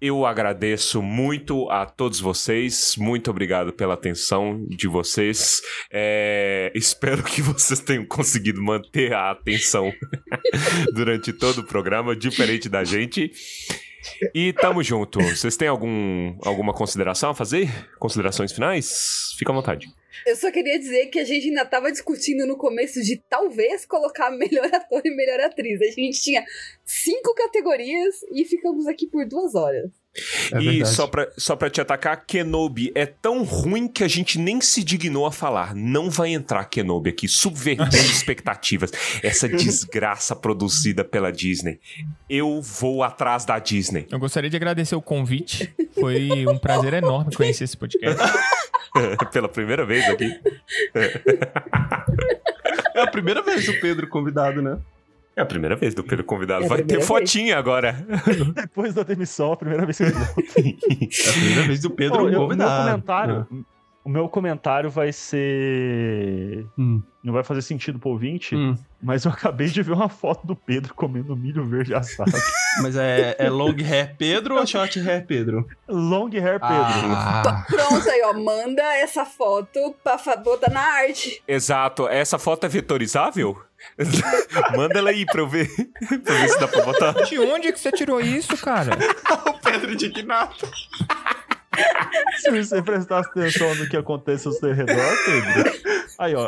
A: eu agradeço muito a todos vocês. Muito obrigado pela atenção de vocês. É, espero que vocês tenham conseguido manter a atenção durante todo o programa, diferente da gente. E tamo junto. Vocês têm algum, alguma consideração a fazer? Considerações finais? Fica à vontade.
E: Eu só queria dizer que a gente ainda tava discutindo no começo de talvez colocar melhor ator e melhor atriz. A gente tinha cinco categorias e ficamos aqui por duas horas.
A: e só pra, só pra te atacar, Kenobi é tão ruim que a gente nem se dignou a falar. Não vai entrar Kenobi aqui, subvertendo expectativas. Essa desgraça produzida pela Disney. Eu vou atrás da Disney.
C: Eu gostaria de agradecer o convite. Foi um prazer enorme conhecer esse podcast.
A: Pela primeira vez aqui.
F: É a primeira vez o Pedro convidado, né?
A: É a primeira vez do Pedro convidado.
F: É a
A: vai ter
F: primeira vez.
A: fotinha agora.
D: Depois da demissão, a primeira vez que eu
F: É a primeira vez do Pedro
D: Ô, eu-
F: convidado. Ah.
D: Meu comentário, O meu comentário vai ser.
F: Hum.
D: Não vai fazer sentido pro ouvinte, mas eu acabei de ver uma foto do Pedro comendo milho verde assado.
F: Mas é, é long hair Pedro ou short hair Pedro?
D: Long hair Pedro.
F: Ah,
E: Pronto aí, ó. Manda essa foto pra fa- botar na arte.
A: Exato. Essa foto é vetorizável? Manda ela aí pra eu ver. pra eu ver se dá pra botar.
C: De onde é que você tirou isso, cara?
F: o Pedro indignado.
D: Se você prestasse atenção no que acontece ao seu redor, Pedro. Aí, ó.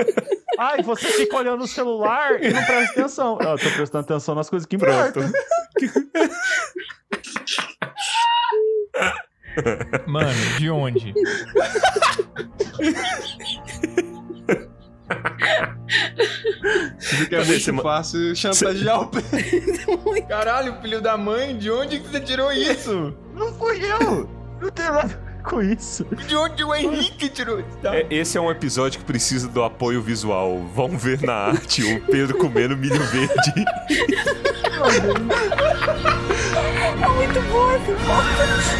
D: Ai, você fica olhando o celular e não presta atenção. Ah, Eu tô prestando atenção nas coisas que importam.
C: Mano, de onde?
F: Porque é
A: Cadê
F: muito
A: esse ma-
F: fácil chantagear o Pedro.
I: Caralho, filho da mãe, de onde que você tirou isso?
D: Não fui eu! Não tem nada com isso.
I: De onde o Henrique tirou isso? Tá.
A: É, esse é um episódio que precisa do apoio visual. Vão ver na arte o Pedro comendo milho verde.
E: Tá
M: É muito boa essa foto.